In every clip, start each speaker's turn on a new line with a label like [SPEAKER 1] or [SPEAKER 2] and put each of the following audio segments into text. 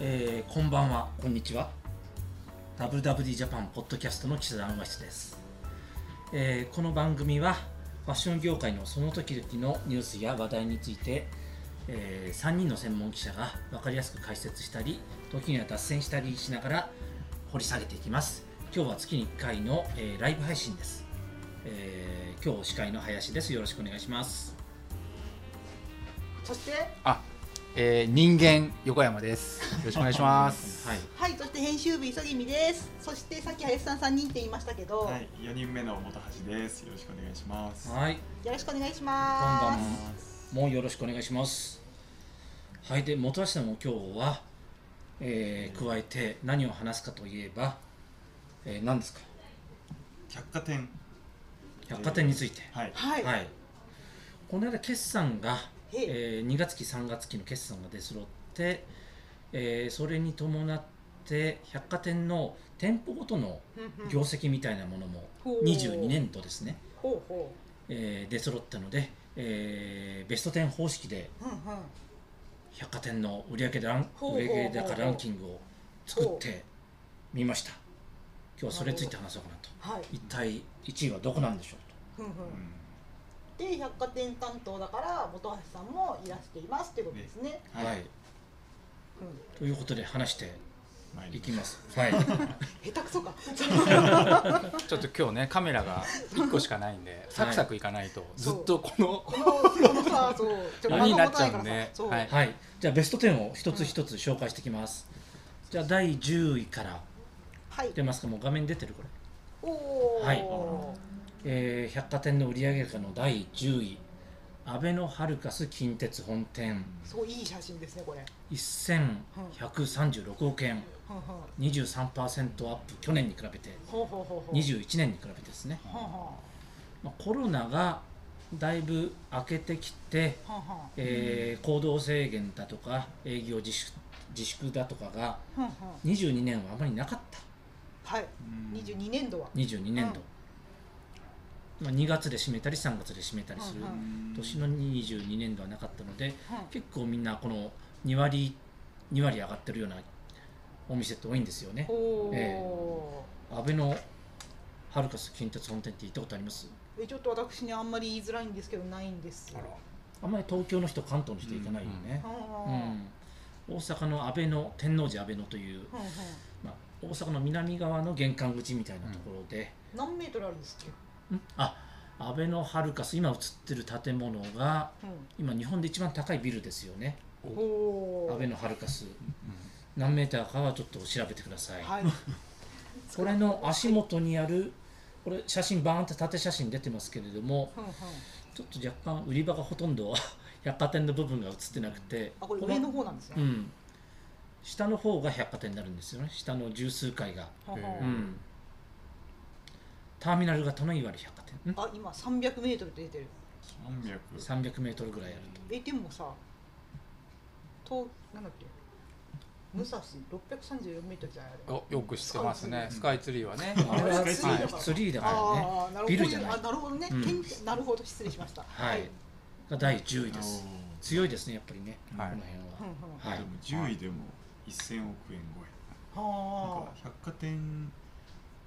[SPEAKER 1] えーこんばんは
[SPEAKER 2] こんにちは。
[SPEAKER 1] WWD ジャパンポッドキャストの岸田談話室です、えーこの番組はファッション業界のその時々のニュースや話題について、え3人の専門記者が分かりやすく解説したり時には脱線したりしながら掘り下げていきます今日は月に1回の、えーライブ配信です、えー今日司会の林ですよろしくお願いします
[SPEAKER 3] そして
[SPEAKER 4] あ、えー、人間横山です。よろしくお願いしま す。
[SPEAKER 1] はい
[SPEAKER 3] はいそして編集部急ぎみですそしてさっき林さん3人って言いましたけど、
[SPEAKER 5] はい、4人目の本橋です。よろしくお願いします。
[SPEAKER 1] はい
[SPEAKER 3] よろしくお願いし
[SPEAKER 1] こんば
[SPEAKER 3] ま
[SPEAKER 1] んはもうよろしくお願いします。はい、で、本橋さんも今日は、えー加えて何を話すかといえば、えー何ですか
[SPEAKER 5] 百貨店、
[SPEAKER 1] 百貨店について。
[SPEAKER 5] はい
[SPEAKER 3] す。はい、
[SPEAKER 1] はい。この間、決算が、
[SPEAKER 3] え
[SPEAKER 1] え2月期、3月期の決算が出揃って、えーそれに伴って、百貨店の店舗ごとの業績みたいなものも、
[SPEAKER 3] ほう
[SPEAKER 1] 22年度ですね、
[SPEAKER 3] ほうほ
[SPEAKER 1] えー出揃ったので、えーベスト10方式で、
[SPEAKER 3] う、うんうん、
[SPEAKER 1] 百貨店の売上ラン
[SPEAKER 3] ほうほう
[SPEAKER 1] 売
[SPEAKER 3] ほうほう
[SPEAKER 1] 上高ランキングを作ってみました今日はそれについて話そうかなと
[SPEAKER 3] はい、
[SPEAKER 1] 一体1位はどこなんでしょ
[SPEAKER 3] うんうん
[SPEAKER 5] うん
[SPEAKER 3] で百貨店担当だから本橋さんもいらしていますってことですね
[SPEAKER 1] うと、
[SPEAKER 5] は、
[SPEAKER 1] はいい、ということで話して
[SPEAKER 5] 参
[SPEAKER 1] い
[SPEAKER 5] り
[SPEAKER 1] き
[SPEAKER 5] ま
[SPEAKER 1] ますはい
[SPEAKER 3] うん、下手くそか
[SPEAKER 4] ちょっと今日ねカメラ が1個しかないんで、サクサクいかないとずっとこの
[SPEAKER 3] このこのさそうち
[SPEAKER 4] 4になっちゃ
[SPEAKER 3] 間
[SPEAKER 4] う
[SPEAKER 3] が持
[SPEAKER 4] ん
[SPEAKER 3] た
[SPEAKER 4] で、
[SPEAKER 3] そう、
[SPEAKER 4] はい。
[SPEAKER 1] はいじゃあベスト10を一つ一つ紹介していきますじゃあ第10位から
[SPEAKER 3] はい
[SPEAKER 1] 出ますかもう画面出てるこれ、
[SPEAKER 3] おおー、
[SPEAKER 1] はいえー百貨店の売上高の第10位アベノハルカス近鉄本店
[SPEAKER 3] すごいいい写真ですねこれ、
[SPEAKER 1] 1136億円
[SPEAKER 3] うんうん、
[SPEAKER 1] 23%アップ去年に比べて
[SPEAKER 3] ほうほうほうほう
[SPEAKER 1] 21年に比べてですね、
[SPEAKER 3] ほうほ
[SPEAKER 1] まあ、コロナがだいぶ明けてきて、
[SPEAKER 3] うほうほ
[SPEAKER 1] えー行動制限だとか営業自粛自粛だとかが
[SPEAKER 3] うほうほう
[SPEAKER 1] 22年はあまりなかった
[SPEAKER 3] はい
[SPEAKER 5] うん
[SPEAKER 3] 22年度は
[SPEAKER 1] 22年度、まあ、2月で締めたり3月で締めたりする
[SPEAKER 3] うんうん
[SPEAKER 1] 年の22年度はなかったので
[SPEAKER 3] はい
[SPEAKER 1] 結構みんなこの2割2割上がってるようなお店って多いんですよね
[SPEAKER 3] おー
[SPEAKER 1] えアベノハルカス近鉄本店って行ったことあります
[SPEAKER 3] えちょっと私にあんまり言いづらいんですけどないんですよ
[SPEAKER 1] あんまり東京の人関東の人行かないよね、うん
[SPEAKER 3] は
[SPEAKER 1] 大阪の阿倍野天王寺阿倍野という、
[SPEAKER 3] あはあは
[SPEAKER 1] まあ、大阪の南側の玄関口みたいなところで、
[SPEAKER 3] あ何メートルあるんですっけ
[SPEAKER 1] んあ阿倍野ハルカス今映ってる建物が今日本で一番高いビルですよね
[SPEAKER 3] うんお
[SPEAKER 1] 阿倍
[SPEAKER 3] ー
[SPEAKER 1] 野ハルカス何メーターかはちょっと調べてください、
[SPEAKER 3] はい
[SPEAKER 1] これの足元にあるこれ写真バーンって縦写真出てますけれども
[SPEAKER 3] うんうん
[SPEAKER 1] ちょっと若干売り場がほとんど百貨店の部分が映ってなくて
[SPEAKER 3] あこれ上の方なんです
[SPEAKER 1] う
[SPEAKER 3] ね
[SPEAKER 1] ん、下の方が百貨店になるんですよね下の十数階が、
[SPEAKER 3] はあはあ
[SPEAKER 4] う
[SPEAKER 1] うん、ターミナル型のいわゆる百貨店ん
[SPEAKER 3] あ今300メートルって出てる
[SPEAKER 5] す。
[SPEAKER 1] 300m ぐらいあると
[SPEAKER 3] えでもさ東なんだっけ武蔵634メートルじゃないあれ
[SPEAKER 4] およく知ってますね。
[SPEAKER 5] ス
[SPEAKER 4] ス
[SPEAKER 5] カ
[SPEAKER 4] カイツリーはね。
[SPEAKER 1] あれは
[SPEAKER 3] スカイツリーだから
[SPEAKER 1] ツリーだからね
[SPEAKER 3] ああなるほど
[SPEAKER 1] ビルじゃない
[SPEAKER 3] あなるほどね
[SPEAKER 1] うん
[SPEAKER 3] 天気なるほど失礼しました
[SPEAKER 1] はいが第10位です
[SPEAKER 5] お
[SPEAKER 1] 強いですねやっぱりね、
[SPEAKER 4] はい
[SPEAKER 1] この
[SPEAKER 3] うんう
[SPEAKER 1] 辺
[SPEAKER 3] んは
[SPEAKER 1] は、
[SPEAKER 5] ーでも10位でも1000億円超え。なん
[SPEAKER 3] あ
[SPEAKER 5] か百貨店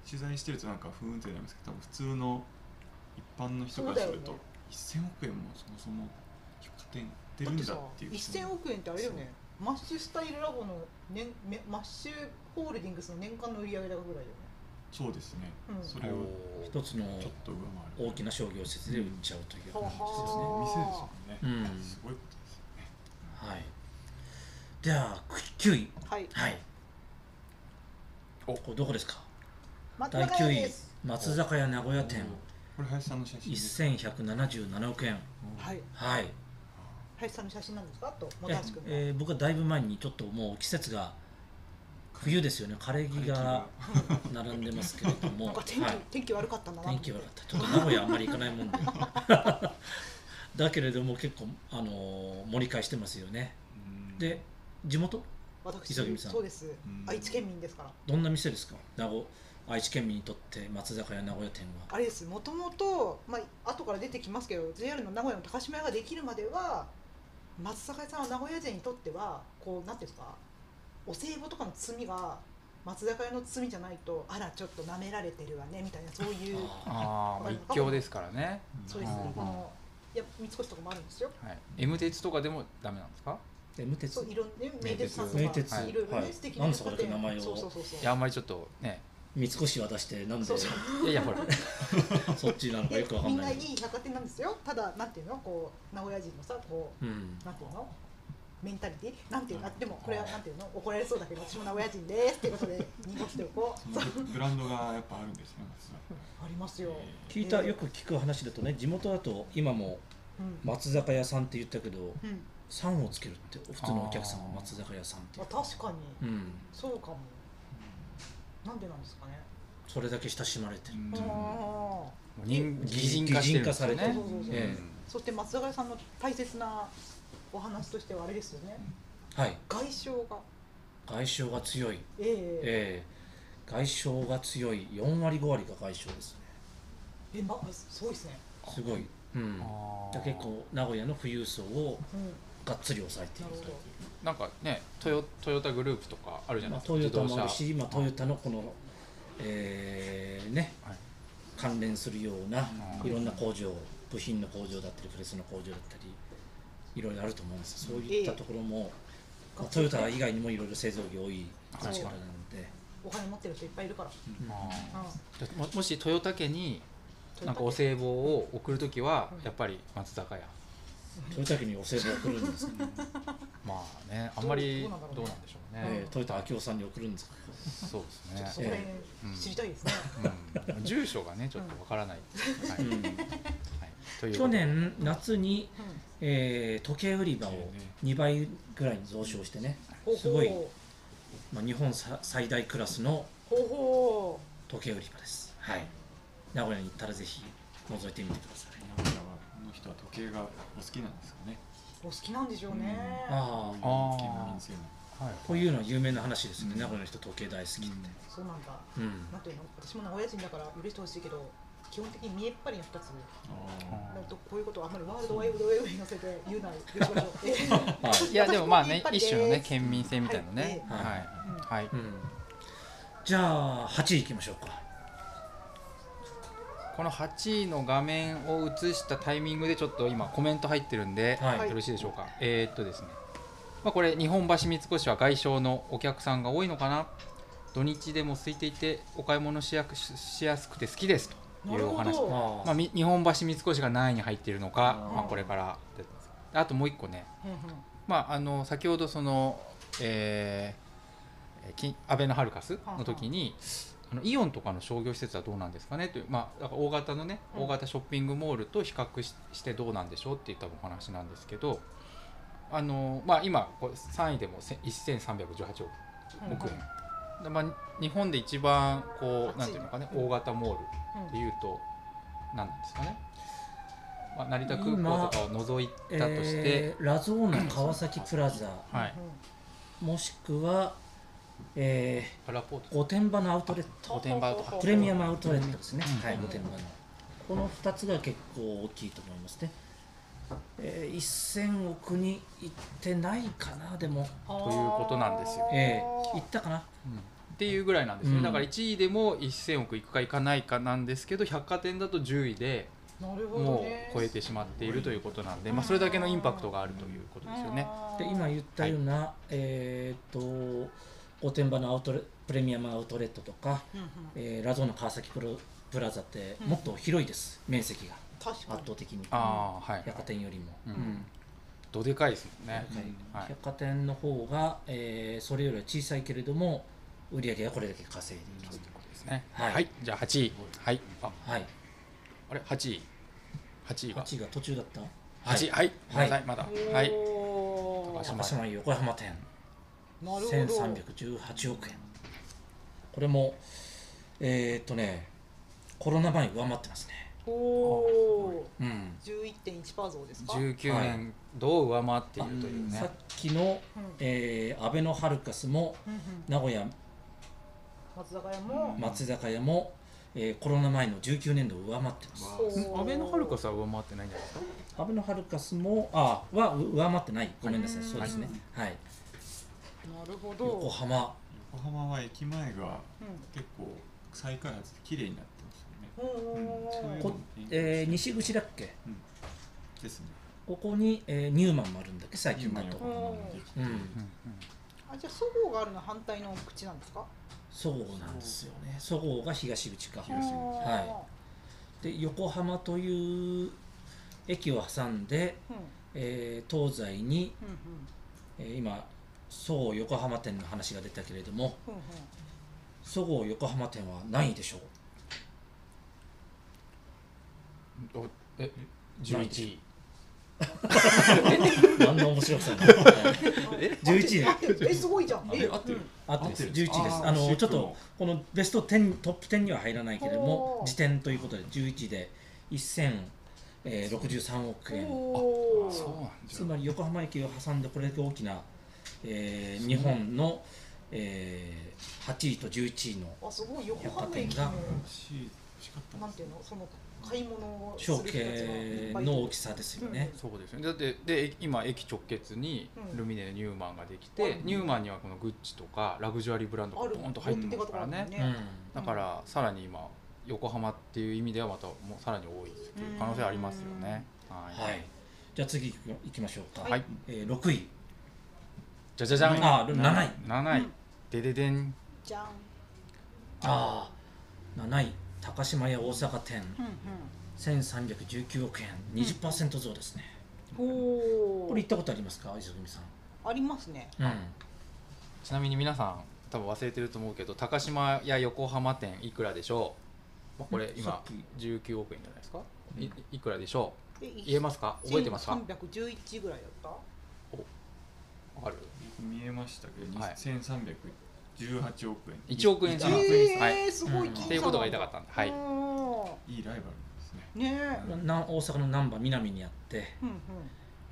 [SPEAKER 5] 取材してるとなんかふーんってなりますけど、多分普通の一般の人からする
[SPEAKER 3] そうだよ
[SPEAKER 5] と
[SPEAKER 3] ね
[SPEAKER 5] 1000億円もそもそも百貨店出
[SPEAKER 3] だ
[SPEAKER 5] る
[SPEAKER 3] っ
[SPEAKER 5] ん
[SPEAKER 3] て
[SPEAKER 5] だ
[SPEAKER 3] さ
[SPEAKER 5] っていう。
[SPEAKER 3] 1000億円ってあれだよねマッシュスタイルラボの年めマッシュホールディングスの年間の売上高ぐらいだよね
[SPEAKER 5] そうですね
[SPEAKER 3] う。ん
[SPEAKER 5] それを
[SPEAKER 1] い、一つの
[SPEAKER 5] ちょっと上回る。
[SPEAKER 1] 大きな商業施設で売っちゃうという感じ
[SPEAKER 3] ほ
[SPEAKER 1] で
[SPEAKER 3] う
[SPEAKER 1] す
[SPEAKER 3] ほ
[SPEAKER 1] ね、
[SPEAKER 5] そうですね。店ですもん
[SPEAKER 1] うん
[SPEAKER 5] ね。すごいことですよね。
[SPEAKER 1] はいでは9位
[SPEAKER 3] はい
[SPEAKER 1] はい
[SPEAKER 4] お
[SPEAKER 1] これどこですか
[SPEAKER 3] 松
[SPEAKER 1] 第
[SPEAKER 3] 永
[SPEAKER 1] 9
[SPEAKER 3] で
[SPEAKER 1] 位
[SPEAKER 3] す
[SPEAKER 1] 松坂屋名古屋店
[SPEAKER 5] これ林さんの写真です。
[SPEAKER 1] 1177億円
[SPEAKER 3] はい
[SPEAKER 1] はい
[SPEAKER 3] 林さんの写真なんですかと本橋君が
[SPEAKER 1] えー僕はだいぶ前にちょっともう季節が冬ですよね枯れ木が並んでますけれども
[SPEAKER 3] なんか天気、
[SPEAKER 1] はい
[SPEAKER 3] 天気悪かったんだな
[SPEAKER 1] 天気悪かったちょっと名古屋あんまり行かないもんで だけれども結構、あのー盛り返してますよね
[SPEAKER 5] うん
[SPEAKER 1] で地元
[SPEAKER 3] 私
[SPEAKER 1] 磯君さん
[SPEAKER 3] そうです
[SPEAKER 5] ん
[SPEAKER 3] 愛知県民ですから
[SPEAKER 1] どんな店ですか名護愛知県民にとって松坂屋名古屋店は
[SPEAKER 3] あれですもともとまあ後から出てきますけど JR の名古屋の高島屋ができるまでは松坂屋さんは名古屋勢にとってはこうなんていうんですかお歳暮とかの罪が松坂屋の罪じゃないとあらちょっと舐められてるわねみたいなそういう
[SPEAKER 4] ああ、まあ、一強ですからね。
[SPEAKER 3] そうです
[SPEAKER 4] うん
[SPEAKER 3] このいや三越とかもあるんですよ
[SPEAKER 4] はい。M 鉄とかでもダメなんですか？
[SPEAKER 1] で無鉄
[SPEAKER 3] そういろんね名鉄さんとか
[SPEAKER 1] 名鉄
[SPEAKER 3] いろいろね、
[SPEAKER 1] はい
[SPEAKER 3] 素敵な
[SPEAKER 1] なん
[SPEAKER 3] 百貨店
[SPEAKER 1] でそこだけ名前を
[SPEAKER 3] そうそうそうそう
[SPEAKER 4] いやあんまりちょっとね、
[SPEAKER 1] 三越は出してなんで
[SPEAKER 3] そうそう
[SPEAKER 1] そ
[SPEAKER 4] いやいやほら、
[SPEAKER 1] っちなのかよくわか
[SPEAKER 3] み
[SPEAKER 1] ん
[SPEAKER 3] ん
[SPEAKER 1] な
[SPEAKER 3] ないいい百貨店なんですよただなんていうのこう名古屋人のさこ
[SPEAKER 1] うん
[SPEAKER 3] うなんていうのメンタリティなんていうのあでもこれはなんていうの怒られそうだけど私も名古屋人ですっていうこと で濁しておこう
[SPEAKER 5] そのブランドがやっぱあるんですね松
[SPEAKER 3] ありますよ、
[SPEAKER 1] 聞いた
[SPEAKER 3] ええ
[SPEAKER 1] よく聞く話だとね地元だと今も
[SPEAKER 3] うん
[SPEAKER 1] 松坂屋さんって言ったけど
[SPEAKER 3] うん
[SPEAKER 1] 「さん」をつけるって普通のお客さんは松坂屋さんって
[SPEAKER 3] あ確かに、
[SPEAKER 1] うん
[SPEAKER 3] そうかもなんでなんですかね、
[SPEAKER 1] それだけ親しまれてる
[SPEAKER 5] 坂
[SPEAKER 3] ああ
[SPEAKER 4] 人擬人化してるんです
[SPEAKER 1] 擬人化さ
[SPEAKER 4] よ
[SPEAKER 1] れて
[SPEAKER 4] ね
[SPEAKER 1] る。
[SPEAKER 3] そうそうそう
[SPEAKER 1] え
[SPEAKER 3] そして松坂屋さんの大切なお話としてはあれですよね
[SPEAKER 1] はい
[SPEAKER 3] 外傷が
[SPEAKER 1] 外傷が強い
[SPEAKER 3] ええ
[SPEAKER 1] ええ外傷が強い4割5割が外傷ですね
[SPEAKER 3] えますごいですね、
[SPEAKER 1] すごいうん
[SPEAKER 4] あー
[SPEAKER 1] だから結構名古屋の富裕層を
[SPEAKER 3] うん、
[SPEAKER 1] がっつり抑えてい
[SPEAKER 3] な
[SPEAKER 1] る
[SPEAKER 3] るほど
[SPEAKER 4] なんかねトヨトヨタグループとかあるじゃな
[SPEAKER 1] ま
[SPEAKER 4] い
[SPEAKER 1] あ、
[SPEAKER 4] ですか、
[SPEAKER 1] トヨタもあるし、
[SPEAKER 4] 自
[SPEAKER 1] まあ、
[SPEAKER 4] 動車
[SPEAKER 1] トヨタのこの、えーね
[SPEAKER 4] はい
[SPEAKER 1] 関連するような
[SPEAKER 4] うん
[SPEAKER 1] いろんな工場部品の工場だったりプレスの工場だったりいろいろあると思うんですそういったところも、まあ、トヨタ以外にもいろいろ製造業多い
[SPEAKER 4] はい
[SPEAKER 1] 力なので、
[SPEAKER 3] お金持ってる人いっぱいいるから、
[SPEAKER 1] うん
[SPEAKER 4] あー
[SPEAKER 3] う
[SPEAKER 4] じゃあももしトヨタ家に
[SPEAKER 3] ん、
[SPEAKER 4] なんかお歳暮を送るときはやっぱり松坂屋
[SPEAKER 1] トヨタ家にお歳暮を送るんですか、
[SPEAKER 4] まあねあんまり
[SPEAKER 3] どう
[SPEAKER 4] どう
[SPEAKER 3] な
[SPEAKER 4] なんん
[SPEAKER 3] だろうね
[SPEAKER 4] でしょうね、
[SPEAKER 1] えートヨタ秋夫さんに送るんですか
[SPEAKER 4] そうで
[SPEAKER 3] ちょっと
[SPEAKER 4] す
[SPEAKER 3] そ
[SPEAKER 4] ね
[SPEAKER 3] こら辺
[SPEAKER 4] うん
[SPEAKER 3] 知りたいですね、
[SPEAKER 4] うん住所がねちょっとわからない、はい
[SPEAKER 1] うん
[SPEAKER 4] はい、というこ
[SPEAKER 1] 去
[SPEAKER 4] とで
[SPEAKER 1] 年夏に、
[SPEAKER 3] うん
[SPEAKER 1] えー時計売り場を2倍ぐらいに増床してね、
[SPEAKER 3] ほうほう
[SPEAKER 1] すごいまあ、日本さ最大クラスの
[SPEAKER 3] ほうほ
[SPEAKER 1] 時計売り場ですはい名古屋に行ったらぜひ覗いてみてください
[SPEAKER 5] の人は時計がお好きなんですかね
[SPEAKER 3] うお好きなんでしょうね、
[SPEAKER 5] う
[SPEAKER 1] ああ
[SPEAKER 4] あー
[SPEAKER 5] 時計の民生の
[SPEAKER 4] はい
[SPEAKER 1] こういうのは有名な話ですね、
[SPEAKER 5] うん
[SPEAKER 1] 名古屋の人時計大好きって
[SPEAKER 3] そうなんだ
[SPEAKER 1] うん、
[SPEAKER 3] なんていうの私も名古屋人だから許してほしいけど基本的に見えっ張りな2つ
[SPEAKER 5] あ
[SPEAKER 3] なんとこういうことをあんまりワールドワイドウェブに乗せて言うなよろしくお願いします
[SPEAKER 1] はい
[SPEAKER 4] いやでもまあね
[SPEAKER 3] 私も
[SPEAKER 4] 一種のね県民性
[SPEAKER 3] み
[SPEAKER 4] みた
[SPEAKER 3] た
[SPEAKER 4] い
[SPEAKER 3] い
[SPEAKER 4] な
[SPEAKER 3] な
[SPEAKER 4] ね
[SPEAKER 3] ね
[SPEAKER 1] はい
[SPEAKER 4] はい、はい
[SPEAKER 1] うん、じゃあ8位いきましょうか
[SPEAKER 4] この8位の画面を映したタイミングでちょっと今コメント入ってるんで、
[SPEAKER 1] はい、
[SPEAKER 3] はい
[SPEAKER 4] よろしいでしょうか、えーっとですね、まあ、これ日本橋三越は外商のお客さんが多いのかな土日でも空いていてお買い物しやくししやすくて好きですとい
[SPEAKER 3] なる
[SPEAKER 4] うお
[SPEAKER 3] ほ
[SPEAKER 4] 話
[SPEAKER 3] ど
[SPEAKER 1] あ
[SPEAKER 4] まあ、み日本橋三越が何位に入っているのか
[SPEAKER 5] うん
[SPEAKER 4] まあ、これから出てますあともう一個ね、
[SPEAKER 3] うんうん
[SPEAKER 4] まあ、あの先ほどその、えーえーきアベノハルカスの時にあのイオンとかの商業施設はどうなんですかねという、まあ、だから大型のね、
[SPEAKER 3] うん
[SPEAKER 4] 大型ショッピングモールと比較ししてどうなんでしょうっていったお話なんですけどあの、まあ、今こう3位でもせ1318億
[SPEAKER 3] うん
[SPEAKER 4] 億円、でまあ、日本で一番こ
[SPEAKER 3] 熱い
[SPEAKER 4] うなんていうのかね
[SPEAKER 3] うん
[SPEAKER 4] 大型モールっ
[SPEAKER 3] う
[SPEAKER 4] て
[SPEAKER 3] ん
[SPEAKER 4] いうと何ですかね、まあ、成田空
[SPEAKER 1] 今
[SPEAKER 4] 港とかを除い
[SPEAKER 1] え
[SPEAKER 4] たとして、
[SPEAKER 1] ーラゾーナ川崎プラザ
[SPEAKER 4] はい、
[SPEAKER 1] もしくは、え
[SPEAKER 4] パラポート
[SPEAKER 1] ー、御殿場のアウトレット
[SPEAKER 4] 御殿場とか
[SPEAKER 1] プレミアムアウトレットですね、
[SPEAKER 4] うん
[SPEAKER 1] はい、
[SPEAKER 4] うん
[SPEAKER 1] 御殿場のこの2つが結構大きいと思いますね、えー、1000億に行ってないかなでも
[SPEAKER 4] ということなんですよ
[SPEAKER 1] えー、行ったかな
[SPEAKER 4] っていうぐらいなんですね、
[SPEAKER 1] うん
[SPEAKER 4] だから1位でも1000億いくかいかないかなんですけど百貨店だと10位で
[SPEAKER 3] なるほど
[SPEAKER 4] も
[SPEAKER 3] ね
[SPEAKER 4] う超えてしまっているということなんで、まあ、それだけのインパクトがあるということですよね。
[SPEAKER 1] で今言ったような、えーっと御殿場のアウトレプレミアムアウトレットとか、
[SPEAKER 3] うんうん
[SPEAKER 1] えーラゾーナ川崎プロプラザって
[SPEAKER 3] うん
[SPEAKER 1] もっと広いです、面積が
[SPEAKER 3] 確か
[SPEAKER 1] 圧
[SPEAKER 3] に
[SPEAKER 1] 倒的に
[SPEAKER 4] ああはい
[SPEAKER 1] 百貨店よりも、
[SPEAKER 4] うんどでかいですもんね
[SPEAKER 1] 百貨店
[SPEAKER 4] はい
[SPEAKER 1] 百貨店の方が、えーそれよりは小さいけれども売り上げはこれだけ稼いでいますと
[SPEAKER 4] ですね
[SPEAKER 1] はい
[SPEAKER 4] はい、じゃあ8位はいあ
[SPEAKER 1] はい
[SPEAKER 4] あれ8位8位が
[SPEAKER 1] 8位が途中だった
[SPEAKER 4] 8位はいごめんなさいまだはい
[SPEAKER 3] おー
[SPEAKER 4] 高
[SPEAKER 1] 高島屋横浜店
[SPEAKER 3] なるほど
[SPEAKER 1] 1318億円これもえーっとねコロナ前上回ってますね
[SPEAKER 3] おー
[SPEAKER 1] うん
[SPEAKER 3] 11.1%増ですか
[SPEAKER 4] 19年度を上回っているという
[SPEAKER 1] さっ
[SPEAKER 4] ね
[SPEAKER 1] きの、
[SPEAKER 3] うん
[SPEAKER 1] えー、アベノハルカスも
[SPEAKER 3] うんうん
[SPEAKER 1] 名古屋
[SPEAKER 3] 松坂屋も
[SPEAKER 1] 松坂屋も、えーコロナ前の19年度を上回ってます
[SPEAKER 5] ー
[SPEAKER 3] おー
[SPEAKER 4] 安倍のハルカスは上回ってないんじゃないですか
[SPEAKER 1] アベノハルカスもあはう上回ってないごめんなさい
[SPEAKER 3] うん
[SPEAKER 1] そうですねはい
[SPEAKER 3] なるほ
[SPEAKER 1] 横
[SPEAKER 3] ど、
[SPEAKER 1] 浜
[SPEAKER 5] 横浜は駅前が
[SPEAKER 3] うん
[SPEAKER 5] 結構再開発で綺麗になってますよね
[SPEAKER 3] ほうほうほう
[SPEAKER 5] う
[SPEAKER 3] ほ
[SPEAKER 5] んそうう
[SPEAKER 1] こえー西口だっけ
[SPEAKER 5] ですね
[SPEAKER 1] ここに、えーニューマンもあるんだっけ最近だ
[SPEAKER 5] 今
[SPEAKER 1] と
[SPEAKER 5] 横浜の駅
[SPEAKER 1] うん
[SPEAKER 4] うんうん
[SPEAKER 3] あじゃあそごうがあるのは反対の口なんですか
[SPEAKER 1] そうなんですよねそごうが東口か
[SPEAKER 5] 東口
[SPEAKER 1] はで横浜という駅を挟んで、
[SPEAKER 3] い、うん
[SPEAKER 1] えー東西に、
[SPEAKER 3] うん
[SPEAKER 1] えー今そう横浜店の話が出たけれども
[SPEAKER 3] うんうん
[SPEAKER 1] そごう横浜店はないでしょう
[SPEAKER 4] おえ11位
[SPEAKER 1] 何の面白さ もないはい
[SPEAKER 3] うん
[SPEAKER 4] え
[SPEAKER 1] 11位
[SPEAKER 3] 合ってる合ってるえすごいじゃん
[SPEAKER 5] あ
[SPEAKER 3] え
[SPEAKER 5] れ合ってる
[SPEAKER 1] あとです
[SPEAKER 5] 合
[SPEAKER 1] 11
[SPEAKER 5] ってる
[SPEAKER 1] です
[SPEAKER 5] あー
[SPEAKER 1] あの
[SPEAKER 5] 惜し
[SPEAKER 1] ちょっ
[SPEAKER 5] くも
[SPEAKER 1] とこのベスト10トップ10には入らないけれども
[SPEAKER 3] おー
[SPEAKER 1] 時点ということで11で1063億円
[SPEAKER 3] おお
[SPEAKER 4] そうなんだ
[SPEAKER 1] つまり横浜駅を挟んでこれだけ大きな、えー日本の、えー8位と11位の
[SPEAKER 3] あすごい横浜駅の
[SPEAKER 5] 欲しい欲しかった
[SPEAKER 3] なん
[SPEAKER 5] です
[SPEAKER 3] ていうのその買い物をす
[SPEAKER 1] 小
[SPEAKER 3] る人たち
[SPEAKER 1] 径
[SPEAKER 3] が
[SPEAKER 1] の大きさですよね、
[SPEAKER 4] そうですねだってで今駅直結に
[SPEAKER 3] うん
[SPEAKER 4] ルミネニューマンができて、
[SPEAKER 3] うん
[SPEAKER 4] ニューマンにはこのグッチとかラグジュアリーブランド
[SPEAKER 3] あ
[SPEAKER 4] が
[SPEAKER 3] る
[SPEAKER 4] ドーンと入ってますからね
[SPEAKER 3] うん
[SPEAKER 1] うん
[SPEAKER 4] だからさらに今横浜っていう意味ではまたもうさらに多いっていう可能性ありますよね、はい
[SPEAKER 1] はいじゃあ次行きましょうか、
[SPEAKER 3] はい
[SPEAKER 4] はい
[SPEAKER 1] えー6位
[SPEAKER 4] じゃじゃじゃん
[SPEAKER 1] あー7位
[SPEAKER 4] 7
[SPEAKER 3] う
[SPEAKER 4] 位、
[SPEAKER 3] ん
[SPEAKER 4] でででん
[SPEAKER 3] じゃん
[SPEAKER 1] ああ7位高島屋大阪店
[SPEAKER 3] うん
[SPEAKER 1] 1319億円20%増ですね、
[SPEAKER 3] うんおお
[SPEAKER 1] これ行ったことありますか磯組さん
[SPEAKER 3] ありますね
[SPEAKER 1] うん
[SPEAKER 4] ちなみに皆さん多分忘れてると思うけど高島屋横浜店いくらでしょう、まあ、これ
[SPEAKER 5] さ
[SPEAKER 4] 今
[SPEAKER 5] っき
[SPEAKER 4] 19億円じゃないですか、
[SPEAKER 5] うん
[SPEAKER 4] いいくらでしょ
[SPEAKER 3] え
[SPEAKER 4] う言えますか覚えてますかわ
[SPEAKER 3] 1311ぐらいだった
[SPEAKER 4] かる
[SPEAKER 5] 見えましたけど、
[SPEAKER 4] はい
[SPEAKER 5] 1318億円
[SPEAKER 4] 1億円差なんです
[SPEAKER 5] え
[SPEAKER 4] は
[SPEAKER 3] えー、すごい
[SPEAKER 1] うん
[SPEAKER 3] 僅差なんだ
[SPEAKER 4] っていうことが言いたかったんではい
[SPEAKER 3] うん
[SPEAKER 5] いいライバルですね
[SPEAKER 3] ねえ
[SPEAKER 1] な大阪の難波南にあって、
[SPEAKER 3] うんうん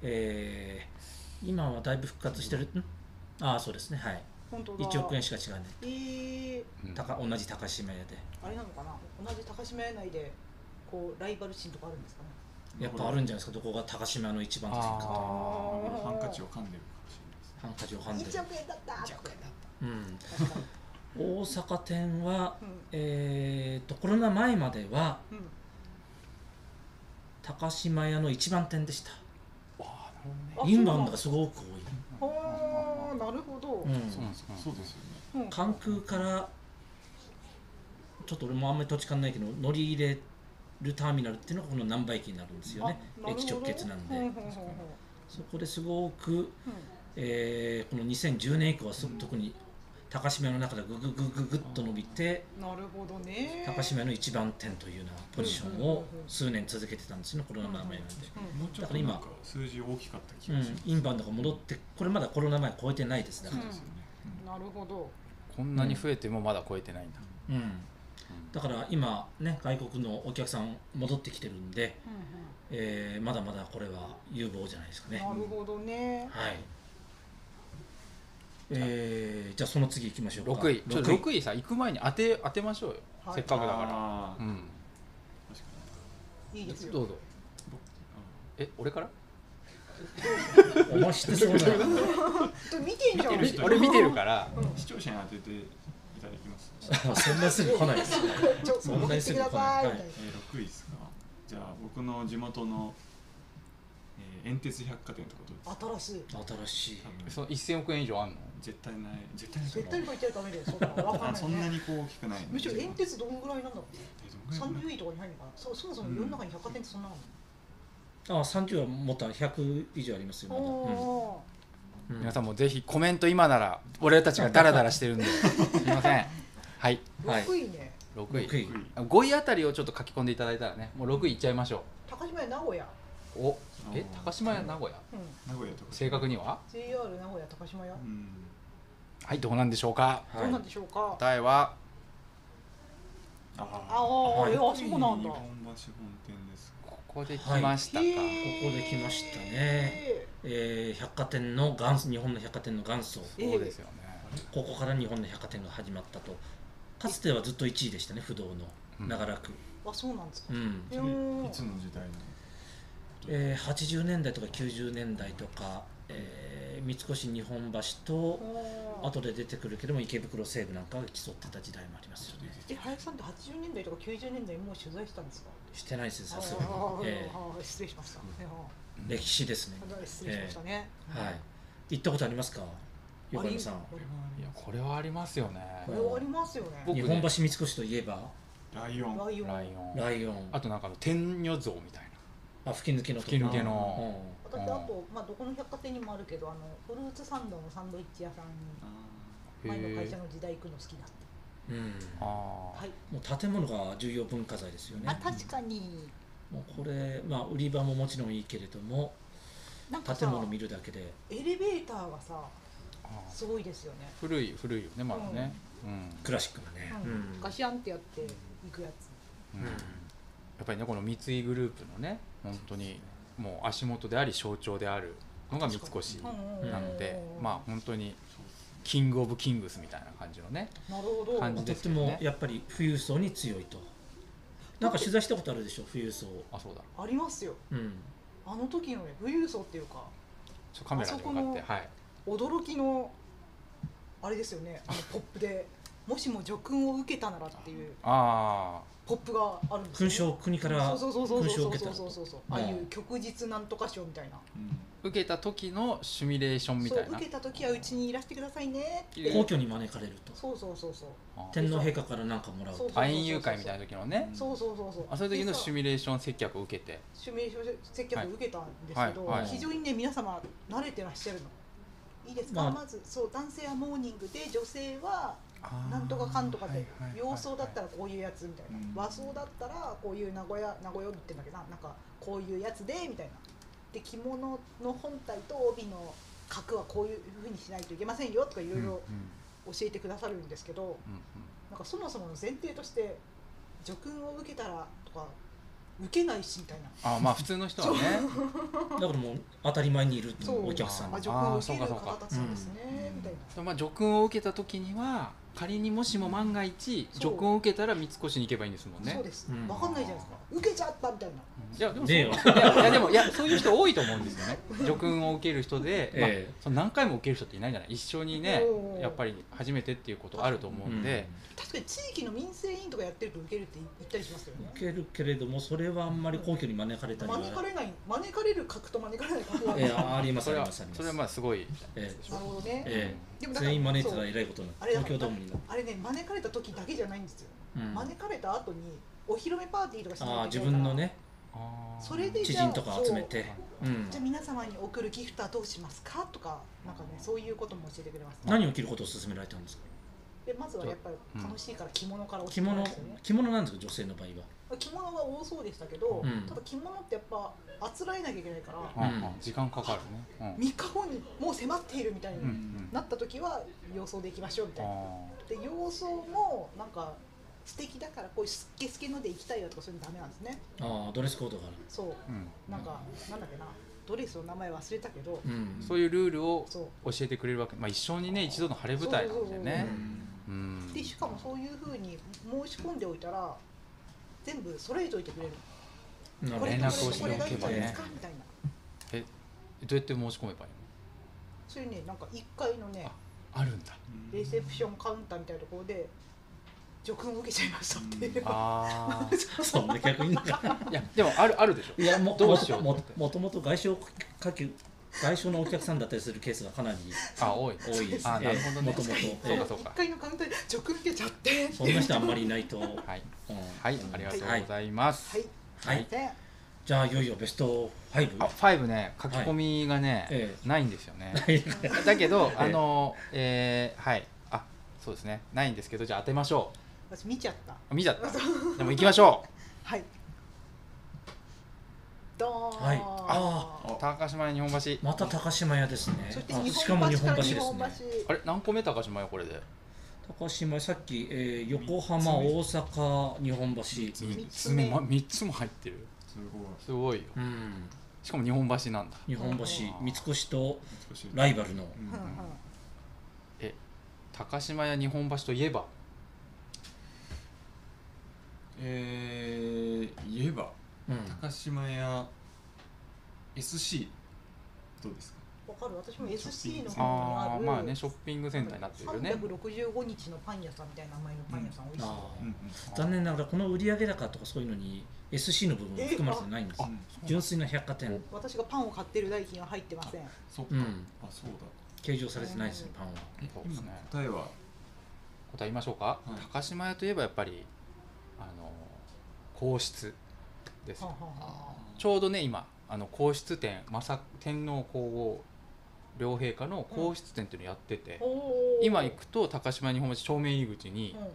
[SPEAKER 1] えー今はだいぶ復活してるんああそうですねはい
[SPEAKER 3] 本当だ
[SPEAKER 1] 1億円しか違うね
[SPEAKER 3] えー、
[SPEAKER 4] うん
[SPEAKER 1] 高同じ高島屋で
[SPEAKER 3] あれなのかな同じ高島屋内でこうライバル心とかあるんですかね
[SPEAKER 1] やっぱあるんじゃないですかどこが高島屋の一番手か
[SPEAKER 4] あ
[SPEAKER 1] と
[SPEAKER 4] ー
[SPEAKER 5] ハンカチを噛んでるかもしれないですね
[SPEAKER 1] ハンカチをはんでる
[SPEAKER 3] 1億円だった1億円だっ
[SPEAKER 1] うん
[SPEAKER 3] た確かに
[SPEAKER 1] 大阪店は
[SPEAKER 3] うん
[SPEAKER 1] えー、とコロナ前までは
[SPEAKER 3] うん
[SPEAKER 1] 高島屋の一番店でした
[SPEAKER 4] あーなるほどね
[SPEAKER 3] あ
[SPEAKER 1] インバウンドがすごく多い、
[SPEAKER 3] はあなるほど、
[SPEAKER 1] うん
[SPEAKER 5] そうなんですかそうですよね
[SPEAKER 3] うん
[SPEAKER 1] 関空からちょっと俺もあんまり土地勘ないけど乗り入れるターミナルっていうのがこの難波駅になるんですよね
[SPEAKER 3] あなるほど
[SPEAKER 1] 駅直結なんで、
[SPEAKER 3] ううう
[SPEAKER 5] 確かに
[SPEAKER 1] そこですごく、
[SPEAKER 3] うん
[SPEAKER 1] えーこの2010年以降はす
[SPEAKER 5] うん
[SPEAKER 1] 特に高島屋の中でぐぐぐぐぐっと伸びて
[SPEAKER 3] なるほどね
[SPEAKER 1] 高島屋の一番店というようなポジションを
[SPEAKER 3] うんうんうん
[SPEAKER 1] 数年続けてたんですよねコロナ前なんで、
[SPEAKER 3] うん
[SPEAKER 5] もうちょっとなんか数字大きかった気
[SPEAKER 1] う
[SPEAKER 5] がしま
[SPEAKER 1] ん、
[SPEAKER 5] す
[SPEAKER 1] インバウンドが戻ってこれまだコロナ前超えてないですだ
[SPEAKER 5] そ
[SPEAKER 1] か
[SPEAKER 5] う
[SPEAKER 1] ら、
[SPEAKER 5] ですよねうん
[SPEAKER 3] なるほど
[SPEAKER 4] こんなに増えてもまだ超えてないんだ、
[SPEAKER 1] うん
[SPEAKER 4] うん
[SPEAKER 1] だから今ね外国のお客さん戻ってきてるんで、えーまだまだこれは有望じゃないですかね
[SPEAKER 3] なるほどね
[SPEAKER 1] はいえーじゃあその次行きましょうか
[SPEAKER 4] 6位ちょっと
[SPEAKER 1] 6
[SPEAKER 4] 6位さ行く前に当て当てましょうよ、
[SPEAKER 3] はい
[SPEAKER 4] せっかくだか
[SPEAKER 5] あ
[SPEAKER 4] ら、
[SPEAKER 5] ー
[SPEAKER 4] うん、
[SPEAKER 5] 確か
[SPEAKER 3] いいですよ
[SPEAKER 4] どうぞえ俺から
[SPEAKER 1] 位お前知ってそうな
[SPEAKER 3] ちょっと見てんじゃん
[SPEAKER 5] 見てる人
[SPEAKER 4] 俺見てるから
[SPEAKER 3] うん
[SPEAKER 5] に視聴者に当てていただきます
[SPEAKER 1] そんなすぐ来ないですね
[SPEAKER 3] ちょっと送ってきてくださいみたい
[SPEAKER 5] えー、6位ですかじゃあ僕の地元の、えー、遠鉄百貨店ってことです
[SPEAKER 3] な新しい
[SPEAKER 1] 新しい
[SPEAKER 5] 多分
[SPEAKER 4] その1000億円以上あんの
[SPEAKER 5] 絶対ない絶対ないと
[SPEAKER 3] 絶
[SPEAKER 5] 思う
[SPEAKER 3] 対とか言っちゃダメだよそんなのわかん
[SPEAKER 5] あ
[SPEAKER 3] ない
[SPEAKER 5] そんな
[SPEAKER 3] ね
[SPEAKER 5] にこう大きくない
[SPEAKER 3] むしろ遠鉄どんぐらいなんだろう
[SPEAKER 5] えーどんぐらい
[SPEAKER 3] 30位とかに入るのかなそうそもそも世の中に百貨店ってそんなの
[SPEAKER 1] あ30はもっと100以上ありますよまだ、
[SPEAKER 3] お
[SPEAKER 1] うんうん
[SPEAKER 4] 皆さんもぜひコメント今なら俺たちがダラダラしてるんですいませんはい
[SPEAKER 3] ー
[SPEAKER 1] はい
[SPEAKER 3] 6位ね
[SPEAKER 4] 6
[SPEAKER 1] 六
[SPEAKER 4] 位
[SPEAKER 1] 位
[SPEAKER 5] かな
[SPEAKER 4] あ5位あたりをちょっと書き込んでいただいたらねもう6位いっちゃいましょ
[SPEAKER 3] 高島屋名古屋
[SPEAKER 4] うお
[SPEAKER 5] あ
[SPEAKER 4] え
[SPEAKER 5] ー
[SPEAKER 4] 高島屋名古屋
[SPEAKER 3] うん
[SPEAKER 5] 名古屋とか
[SPEAKER 4] 正確には
[SPEAKER 3] JR 名古屋高島屋、
[SPEAKER 5] うん
[SPEAKER 4] はいどうなんでしょうか
[SPEAKER 1] はい
[SPEAKER 3] どうなんでしょうか
[SPEAKER 4] 答えは
[SPEAKER 5] あ
[SPEAKER 3] あ
[SPEAKER 5] あ
[SPEAKER 3] あ、
[SPEAKER 1] はい
[SPEAKER 3] えあそうなんだ
[SPEAKER 5] 日本橋本店です
[SPEAKER 4] ここで来ましたか、
[SPEAKER 1] ここで来ましたねえー百貨店の元祖日本の百貨店の元祖
[SPEAKER 4] そうですよね、
[SPEAKER 1] ここから日本の百貨店が始まったとかつてはずっと1位でしたね不動の長らく、
[SPEAKER 3] あそうなんですか
[SPEAKER 1] うん
[SPEAKER 5] それいつの時代の
[SPEAKER 1] えー80年代とか90年代とか、えー三越日本橋と、
[SPEAKER 3] お
[SPEAKER 1] 後で出てくるけども池袋西部なんかが競ってた時代もありますよね
[SPEAKER 3] え林さんって80年代とか90年代もう取材したんですか
[SPEAKER 1] してないですよさすがに
[SPEAKER 3] ああ、
[SPEAKER 1] え
[SPEAKER 3] ああ失礼しました、
[SPEAKER 5] うん
[SPEAKER 3] えあ
[SPEAKER 1] え歴史ですね
[SPEAKER 3] あ失礼しましたね、
[SPEAKER 1] はい行ったことありますか横山さん
[SPEAKER 3] あり
[SPEAKER 4] いやこれはありますよね
[SPEAKER 3] これはありますよね
[SPEAKER 4] 僕
[SPEAKER 1] 日
[SPEAKER 4] ね
[SPEAKER 1] 本橋三越といえば
[SPEAKER 5] ライオン
[SPEAKER 3] ライオン
[SPEAKER 4] ライオン
[SPEAKER 1] ライオン
[SPEAKER 4] あとなんかあの天女像みたいな
[SPEAKER 1] あ吹き抜けのとこ
[SPEAKER 4] 吹き抜けの
[SPEAKER 1] うん
[SPEAKER 3] 私あと、まあ、どこの百貨店にもあるけどあのフルーツサンドのサンドイッチ屋さんに前の会社
[SPEAKER 4] へー
[SPEAKER 3] の時代行くの好きだっ
[SPEAKER 1] う
[SPEAKER 3] て
[SPEAKER 1] ん、
[SPEAKER 4] あー
[SPEAKER 3] はい
[SPEAKER 1] もう建物が重要文化財ですよね
[SPEAKER 3] あ確かに
[SPEAKER 1] もうこれ、まあ、売り場ももちろんいいけれども
[SPEAKER 3] なんか
[SPEAKER 1] 建
[SPEAKER 3] さ
[SPEAKER 1] 物見るだけで
[SPEAKER 3] エレベーターがさ
[SPEAKER 4] あー
[SPEAKER 3] すごいですよね、
[SPEAKER 4] 古い古いよねまだねうん
[SPEAKER 1] クラシックがね、
[SPEAKER 3] う
[SPEAKER 1] うんん
[SPEAKER 3] ガシャンってやって行くやつ
[SPEAKER 4] うんやっぱりねこの三井グループのね本当にもう足元であり象徴であるのが三越
[SPEAKER 1] うん
[SPEAKER 4] なのでまあ
[SPEAKER 3] あ
[SPEAKER 4] 本当にキング・オブ・キングスみたいな感じのね
[SPEAKER 3] なるほど
[SPEAKER 4] 感じ
[SPEAKER 1] と
[SPEAKER 4] で
[SPEAKER 1] っ
[SPEAKER 4] す
[SPEAKER 1] て
[SPEAKER 4] けどね
[SPEAKER 1] もやっぱり富裕層に強いとなんか取材したことあるでしょ富裕層、
[SPEAKER 4] あそうだ
[SPEAKER 3] ありますよ
[SPEAKER 1] うん、
[SPEAKER 3] あの時のね富裕層っていうか
[SPEAKER 4] ちょカメラで向かってはい
[SPEAKER 3] 驚きのあれですよねあのポップでもしも叙勲を受けたならっていう
[SPEAKER 4] あ
[SPEAKER 3] ポップがあるんです
[SPEAKER 1] 勲
[SPEAKER 3] よ、ね、
[SPEAKER 1] 章を国から
[SPEAKER 3] そうそうそうそう
[SPEAKER 1] 勲章を受け
[SPEAKER 3] そ
[SPEAKER 1] た
[SPEAKER 3] う
[SPEAKER 1] と
[SPEAKER 3] そうそうそうああいう旭日なんとか賞みたいな
[SPEAKER 4] あ受けた時のシミュレーションみ
[SPEAKER 3] そう
[SPEAKER 4] たいな
[SPEAKER 3] 受けた時はうちにいらしてくださいねって
[SPEAKER 4] う
[SPEAKER 1] 皇居に招かれると
[SPEAKER 3] そうそうそうそう
[SPEAKER 4] あー
[SPEAKER 1] 天皇陛下からなんかもらう
[SPEAKER 3] そう
[SPEAKER 1] と
[SPEAKER 3] そう
[SPEAKER 4] アイン誘拐みたいな時のね
[SPEAKER 3] そうそうそうそう
[SPEAKER 4] あそういう時のシ
[SPEAKER 3] でさ
[SPEAKER 4] ミュレーション接客を受けて
[SPEAKER 3] シミュレーション接客を受けたんですけど、
[SPEAKER 4] はい
[SPEAKER 1] はい
[SPEAKER 3] 非常にね皆様慣れてらっしゃるのいいですか、
[SPEAKER 1] まあ
[SPEAKER 3] まずそう男性はモーニングで女性はなんとかかんとかで洋装だったらこういうやつみたいな、
[SPEAKER 5] うん
[SPEAKER 3] 和装だったらこういう名古屋名古屋って言うんだけどななんかこういうやつでみたいなで着物の本体と帯の角はこういうふうにしないといけませんよとかい
[SPEAKER 4] い
[SPEAKER 3] ろいろ教えてくださるんですけど、なんかそもそもの前提として叙勲を受けたらとか受けないしみたいな
[SPEAKER 4] あーまあ普通の人はね
[SPEAKER 1] だからもう当たり前にいると
[SPEAKER 3] そう
[SPEAKER 1] お客さん
[SPEAKER 3] あ
[SPEAKER 1] が
[SPEAKER 4] あ
[SPEAKER 3] 叙勲を受ける
[SPEAKER 4] そうかそう
[SPEAKER 3] 方
[SPEAKER 4] か
[SPEAKER 3] たちなんですね、
[SPEAKER 5] うん
[SPEAKER 3] みたいな
[SPEAKER 4] でまあ叙勲を受けた時には仮にもしも万が一
[SPEAKER 3] そう
[SPEAKER 4] 叙勲を受けたら三越に行けばいいんですもんね
[SPEAKER 3] そうです、
[SPEAKER 1] う
[SPEAKER 3] わ
[SPEAKER 1] ん
[SPEAKER 3] かんないじゃないですか受けちゃったみたいな
[SPEAKER 4] うんいやでもそう
[SPEAKER 1] ねえよ
[SPEAKER 4] いやいやでもいやそういう人多いと思うんです よね叙勲を受ける人で、まあ
[SPEAKER 1] ええ
[SPEAKER 4] その何回も受ける人っていないじゃない一生にね
[SPEAKER 3] おー
[SPEAKER 4] やっぱり初めてっていうことあると思う
[SPEAKER 1] うん
[SPEAKER 4] んで、
[SPEAKER 3] 確かに地域の民生委員とかやってると受けるって言ったりしますよね
[SPEAKER 1] 受けるけれどもそれはあんまり皇居に招かれたりは
[SPEAKER 3] 招かれない招かれる格と招かれない格がある
[SPEAKER 1] ええあります
[SPEAKER 4] そ
[SPEAKER 1] あ
[SPEAKER 4] れ
[SPEAKER 1] り
[SPEAKER 4] は
[SPEAKER 1] ますあります
[SPEAKER 4] それはまあすごい
[SPEAKER 1] ええ
[SPEAKER 3] なるほどね、
[SPEAKER 1] え
[SPEAKER 3] でもだから
[SPEAKER 1] 全員招いてたら
[SPEAKER 3] そう
[SPEAKER 1] えらいことに
[SPEAKER 3] あ
[SPEAKER 1] な
[SPEAKER 3] れ
[SPEAKER 1] る
[SPEAKER 3] だか
[SPEAKER 1] 東京
[SPEAKER 3] ら
[SPEAKER 1] ドームになる、
[SPEAKER 3] あれね招かれた時だけじゃないんですよ、
[SPEAKER 1] うん、あ
[SPEAKER 3] 招かれた後にお披露目パーティーとかしない
[SPEAKER 1] あ
[SPEAKER 3] といけ
[SPEAKER 1] 自
[SPEAKER 3] ないから
[SPEAKER 1] 分のね
[SPEAKER 4] あー
[SPEAKER 3] それで
[SPEAKER 1] 知人とか集めてうん
[SPEAKER 3] じゃあ皆様に送るギフトはどうしますかとかなんかねそういうことも教えてくれます、
[SPEAKER 1] 何を着ることを勧められたんですか
[SPEAKER 3] でまずはやっぱり楽しいから着物から教え
[SPEAKER 1] 着
[SPEAKER 3] てもら
[SPEAKER 1] 物
[SPEAKER 3] うんですよね
[SPEAKER 1] 着物なんですか女性の場合
[SPEAKER 3] 着物は多そうでしたけど、
[SPEAKER 1] うん
[SPEAKER 3] ただ着物ってやっぱあつらえなきゃいけないから、
[SPEAKER 4] うんうん
[SPEAKER 1] うん
[SPEAKER 4] 時間かかるね、
[SPEAKER 3] 3日後にもう迫っているみたいに
[SPEAKER 4] うんうん
[SPEAKER 3] なった時は様相でいきましょうみたいな、
[SPEAKER 4] あ
[SPEAKER 3] で様相もなんか素敵だからこういうスッケスケので行きたいよとかそういうのダメなんですね
[SPEAKER 1] はああドレスコードがあ
[SPEAKER 3] そ
[SPEAKER 4] ーうん
[SPEAKER 3] うなんか、なんだっけなドレスの名前忘れたけど、
[SPEAKER 1] る、うん、
[SPEAKER 4] そういうルールを
[SPEAKER 3] そう
[SPEAKER 4] 教えてくれるわけ、まあ、一生にね一度の晴れ舞台なんだよねうん
[SPEAKER 3] でしかもそういうふうに申し込んでおいたら全部揃えておいてくれる
[SPEAKER 1] なる
[SPEAKER 3] こ
[SPEAKER 1] ほど
[SPEAKER 3] れ
[SPEAKER 4] 連
[SPEAKER 3] と
[SPEAKER 4] 絡を
[SPEAKER 3] これと
[SPEAKER 4] し
[SPEAKER 3] こ
[SPEAKER 4] てお
[SPEAKER 3] れがい
[SPEAKER 4] け
[SPEAKER 3] いんじ
[SPEAKER 4] ば
[SPEAKER 3] ゃないで
[SPEAKER 4] ね
[SPEAKER 3] すかみたいな
[SPEAKER 4] えどうやって申し込めばいい
[SPEAKER 3] それねなんか1階のね
[SPEAKER 4] のあるんだ
[SPEAKER 3] レセプションカウンターみたいなところで叙勲を受けちゃいましたっていう、
[SPEAKER 4] あ
[SPEAKER 1] そんな逆になんか
[SPEAKER 4] あいやでもあるある でしょ
[SPEAKER 1] いやも
[SPEAKER 4] どうしよう
[SPEAKER 1] ももともと外商かけ外商のお客さんだったりするケースがかなり
[SPEAKER 4] あ多い
[SPEAKER 1] 多いです
[SPEAKER 4] あなるほど
[SPEAKER 1] も
[SPEAKER 4] ね
[SPEAKER 1] ともと
[SPEAKER 4] そうかそ う
[SPEAKER 3] 1階のカウンターで叙勲受けちゃって
[SPEAKER 1] そんな人あんまりいないと、うん
[SPEAKER 4] はいはいありがとうございます、
[SPEAKER 3] はい
[SPEAKER 1] はい、はい、
[SPEAKER 3] で
[SPEAKER 1] じゃあいよいよベスト5
[SPEAKER 4] あファイブね書き込みがね、
[SPEAKER 1] え
[SPEAKER 4] ないんですよね
[SPEAKER 1] え
[SPEAKER 4] だけど
[SPEAKER 1] ええ
[SPEAKER 4] あのえーはいあそうですねないんですけどじゃあ当てましょ
[SPEAKER 3] 私見ちゃった
[SPEAKER 4] う見ちゃったでも行きましょう
[SPEAKER 3] はいドーン
[SPEAKER 1] はいあ
[SPEAKER 5] あ
[SPEAKER 4] 高島屋日本橋
[SPEAKER 1] また高島屋ですね
[SPEAKER 3] そして
[SPEAKER 1] あ
[SPEAKER 3] 日
[SPEAKER 1] しかも
[SPEAKER 3] 本
[SPEAKER 1] 日
[SPEAKER 3] 橋
[SPEAKER 1] 本
[SPEAKER 3] か
[SPEAKER 1] 橋
[SPEAKER 3] ら
[SPEAKER 1] です
[SPEAKER 3] 日
[SPEAKER 1] ね
[SPEAKER 3] 本橋
[SPEAKER 4] あれ何個目高島屋これで
[SPEAKER 1] 高島屋さっき、えー横浜大阪日本橋
[SPEAKER 5] 三
[SPEAKER 3] 三つ
[SPEAKER 4] つ
[SPEAKER 3] 目
[SPEAKER 4] 目ま三つも入ってる
[SPEAKER 5] すごい
[SPEAKER 4] すごいよ
[SPEAKER 1] うん
[SPEAKER 4] しかも日本橋なんだ
[SPEAKER 1] 日本橋三越と
[SPEAKER 5] 美しい
[SPEAKER 1] ライバルの
[SPEAKER 5] うん
[SPEAKER 3] うんうん
[SPEAKER 4] 高島屋日本橋といえば
[SPEAKER 5] えー言えば
[SPEAKER 1] うん
[SPEAKER 5] 高島屋 SC どうですか
[SPEAKER 3] わかる私も SC の
[SPEAKER 5] ショッピングセンター
[SPEAKER 3] 方に
[SPEAKER 4] あ
[SPEAKER 3] あ
[SPEAKER 4] あ
[SPEAKER 3] る
[SPEAKER 4] まあねショッピングセンターになってるよね
[SPEAKER 3] 365日のパン屋さんみたいな名前のパン屋さん、美味しい
[SPEAKER 1] あ
[SPEAKER 5] うんうん
[SPEAKER 1] ー残念ながらこの売上高とかそういうのに SC の部分は含まれてないんです
[SPEAKER 5] あ
[SPEAKER 1] 純粋な百貨店
[SPEAKER 3] 私がパンを買ってる代金は入ってません
[SPEAKER 5] そっか、
[SPEAKER 1] うん
[SPEAKER 5] あそうだ
[SPEAKER 1] 計上されてないですねパンは
[SPEAKER 5] え
[SPEAKER 4] そうです
[SPEAKER 5] 今
[SPEAKER 4] ね
[SPEAKER 5] の答えは
[SPEAKER 4] 答え言いましょうか、
[SPEAKER 5] はい
[SPEAKER 4] 高島屋といえばやっぱりあの皇室です
[SPEAKER 3] はあはあはあ
[SPEAKER 4] ちょうどね今あの皇室展正天皇皇后両陛下の皇室展っていうのやってて、
[SPEAKER 3] おー
[SPEAKER 4] 今行くと高島屋日本橋正面入り口に、
[SPEAKER 3] うん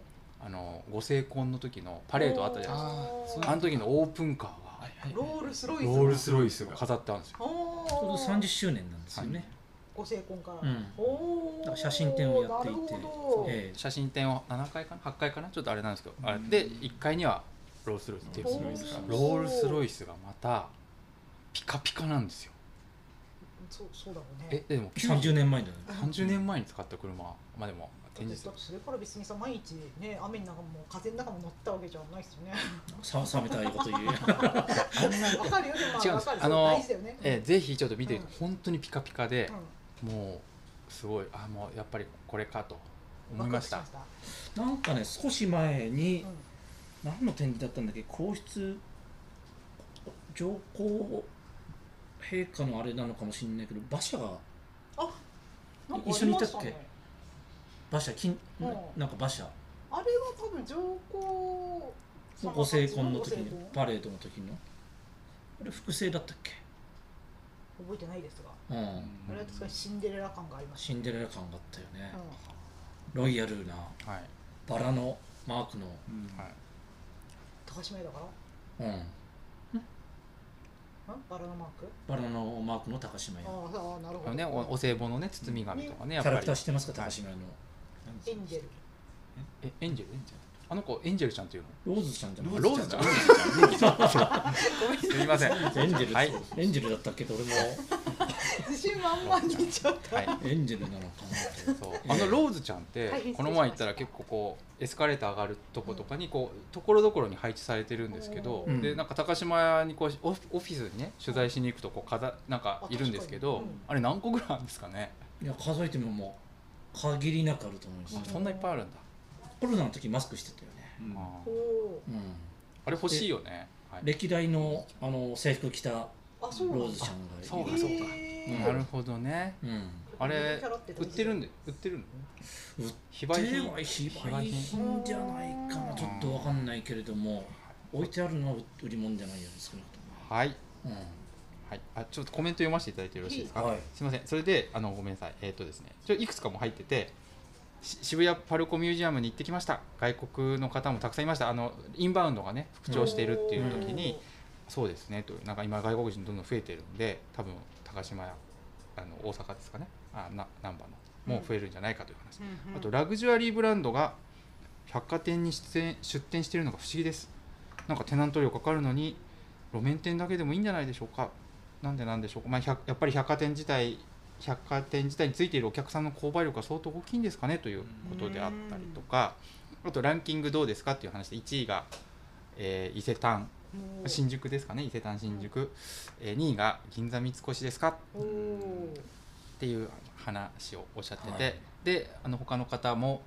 [SPEAKER 4] あのご成婚の時のパレードあったじゃないです
[SPEAKER 5] あーそう
[SPEAKER 4] かあの時のオープンカー
[SPEAKER 5] いはい
[SPEAKER 3] ロールスロイス
[SPEAKER 4] がロールスロイスが飾ってあるんですよ
[SPEAKER 3] おー
[SPEAKER 1] ちょうど30周年なんですよね、
[SPEAKER 3] ご成婚から、
[SPEAKER 1] うん
[SPEAKER 3] お
[SPEAKER 1] だ
[SPEAKER 3] ー
[SPEAKER 1] から写真展をやっていて
[SPEAKER 3] なるほど
[SPEAKER 1] ええ
[SPEAKER 4] 写真展を7階かな8階かなちょっとあれなんですけど、あれ
[SPEAKER 5] うん
[SPEAKER 4] で1階にはロールスロイス
[SPEAKER 5] ロールスロイス
[SPEAKER 4] ロールスロイスがまたピカピカなんですよ
[SPEAKER 3] そうそうだろう
[SPEAKER 4] え
[SPEAKER 3] ね
[SPEAKER 4] でも
[SPEAKER 1] 30年前だよね
[SPEAKER 4] 30年前に使った車まあでも
[SPEAKER 3] だ
[SPEAKER 4] 展
[SPEAKER 3] って
[SPEAKER 4] 示
[SPEAKER 3] だっ
[SPEAKER 4] 室
[SPEAKER 3] てそれから別にさ毎日ね雨の中も風の中も乗ってたわけじゃないですよ ね
[SPEAKER 1] さわさわみたいなこと言 う
[SPEAKER 3] わかるよでもまあ
[SPEAKER 4] 違うんで
[SPEAKER 3] わ
[SPEAKER 4] す
[SPEAKER 3] かる
[SPEAKER 4] あ
[SPEAKER 3] あ
[SPEAKER 4] の
[SPEAKER 3] の大事だよね
[SPEAKER 4] えぜひちょっと見て、
[SPEAKER 3] うん
[SPEAKER 4] 本当にピカピカで
[SPEAKER 3] う、
[SPEAKER 4] もうすごいあもうやっぱりこれかと
[SPEAKER 3] ん
[SPEAKER 4] 思いました
[SPEAKER 3] ワクワクし
[SPEAKER 1] なんかね少し前に
[SPEAKER 3] まし
[SPEAKER 1] 何の展示だったんだっけ皇室上皇陛下のあれなのかもしれないけど馬車が
[SPEAKER 3] たうんなんかありました
[SPEAKER 1] 一緒に
[SPEAKER 3] ね
[SPEAKER 1] いたっけ馬車金、
[SPEAKER 3] うん
[SPEAKER 1] なんか馬車
[SPEAKER 3] あれは多分上皇
[SPEAKER 1] のご成婚の時に
[SPEAKER 3] ご成婚
[SPEAKER 1] パレードの時のあれ複製だったっけ
[SPEAKER 3] 覚えてないですが
[SPEAKER 1] う
[SPEAKER 5] うん
[SPEAKER 1] ん
[SPEAKER 3] あれは確かにシンデレラ感がありまし
[SPEAKER 1] シンデレラ感があったよね
[SPEAKER 3] た、、
[SPEAKER 1] ロイヤルな
[SPEAKER 4] はい、
[SPEAKER 1] バラのマークの
[SPEAKER 5] うん
[SPEAKER 4] はい、
[SPEAKER 3] うん、高島屋だから
[SPEAKER 1] うん
[SPEAKER 3] んバラのマーク
[SPEAKER 1] バラのマークの高島屋
[SPEAKER 3] ああああなるほ
[SPEAKER 4] あ
[SPEAKER 3] ど
[SPEAKER 4] のねおお歳暮のね包み紙とかね、
[SPEAKER 1] キ
[SPEAKER 4] や
[SPEAKER 1] ャ
[SPEAKER 4] っぱ
[SPEAKER 1] ラク
[SPEAKER 4] り
[SPEAKER 1] ター知ってますか
[SPEAKER 4] は
[SPEAKER 1] 高
[SPEAKER 4] い
[SPEAKER 1] 島屋の
[SPEAKER 5] 何で
[SPEAKER 3] エ
[SPEAKER 5] すか
[SPEAKER 3] ンジェル
[SPEAKER 4] えエンジェルエンジェルあの子エンジェルちゃんっていう
[SPEAKER 1] ロ
[SPEAKER 4] の
[SPEAKER 1] ーズちゃんじゃない
[SPEAKER 4] ローズちゃん
[SPEAKER 5] ロ
[SPEAKER 4] すみません
[SPEAKER 1] エンジェル、
[SPEAKER 4] はい
[SPEAKER 1] エンジェルだったっけど俺も
[SPEAKER 3] 自信満々に言っちゃった、
[SPEAKER 4] はい
[SPEAKER 1] エンジェルなのかなって
[SPEAKER 4] そうあのローズちゃんって、
[SPEAKER 3] 大変失礼しました
[SPEAKER 4] この前行ったら結構こうエスカレーター上がるとことかにこうところどころに配置されてるんですけど、
[SPEAKER 1] うん
[SPEAKER 4] でなんか高島屋にこうオフオフィスにね取材しに行くとこう飾なんかいるんですけ
[SPEAKER 3] あ
[SPEAKER 4] ど、
[SPEAKER 3] 確かにうん
[SPEAKER 4] あれ何個ぐらいあるんですかね、
[SPEAKER 1] いや数えてももう限りなくあると思うし
[SPEAKER 3] うん
[SPEAKER 4] そんないっぱいあるんだ、
[SPEAKER 1] コロナの時マスクしてたよね
[SPEAKER 5] うん
[SPEAKER 4] あ
[SPEAKER 3] お
[SPEAKER 4] ー
[SPEAKER 3] お
[SPEAKER 1] うん
[SPEAKER 4] あれ欲しいよね、はい、
[SPEAKER 1] 歴代のあの制服着た
[SPEAKER 3] あそ
[SPEAKER 1] ロー
[SPEAKER 3] うなんだ
[SPEAKER 1] ズちゃんがいる
[SPEAKER 4] そうか
[SPEAKER 3] え
[SPEAKER 4] そうか
[SPEAKER 3] ー
[SPEAKER 4] なるほどね
[SPEAKER 1] うん
[SPEAKER 4] あれ
[SPEAKER 3] キャラて
[SPEAKER 4] 売ってるん
[SPEAKER 3] で
[SPEAKER 4] で売ってるの
[SPEAKER 1] 売っ
[SPEAKER 4] 非売
[SPEAKER 1] で
[SPEAKER 4] 品
[SPEAKER 1] は非売品じゃないかなちょっとわかんないけれども置いてあるのは売り物じゃないよね少な
[SPEAKER 4] はい、
[SPEAKER 1] くとも
[SPEAKER 4] はい、あちょっとコメント読ませていただいてよろしいですか、
[SPEAKER 1] うんはい
[SPEAKER 4] すみません、それであのごめんなさい、えっ、とですね、ちょいくつかも入ってて、し渋谷パルコミュージアムに行ってきました、外国の方もたくさんいました、あのインバウンドがね、復調しているっていう時に、そうですねと、なんか今、外国人どんどん増えてるんで、多分高島屋、あの大阪ですかね、あな難波の、もう増えるんじゃないかという話、あとラグジュアリーブランドが百貨店に出演出店しているのが不思議です。なんかテナント料かかるのに路面店だけでもいいんじゃないでしょうか。なんでなんでしょうか。まあ百やっぱり百貨店自体百貨店自体についているお客さんの購買力が相当大きいんですかねということであったりとか、あとランキングどうですかっていう話で1位が、えー伊勢丹新宿ですかね伊勢丹新宿、えー2位が銀座三越ですか
[SPEAKER 3] おお
[SPEAKER 4] っていう話をおっしゃってて、
[SPEAKER 1] はい
[SPEAKER 4] であの他の方も、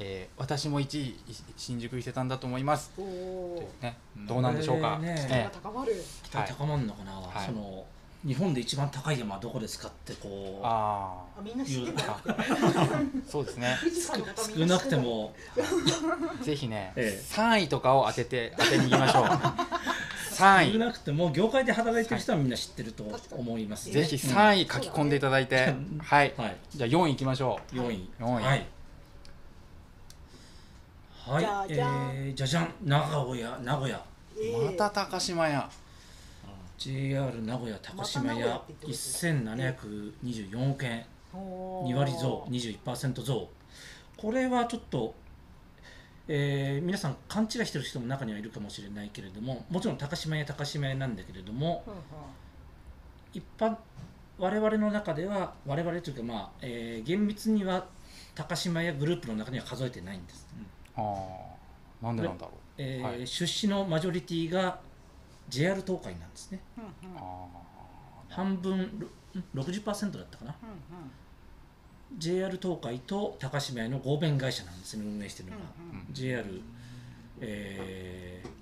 [SPEAKER 4] えー私も1位い新宿伊勢丹だと思います
[SPEAKER 3] お
[SPEAKER 4] とい
[SPEAKER 3] お
[SPEAKER 4] うね
[SPEAKER 5] うん
[SPEAKER 4] どうなんでしょうか、
[SPEAKER 1] これね
[SPEAKER 3] 期待が
[SPEAKER 4] え
[SPEAKER 3] 高まる
[SPEAKER 1] 期待高まるのかな、
[SPEAKER 4] はい
[SPEAKER 1] その日本で一番高い山はどこですかって
[SPEAKER 4] え
[SPEAKER 1] こう
[SPEAKER 4] あ
[SPEAKER 3] あみんな知ってんだ
[SPEAKER 4] あそうです ね
[SPEAKER 3] 富士山の方み
[SPEAKER 1] 少
[SPEAKER 3] ん
[SPEAKER 1] な
[SPEAKER 3] 知
[SPEAKER 1] く
[SPEAKER 3] っててんだ
[SPEAKER 1] も
[SPEAKER 4] ぜひね、
[SPEAKER 1] ええ
[SPEAKER 4] 3位とかを当てて当てにいきま しょう3
[SPEAKER 1] 少
[SPEAKER 4] 位
[SPEAKER 1] なくても業界で働いてる人はみんな知ってると思います、
[SPEAKER 4] ぜひ3位書き込んでいただいて、
[SPEAKER 1] うん
[SPEAKER 4] はい
[SPEAKER 1] はい
[SPEAKER 4] じゃあ4位いきましょう
[SPEAKER 1] 4位
[SPEAKER 4] 四位
[SPEAKER 1] はいはい
[SPEAKER 3] じゃじゃん
[SPEAKER 1] えーじゃじゃん名古屋名古屋
[SPEAKER 3] え
[SPEAKER 4] ま
[SPEAKER 3] え
[SPEAKER 4] た高島屋
[SPEAKER 1] JR 名古屋高島
[SPEAKER 3] また名古屋
[SPEAKER 1] 屋
[SPEAKER 3] って言って
[SPEAKER 1] 1724億円
[SPEAKER 3] おー
[SPEAKER 1] 2割増21%増これはちょっと、えー皆さん勘違いしてる人も中にはいるかもしれないけれどももちろん高島屋高島屋なんだけれども
[SPEAKER 3] うんうん
[SPEAKER 1] 一般我々の中では我々というかまあ、えー厳密には高島屋グループの中には数えてないんです、
[SPEAKER 4] あーなんでなんだろう
[SPEAKER 1] えー
[SPEAKER 4] はい
[SPEAKER 1] 出資のマジョリティが JR 東海なんですね
[SPEAKER 3] うんうん
[SPEAKER 4] あー
[SPEAKER 1] 半分ろ60%だったかな JR 東海と高島屋の合弁会社なんですね運営してるのが、JR、えーん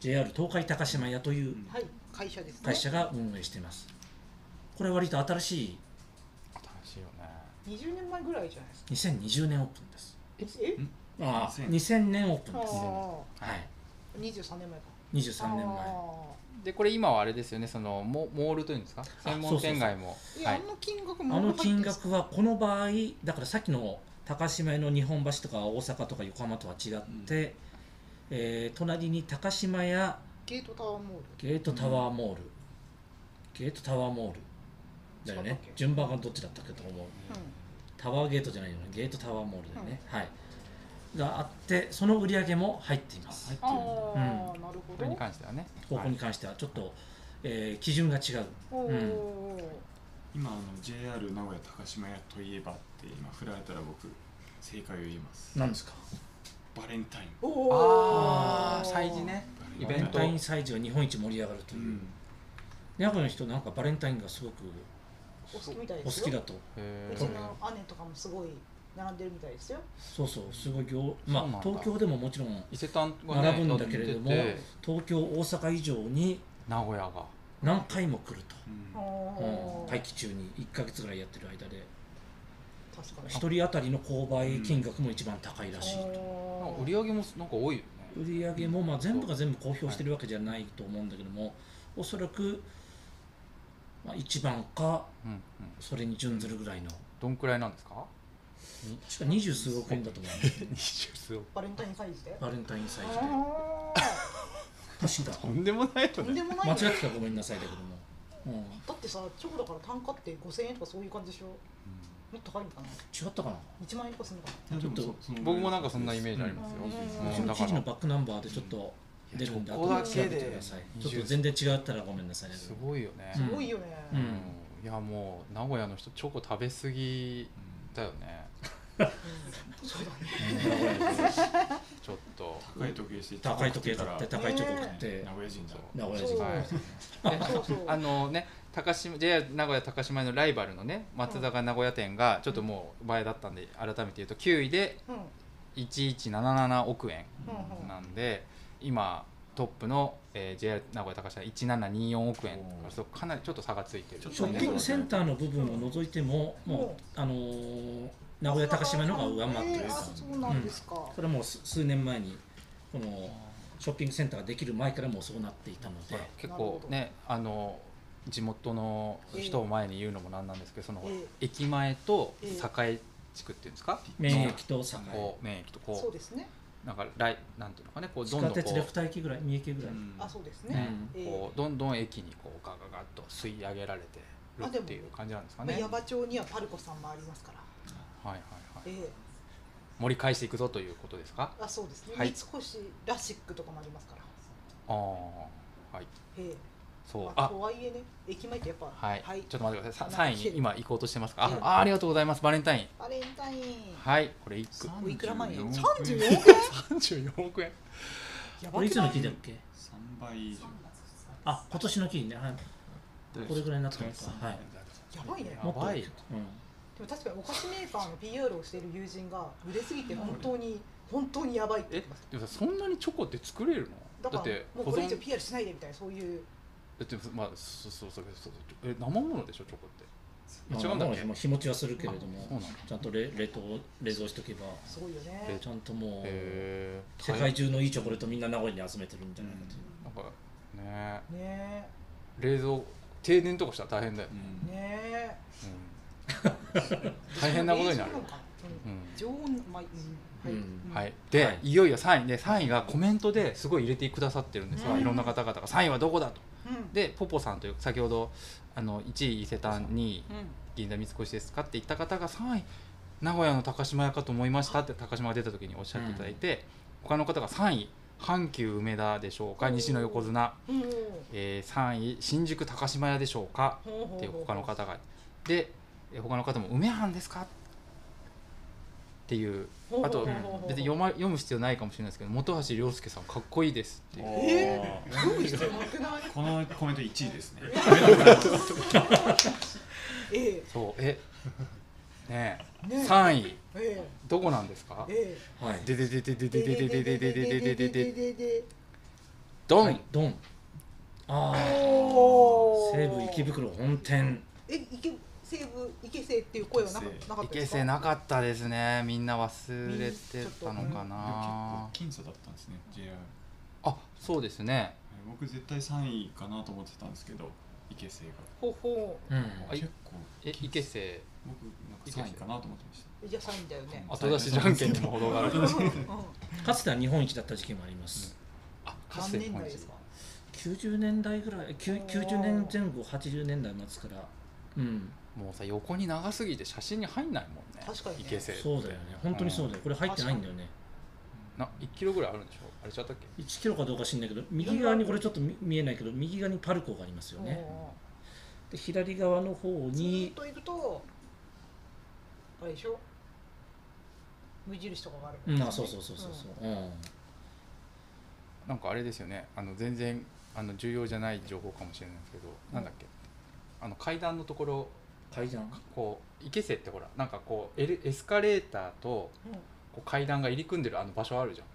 [SPEAKER 1] JR 東海高島屋という
[SPEAKER 3] はい会社ですね
[SPEAKER 1] 会社が運営していますこれは割と新しい
[SPEAKER 4] しいよね
[SPEAKER 3] 20年前ぐらいじゃないですか
[SPEAKER 1] 2020年オープンです
[SPEAKER 3] え
[SPEAKER 1] ああ
[SPEAKER 5] 2000
[SPEAKER 1] 2000年オープン
[SPEAKER 3] あ
[SPEAKER 1] です
[SPEAKER 3] あ
[SPEAKER 1] はい
[SPEAKER 3] 23年前か
[SPEAKER 1] 23年前
[SPEAKER 4] でこれ今はあれですよねそのモモールというんですか
[SPEAKER 1] あ
[SPEAKER 4] 専門店街も
[SPEAKER 3] 前
[SPEAKER 4] は
[SPEAKER 3] あ
[SPEAKER 4] い
[SPEAKER 3] の金額
[SPEAKER 1] あ
[SPEAKER 3] も
[SPEAKER 1] の金額はこの場合だからさっきの高島屋の日本橋とか大阪とか横浜とは違って、えー隣に高島屋
[SPEAKER 3] ゲートタワーモール
[SPEAKER 1] ゲートタワーモール、ゲートタワーモールだよ
[SPEAKER 3] そうだ
[SPEAKER 1] ね
[SPEAKER 3] っけ
[SPEAKER 1] 順番がどっちだったっけと思うタワーゲートじゃないよねゲートタワーモールだよね、はいがあってその売り上げも入っています、
[SPEAKER 5] 入って
[SPEAKER 3] あ
[SPEAKER 5] る
[SPEAKER 3] あなるほ
[SPEAKER 4] これに
[SPEAKER 3] ど
[SPEAKER 4] 関してはね
[SPEAKER 1] ここに関してはちょっと、えー基準が違う
[SPEAKER 3] おお
[SPEAKER 5] 今あの JR 名古屋高島屋といえばって今振られたら僕正解を言います
[SPEAKER 1] なんですか
[SPEAKER 5] バレンタイン
[SPEAKER 3] お
[SPEAKER 4] ー催事ね
[SPEAKER 5] バ
[SPEAKER 4] イ
[SPEAKER 5] レタ
[SPEAKER 4] ベント
[SPEAKER 1] バレンタイン祭事が日本一盛り上がると
[SPEAKER 5] う
[SPEAKER 1] いう、
[SPEAKER 5] ん
[SPEAKER 1] 名古屋の人なんかバレンタインがすごく
[SPEAKER 3] お好きみたい
[SPEAKER 1] お
[SPEAKER 3] で
[SPEAKER 1] 好
[SPEAKER 3] す
[SPEAKER 1] き
[SPEAKER 3] よ
[SPEAKER 1] だと
[SPEAKER 4] へ
[SPEAKER 3] うち
[SPEAKER 4] ー
[SPEAKER 3] の姉とかもすごい並んでるみたいですよ。
[SPEAKER 1] そうそうすごい行ま
[SPEAKER 4] そうなん
[SPEAKER 1] あ
[SPEAKER 4] だ
[SPEAKER 1] 東京でももちろん
[SPEAKER 4] 伊勢丹がね
[SPEAKER 1] 並ぶんだけれども
[SPEAKER 4] 並んでて
[SPEAKER 1] 東京大阪以上に
[SPEAKER 4] 名古屋が
[SPEAKER 1] 何回も来る
[SPEAKER 5] うん
[SPEAKER 1] と、うん
[SPEAKER 3] おー
[SPEAKER 1] 待機中に1か月ぐらいやってる間で
[SPEAKER 3] 確かに。
[SPEAKER 1] 1人当たりの購買金額も一番高いらしいと、
[SPEAKER 4] なん
[SPEAKER 3] お
[SPEAKER 4] か
[SPEAKER 3] ー
[SPEAKER 4] 売り上げもなんか多いよね
[SPEAKER 1] 売り上げも、まあ、全部が全部公表してるわけじゃないと思うんだけども、おそらく、まあ、一番か
[SPEAKER 4] うんうん
[SPEAKER 1] それに準ずるぐらいの
[SPEAKER 4] どんくらいなんですか
[SPEAKER 1] しか二十数億円だと思うんです よね
[SPEAKER 4] 二十数億
[SPEAKER 3] バレンタイン祭事で。
[SPEAKER 1] バレンタイン祭事
[SPEAKER 3] あ
[SPEAKER 1] で確
[SPEAKER 4] と
[SPEAKER 1] か
[SPEAKER 4] んでもない
[SPEAKER 3] あ、
[SPEAKER 4] よ
[SPEAKER 3] とんで
[SPEAKER 4] ね
[SPEAKER 3] もない
[SPEAKER 1] 間違
[SPEAKER 3] よ。
[SPEAKER 1] ってたらごめんなさいだけども、うん、
[SPEAKER 3] だってさ、チョコだから単価って5000円とかそういう感じでしょ。もっと高いのかな。
[SPEAKER 1] 違ったかな
[SPEAKER 3] 1万円とかするのか
[SPEAKER 5] いやでも
[SPEAKER 1] ちょっ
[SPEAKER 5] そその
[SPEAKER 4] 僕もなんかそんなイメージありますよ
[SPEAKER 3] うん
[SPEAKER 1] う
[SPEAKER 3] うん
[SPEAKER 1] ち
[SPEAKER 4] うん
[SPEAKER 1] の
[SPEAKER 4] だか
[SPEAKER 1] 記事の
[SPEAKER 4] ら
[SPEAKER 1] バックナンバーでちょっと出るんだ
[SPEAKER 4] いや
[SPEAKER 1] と調
[SPEAKER 4] そこだ
[SPEAKER 1] べ
[SPEAKER 4] け
[SPEAKER 1] て
[SPEAKER 4] で
[SPEAKER 1] くださいちょっと全然違ったらごめんなさいだけ
[SPEAKER 4] す
[SPEAKER 1] ど
[SPEAKER 4] ごいよ
[SPEAKER 3] な。
[SPEAKER 4] ね
[SPEAKER 3] すごいよね。
[SPEAKER 1] うん
[SPEAKER 4] うんいやもう名古屋の人チョコ食べ過ぎだよね
[SPEAKER 3] そうだね。
[SPEAKER 4] ちょっと
[SPEAKER 5] 高い時計して
[SPEAKER 1] 高い時計買って
[SPEAKER 5] 高
[SPEAKER 1] 高いチョコ食って
[SPEAKER 5] 名古屋人だ
[SPEAKER 1] 名古屋
[SPEAKER 3] そう
[SPEAKER 1] 人
[SPEAKER 4] はい
[SPEAKER 3] そうそう。
[SPEAKER 4] あのね高島 JR 名古屋高島屋のライバルのね松坂名古屋店がちょっともう前だったんで改めて言うと9位で
[SPEAKER 3] うんうん
[SPEAKER 4] 1177億円
[SPEAKER 3] うん。
[SPEAKER 4] なんで今トップの、えー JR 名古屋高島屋1724億円
[SPEAKER 5] おー
[SPEAKER 4] そうかなりちょっと差がついてる
[SPEAKER 5] ちょっ
[SPEAKER 1] ショ
[SPEAKER 5] と
[SPEAKER 1] ッピングセンターの部分を除いてももうあのー名古屋高島の方が上回ってる
[SPEAKER 3] えーあそうなんですか。
[SPEAKER 1] それはもう数数年前にこのショッピングセンターができる前からもうそうなっていたので
[SPEAKER 4] 結構ねあの地元の人を前に言うのもなんなんですけどその、
[SPEAKER 3] ええ
[SPEAKER 4] 駅前と
[SPEAKER 3] ええ
[SPEAKER 4] 栄地区っていうんですか、
[SPEAKER 1] 免疫と栄
[SPEAKER 4] こう免疫と
[SPEAKER 3] そう
[SPEAKER 4] こ
[SPEAKER 3] ですね。
[SPEAKER 4] うなんか来なんていうのかねこう
[SPEAKER 1] 地
[SPEAKER 4] どんど
[SPEAKER 1] 下
[SPEAKER 4] んこ
[SPEAKER 1] 鉄で
[SPEAKER 4] う
[SPEAKER 1] 2駅ぐらい2駅ぐらい、
[SPEAKER 3] あ、そうですね
[SPEAKER 4] ね。
[SPEAKER 1] う
[SPEAKER 3] え
[SPEAKER 4] こうどんどん駅にこうガガガッと吸い上げられてる
[SPEAKER 3] あでも
[SPEAKER 4] っていう感じなんですか
[SPEAKER 3] まあ、
[SPEAKER 4] ね。はい
[SPEAKER 3] 矢
[SPEAKER 4] はい
[SPEAKER 3] 場町にはパルコさんもありますから。
[SPEAKER 4] はい
[SPEAKER 3] え。え
[SPEAKER 4] 盛り返していくぞということですか。
[SPEAKER 3] あ、そうですね。
[SPEAKER 4] は
[SPEAKER 3] 三
[SPEAKER 4] い
[SPEAKER 3] 越ラシックとかもありますから。
[SPEAKER 4] ああはい。
[SPEAKER 3] ええ。
[SPEAKER 4] そう
[SPEAKER 3] まあ、
[SPEAKER 4] あ
[SPEAKER 3] とはいえね、駅前ってやっぱ、
[SPEAKER 4] はい、ちょっと待ってください。さ
[SPEAKER 3] は
[SPEAKER 4] 三
[SPEAKER 3] い
[SPEAKER 4] 位に今行こうとしてますか。
[SPEAKER 3] ええ
[SPEAKER 4] ああありがとうございますバレンタイン。
[SPEAKER 3] バレンタイン。
[SPEAKER 4] はいこれいく
[SPEAKER 3] おいくら万円
[SPEAKER 5] 34
[SPEAKER 3] ?34 億円
[SPEAKER 4] 三十四億円。
[SPEAKER 3] や
[SPEAKER 1] こ
[SPEAKER 3] ば
[SPEAKER 1] れい
[SPEAKER 3] く
[SPEAKER 1] つの
[SPEAKER 3] ない
[SPEAKER 1] 記だっけ
[SPEAKER 5] 3倍以上
[SPEAKER 1] あ今年の記ね、はい、これぐらいになったのかはい
[SPEAKER 3] やばいね。
[SPEAKER 4] やばい。
[SPEAKER 1] う
[SPEAKER 3] でも確かにお菓子メーカーの PR をしている友人が売れすぎて本当に、本当にやばいって言
[SPEAKER 4] え
[SPEAKER 3] ってます。
[SPEAKER 4] でもさそんなにチョコって作れる
[SPEAKER 3] だ
[SPEAKER 4] の？だ
[SPEAKER 3] か
[SPEAKER 4] って
[SPEAKER 3] らも
[SPEAKER 4] 保
[SPEAKER 3] うこれ以上
[SPEAKER 4] 存
[SPEAKER 3] PR しないでみたいなそういう
[SPEAKER 4] だってまあそうそうそうそうそうえ生ものでしょチョコって。
[SPEAKER 1] ん、
[SPEAKER 4] 違うんだっけ
[SPEAKER 1] まあ日持ちはするけれ
[SPEAKER 4] あ
[SPEAKER 1] ど
[SPEAKER 4] そう
[SPEAKER 1] も
[SPEAKER 4] なの。
[SPEAKER 1] ちゃんと冷冷凍冷蔵しとけば
[SPEAKER 3] すごいよ
[SPEAKER 4] え
[SPEAKER 3] ね
[SPEAKER 1] ちゃんともう
[SPEAKER 4] へえ。
[SPEAKER 1] 世界中のいいチョコレートみんな名古屋に集めてるんじゃないか
[SPEAKER 4] なんかね
[SPEAKER 3] ね
[SPEAKER 4] 冷蔵停電とかしたら大変だよ
[SPEAKER 5] う
[SPEAKER 4] ね、
[SPEAKER 3] え
[SPEAKER 5] ん
[SPEAKER 3] ねえ
[SPEAKER 4] 大変なことになる
[SPEAKER 3] 冷蔵庫か
[SPEAKER 4] う
[SPEAKER 3] うん
[SPEAKER 4] ん
[SPEAKER 3] 常温まあ
[SPEAKER 1] という、
[SPEAKER 3] うん
[SPEAKER 1] うん
[SPEAKER 3] は
[SPEAKER 4] はいい、で、
[SPEAKER 1] はい
[SPEAKER 4] い、よいよ3位で3位がコメントですごい入れてくださってるんですが、
[SPEAKER 3] うん
[SPEAKER 4] いろんな方々が3位はどこだと
[SPEAKER 3] うん
[SPEAKER 4] でポポさんという先ほどあの1位伊勢丹2位
[SPEAKER 3] うん
[SPEAKER 4] 銀座三越ですかって言った方が3位名古屋の高島屋かと思いましたって高島が出た時におっしゃっていただいて、他の方が3位阪急梅田でしょうか
[SPEAKER 3] おー
[SPEAKER 4] 西の横綱、
[SPEAKER 3] うん
[SPEAKER 4] えー3位新宿高島屋でしょうか
[SPEAKER 3] ほうほう
[SPEAKER 4] っていう他の方がでえ他の方も「梅飯ですか?」ってっていう
[SPEAKER 3] ほうほ
[SPEAKER 4] あ
[SPEAKER 3] う
[SPEAKER 4] と
[SPEAKER 3] ほうほうほう
[SPEAKER 4] 別に 読,、ま、読む必要ないかもしれないですけど本橋涼介さんかっこいいですっていう
[SPEAKER 3] え
[SPEAKER 5] おー
[SPEAKER 3] 読む必要なくない
[SPEAKER 5] このコメント1位ですね
[SPEAKER 3] え
[SPEAKER 4] そうえね
[SPEAKER 3] え
[SPEAKER 4] え
[SPEAKER 3] ね
[SPEAKER 4] 3位
[SPEAKER 3] え
[SPEAKER 4] どこなんですか
[SPEAKER 3] ええ
[SPEAKER 1] はい
[SPEAKER 4] ででででで
[SPEAKER 3] え
[SPEAKER 4] でででででででででで
[SPEAKER 3] で
[SPEAKER 4] で
[SPEAKER 3] で
[SPEAKER 4] ド
[SPEAKER 1] はい
[SPEAKER 4] ン
[SPEAKER 1] ドンああ
[SPEAKER 3] おお
[SPEAKER 1] 西武池袋本店
[SPEAKER 3] え池西武池西っていう声はなか
[SPEAKER 5] 池西
[SPEAKER 3] なかった
[SPEAKER 4] 池
[SPEAKER 3] ですか
[SPEAKER 4] 瀬なかったですねみんな忘れてたのかな
[SPEAKER 5] 結構僅差だったんですね JR
[SPEAKER 4] あそうですね
[SPEAKER 5] 僕絶対3位かなと思ってたんですけど池瀬
[SPEAKER 3] ほうほ
[SPEAKER 1] うん
[SPEAKER 5] が
[SPEAKER 4] あい
[SPEAKER 5] 結構
[SPEAKER 4] え池瀬
[SPEAKER 5] 僕なんか3位かなと思ってまし
[SPEAKER 3] うじゃあ3位だよね
[SPEAKER 5] た
[SPEAKER 4] 後出しじゃんけんにも程がある
[SPEAKER 3] うん
[SPEAKER 1] かつては日本一だった時期もあります、
[SPEAKER 4] あか
[SPEAKER 3] 何
[SPEAKER 4] つて日
[SPEAKER 3] 年
[SPEAKER 4] 本
[SPEAKER 3] 代
[SPEAKER 4] 一
[SPEAKER 3] ですか
[SPEAKER 1] 90年代ぐらいきゅ90年前後80年代末からうん
[SPEAKER 4] もうさ横に長すぎて写真に入んないもんね
[SPEAKER 3] 確かにね
[SPEAKER 4] 池瀬
[SPEAKER 1] そうだよね本当にそうだよこれ入ってないんだよね
[SPEAKER 4] な1キロぐらいあるんでしょあれちゃったっけ
[SPEAKER 1] 1キロかどうか知んないけど右側にこれちょっと見見えないけど右側にパルコがありますよねで左側の方
[SPEAKER 3] ずーっ
[SPEAKER 1] に
[SPEAKER 3] といるとあれでしょ無印とかがある
[SPEAKER 1] うんあそうそうそうそうそう、うん
[SPEAKER 4] なんかあれですよねあの全然あの重要じゃない情報かもしれないですけど、
[SPEAKER 3] ん
[SPEAKER 4] なんだっけあの階段のところ
[SPEAKER 1] 階段
[SPEAKER 4] こう池瀬ってほらなんかこうエレエスカレーターと
[SPEAKER 3] うん
[SPEAKER 4] こう階段が入り組んでるあの場所あるじゃん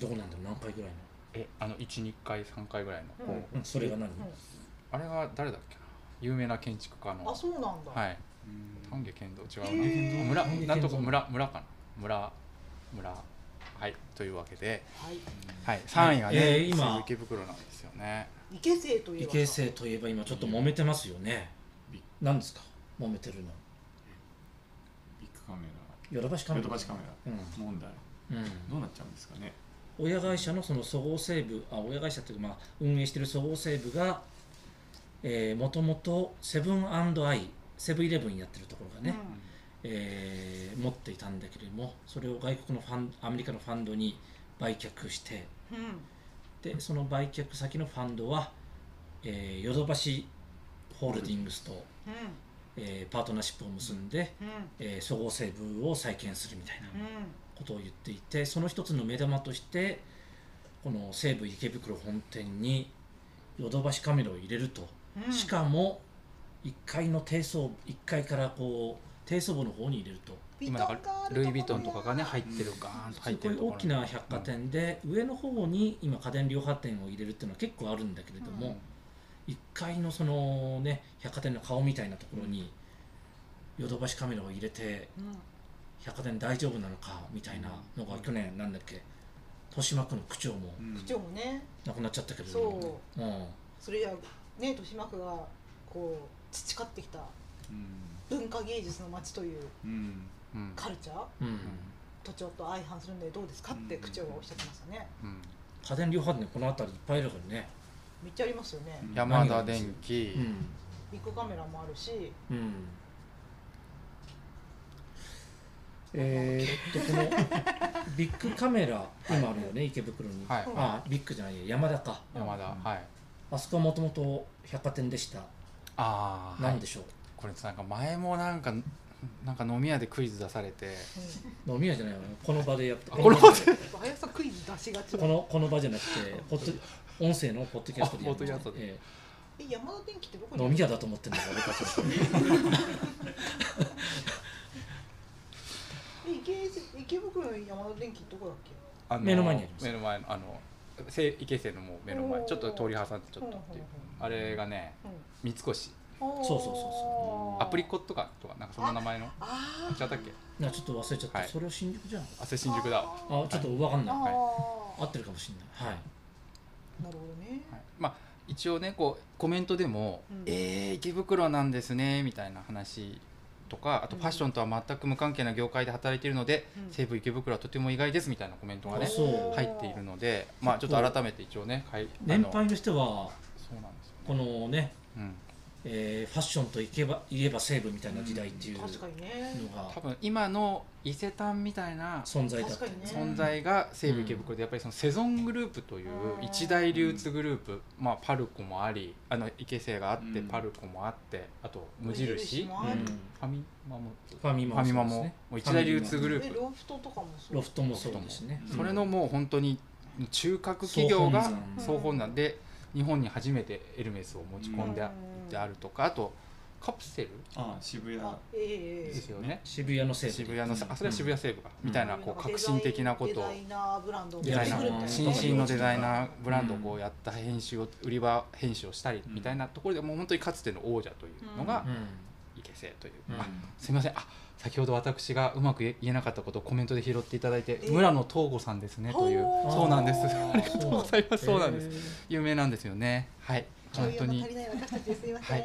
[SPEAKER 1] どこなんだろう何階ぐらい
[SPEAKER 4] えあの12階3階ぐらいの
[SPEAKER 3] う
[SPEAKER 4] こう、
[SPEAKER 3] ん
[SPEAKER 1] の、うん、それが何、
[SPEAKER 4] あれが誰だっけな有名な建築家
[SPEAKER 3] うんあ
[SPEAKER 4] の
[SPEAKER 3] そうなんだ
[SPEAKER 4] はい
[SPEAKER 5] うん
[SPEAKER 4] 丹下健道違うな、
[SPEAKER 3] へー
[SPEAKER 4] 村
[SPEAKER 1] 丹下健三
[SPEAKER 4] なんとか村村かな村村はいというわけで、
[SPEAKER 3] はい
[SPEAKER 4] はい、3位がね、
[SPEAKER 1] えー今
[SPEAKER 4] 西武池袋なんですよね
[SPEAKER 3] 池生といえばさ
[SPEAKER 1] 池生といえば今ちょっと揉めてますよね
[SPEAKER 5] うん
[SPEAKER 1] 何ですか揉めてるの
[SPEAKER 5] ビッグカメ
[SPEAKER 1] ヨドバシカメ
[SPEAKER 5] ラヨ
[SPEAKER 1] ラ
[SPEAKER 5] ドバシカメ
[SPEAKER 1] う
[SPEAKER 5] ラ問題
[SPEAKER 1] ん、うん、
[SPEAKER 5] どうなっちゃうんですかね
[SPEAKER 1] 親会社のそのそごう・西武あ親会社っていうか、まあ、運営してるそごう・西武がもともとセブンアイセブンイレブンやってるところがね、
[SPEAKER 3] うん
[SPEAKER 1] えー持っていたんだけれどもそれを外国のファンアメリカのファンドに売却して
[SPEAKER 3] うん
[SPEAKER 1] でその売却先のファンドはえーヨドバシホールディングスと、
[SPEAKER 3] う
[SPEAKER 1] えーパートナーシップを結んで
[SPEAKER 3] んうん
[SPEAKER 1] えーそごう・西武を再建するみたいな
[SPEAKER 3] うん
[SPEAKER 1] ことを言っていてその一つの目玉としてこの西武池袋本店にヨドバシカメラを入れると、
[SPEAKER 3] うん
[SPEAKER 1] しかも1階の低層1階からこう低層部の方に入れると
[SPEAKER 4] 今だからルイ・ヴィトンとかがね入
[SPEAKER 3] っ
[SPEAKER 4] ってるガーンと入
[SPEAKER 1] す
[SPEAKER 4] って
[SPEAKER 1] ごい
[SPEAKER 4] るところ
[SPEAKER 1] 大きな百貨店で、上の方に今家電量販店を入れるっていうのは結構あるんだけれども、1階のそのね百貨店の顔みたいなところにヨドバシカメラを入れて百貨店大丈夫なのかみたいなのが去年なんだっけ豊島区の区長も
[SPEAKER 5] うん
[SPEAKER 3] 区長もね
[SPEAKER 1] 亡くなっちゃったけれども、
[SPEAKER 3] そう
[SPEAKER 1] ん、
[SPEAKER 3] それじゃね豊島区がこう培ってきた
[SPEAKER 5] うん
[SPEAKER 3] 文化芸術の街という
[SPEAKER 5] うん
[SPEAKER 4] うん
[SPEAKER 3] カルチャー
[SPEAKER 1] うん
[SPEAKER 3] 都庁と相反するんでどうですかって区長はおっしゃってましたね
[SPEAKER 4] うん
[SPEAKER 1] 家電量販店この辺りいっぱいいるからね
[SPEAKER 3] めっちゃありますよね
[SPEAKER 5] うん
[SPEAKER 4] 山田電機、
[SPEAKER 1] うん、
[SPEAKER 3] ビッグカメラもあるし
[SPEAKER 1] うん、え ーっとこのビッグカメラ今あるよね池袋に、
[SPEAKER 4] はい
[SPEAKER 1] あビッグじゃないや山田か
[SPEAKER 4] 山田、
[SPEAKER 5] うん
[SPEAKER 4] はい
[SPEAKER 1] あそこはもともと百貨店でした、
[SPEAKER 4] ああ、
[SPEAKER 1] な
[SPEAKER 4] は
[SPEAKER 1] ん
[SPEAKER 4] い
[SPEAKER 1] で、しょう
[SPEAKER 4] これなんか前もなんかなんか飲み屋でクイズ出されて
[SPEAKER 1] 飲み屋じゃないわねこの場でやって
[SPEAKER 4] あこの場で
[SPEAKER 3] やっぱ林さんクイズ出しがち
[SPEAKER 1] このこの場じゃなくてポッド音声のポッドキャストでやるんですね
[SPEAKER 4] あポッドキャストで
[SPEAKER 1] え
[SPEAKER 3] え山田電機ってどこ
[SPEAKER 1] え
[SPEAKER 3] に
[SPEAKER 1] 飲み屋だと思ってんだよ俺たちは
[SPEAKER 3] え池池袋の山田電機どこだっけ
[SPEAKER 4] あの
[SPEAKER 1] 目の前にあります
[SPEAKER 4] 目の前のあのせ池瀬のもう目の前
[SPEAKER 3] おー
[SPEAKER 4] ちょっと通り挟んでちょっとっていうあれがね
[SPEAKER 3] う
[SPEAKER 4] 三越
[SPEAKER 3] ん
[SPEAKER 1] そうそうそうそ
[SPEAKER 4] アプリコ
[SPEAKER 3] ット
[SPEAKER 4] ットかとかなんかそんな名前の
[SPEAKER 3] あ
[SPEAKER 4] 違ったっけ
[SPEAKER 1] なちょっと忘れちゃった、
[SPEAKER 4] はい
[SPEAKER 1] それを新宿じゃん
[SPEAKER 4] あそれ新宿だわ、
[SPEAKER 1] あちょっと分かんない、
[SPEAKER 3] あー
[SPEAKER 1] 合ってるかもしれないはい
[SPEAKER 3] なるほどね
[SPEAKER 4] はい、まあ一応ねこうコメントでも
[SPEAKER 3] うん
[SPEAKER 4] 「えー、池袋なんですね」みたいな話とかあと
[SPEAKER 3] うん
[SPEAKER 4] ファッションとは全く無関係な業界で働いているので、
[SPEAKER 3] うん
[SPEAKER 4] 西武池袋はとても意外ですみたいなコメントがね
[SPEAKER 1] あそう
[SPEAKER 4] 入っているのでまあちょっと改めて一応ねはいあの
[SPEAKER 1] 年配の人は
[SPEAKER 4] そうなんですよね
[SPEAKER 1] このね
[SPEAKER 4] うん
[SPEAKER 1] えーファッションといけばいれば西武みたいな時代っていうの
[SPEAKER 3] 確かにね
[SPEAKER 1] が
[SPEAKER 4] 多分今の伊勢丹みたいな
[SPEAKER 1] 存在だっ
[SPEAKER 3] 確
[SPEAKER 1] た
[SPEAKER 3] かにね
[SPEAKER 4] 存在が西武池袋でやっぱりそのセゾングループとい
[SPEAKER 3] う
[SPEAKER 4] う
[SPEAKER 3] ん
[SPEAKER 4] 一大流通グループ、まあ、パルコもありあの池勢があって、
[SPEAKER 5] うん
[SPEAKER 4] パルコもあってあと無印
[SPEAKER 3] も
[SPEAKER 1] う
[SPEAKER 3] ある
[SPEAKER 1] ん
[SPEAKER 4] ファミマも
[SPEAKER 1] ファミ
[SPEAKER 4] フ
[SPEAKER 1] マ
[SPEAKER 4] ァミマ
[SPEAKER 1] そうです
[SPEAKER 4] も
[SPEAKER 1] ね
[SPEAKER 4] もう一大流通グル
[SPEAKER 3] え
[SPEAKER 4] ープ
[SPEAKER 3] ロフトとかもそう
[SPEAKER 1] ロフトもそうですね
[SPEAKER 5] うん
[SPEAKER 4] それのもう本当に中核企業が
[SPEAKER 1] 総本
[SPEAKER 3] 山
[SPEAKER 4] 総本なんで日本に初めてエルメスを持ち込んであであるとかあとカプセル
[SPEAKER 5] ああ渋谷
[SPEAKER 3] あえええ
[SPEAKER 4] で
[SPEAKER 3] え
[SPEAKER 4] すよね
[SPEAKER 1] 渋谷の西武
[SPEAKER 4] 渋谷のさあそれは渋谷西武か
[SPEAKER 1] うん
[SPEAKER 4] みたいなこう革新的なことを
[SPEAKER 3] デザイナーブランドを
[SPEAKER 1] デ
[SPEAKER 4] デ
[SPEAKER 1] ザ
[SPEAKER 4] ザ
[SPEAKER 1] イ
[SPEAKER 4] イ
[SPEAKER 1] ナ
[SPEAKER 4] ナ
[SPEAKER 1] ー
[SPEAKER 4] ー
[SPEAKER 1] も
[SPEAKER 4] 新進のデザイナーブランドを
[SPEAKER 1] う
[SPEAKER 4] こ
[SPEAKER 1] ん
[SPEAKER 4] うやった編集を売り場編集をしたりみたいなところでもう本当にかつての王者というのが
[SPEAKER 1] う
[SPEAKER 4] イケセという、
[SPEAKER 1] うん
[SPEAKER 4] あすみませんあ先ほど私がうまく言えなかったことをコメントで拾っていただいて
[SPEAKER 3] え
[SPEAKER 4] 村野東吾さんですねという
[SPEAKER 3] ほー
[SPEAKER 4] そうなんです
[SPEAKER 3] あー
[SPEAKER 4] ありがとうございます そうなんです
[SPEAKER 1] す
[SPEAKER 4] 有名なんですよねはい本当に
[SPEAKER 3] 教養の足りない私たちですいません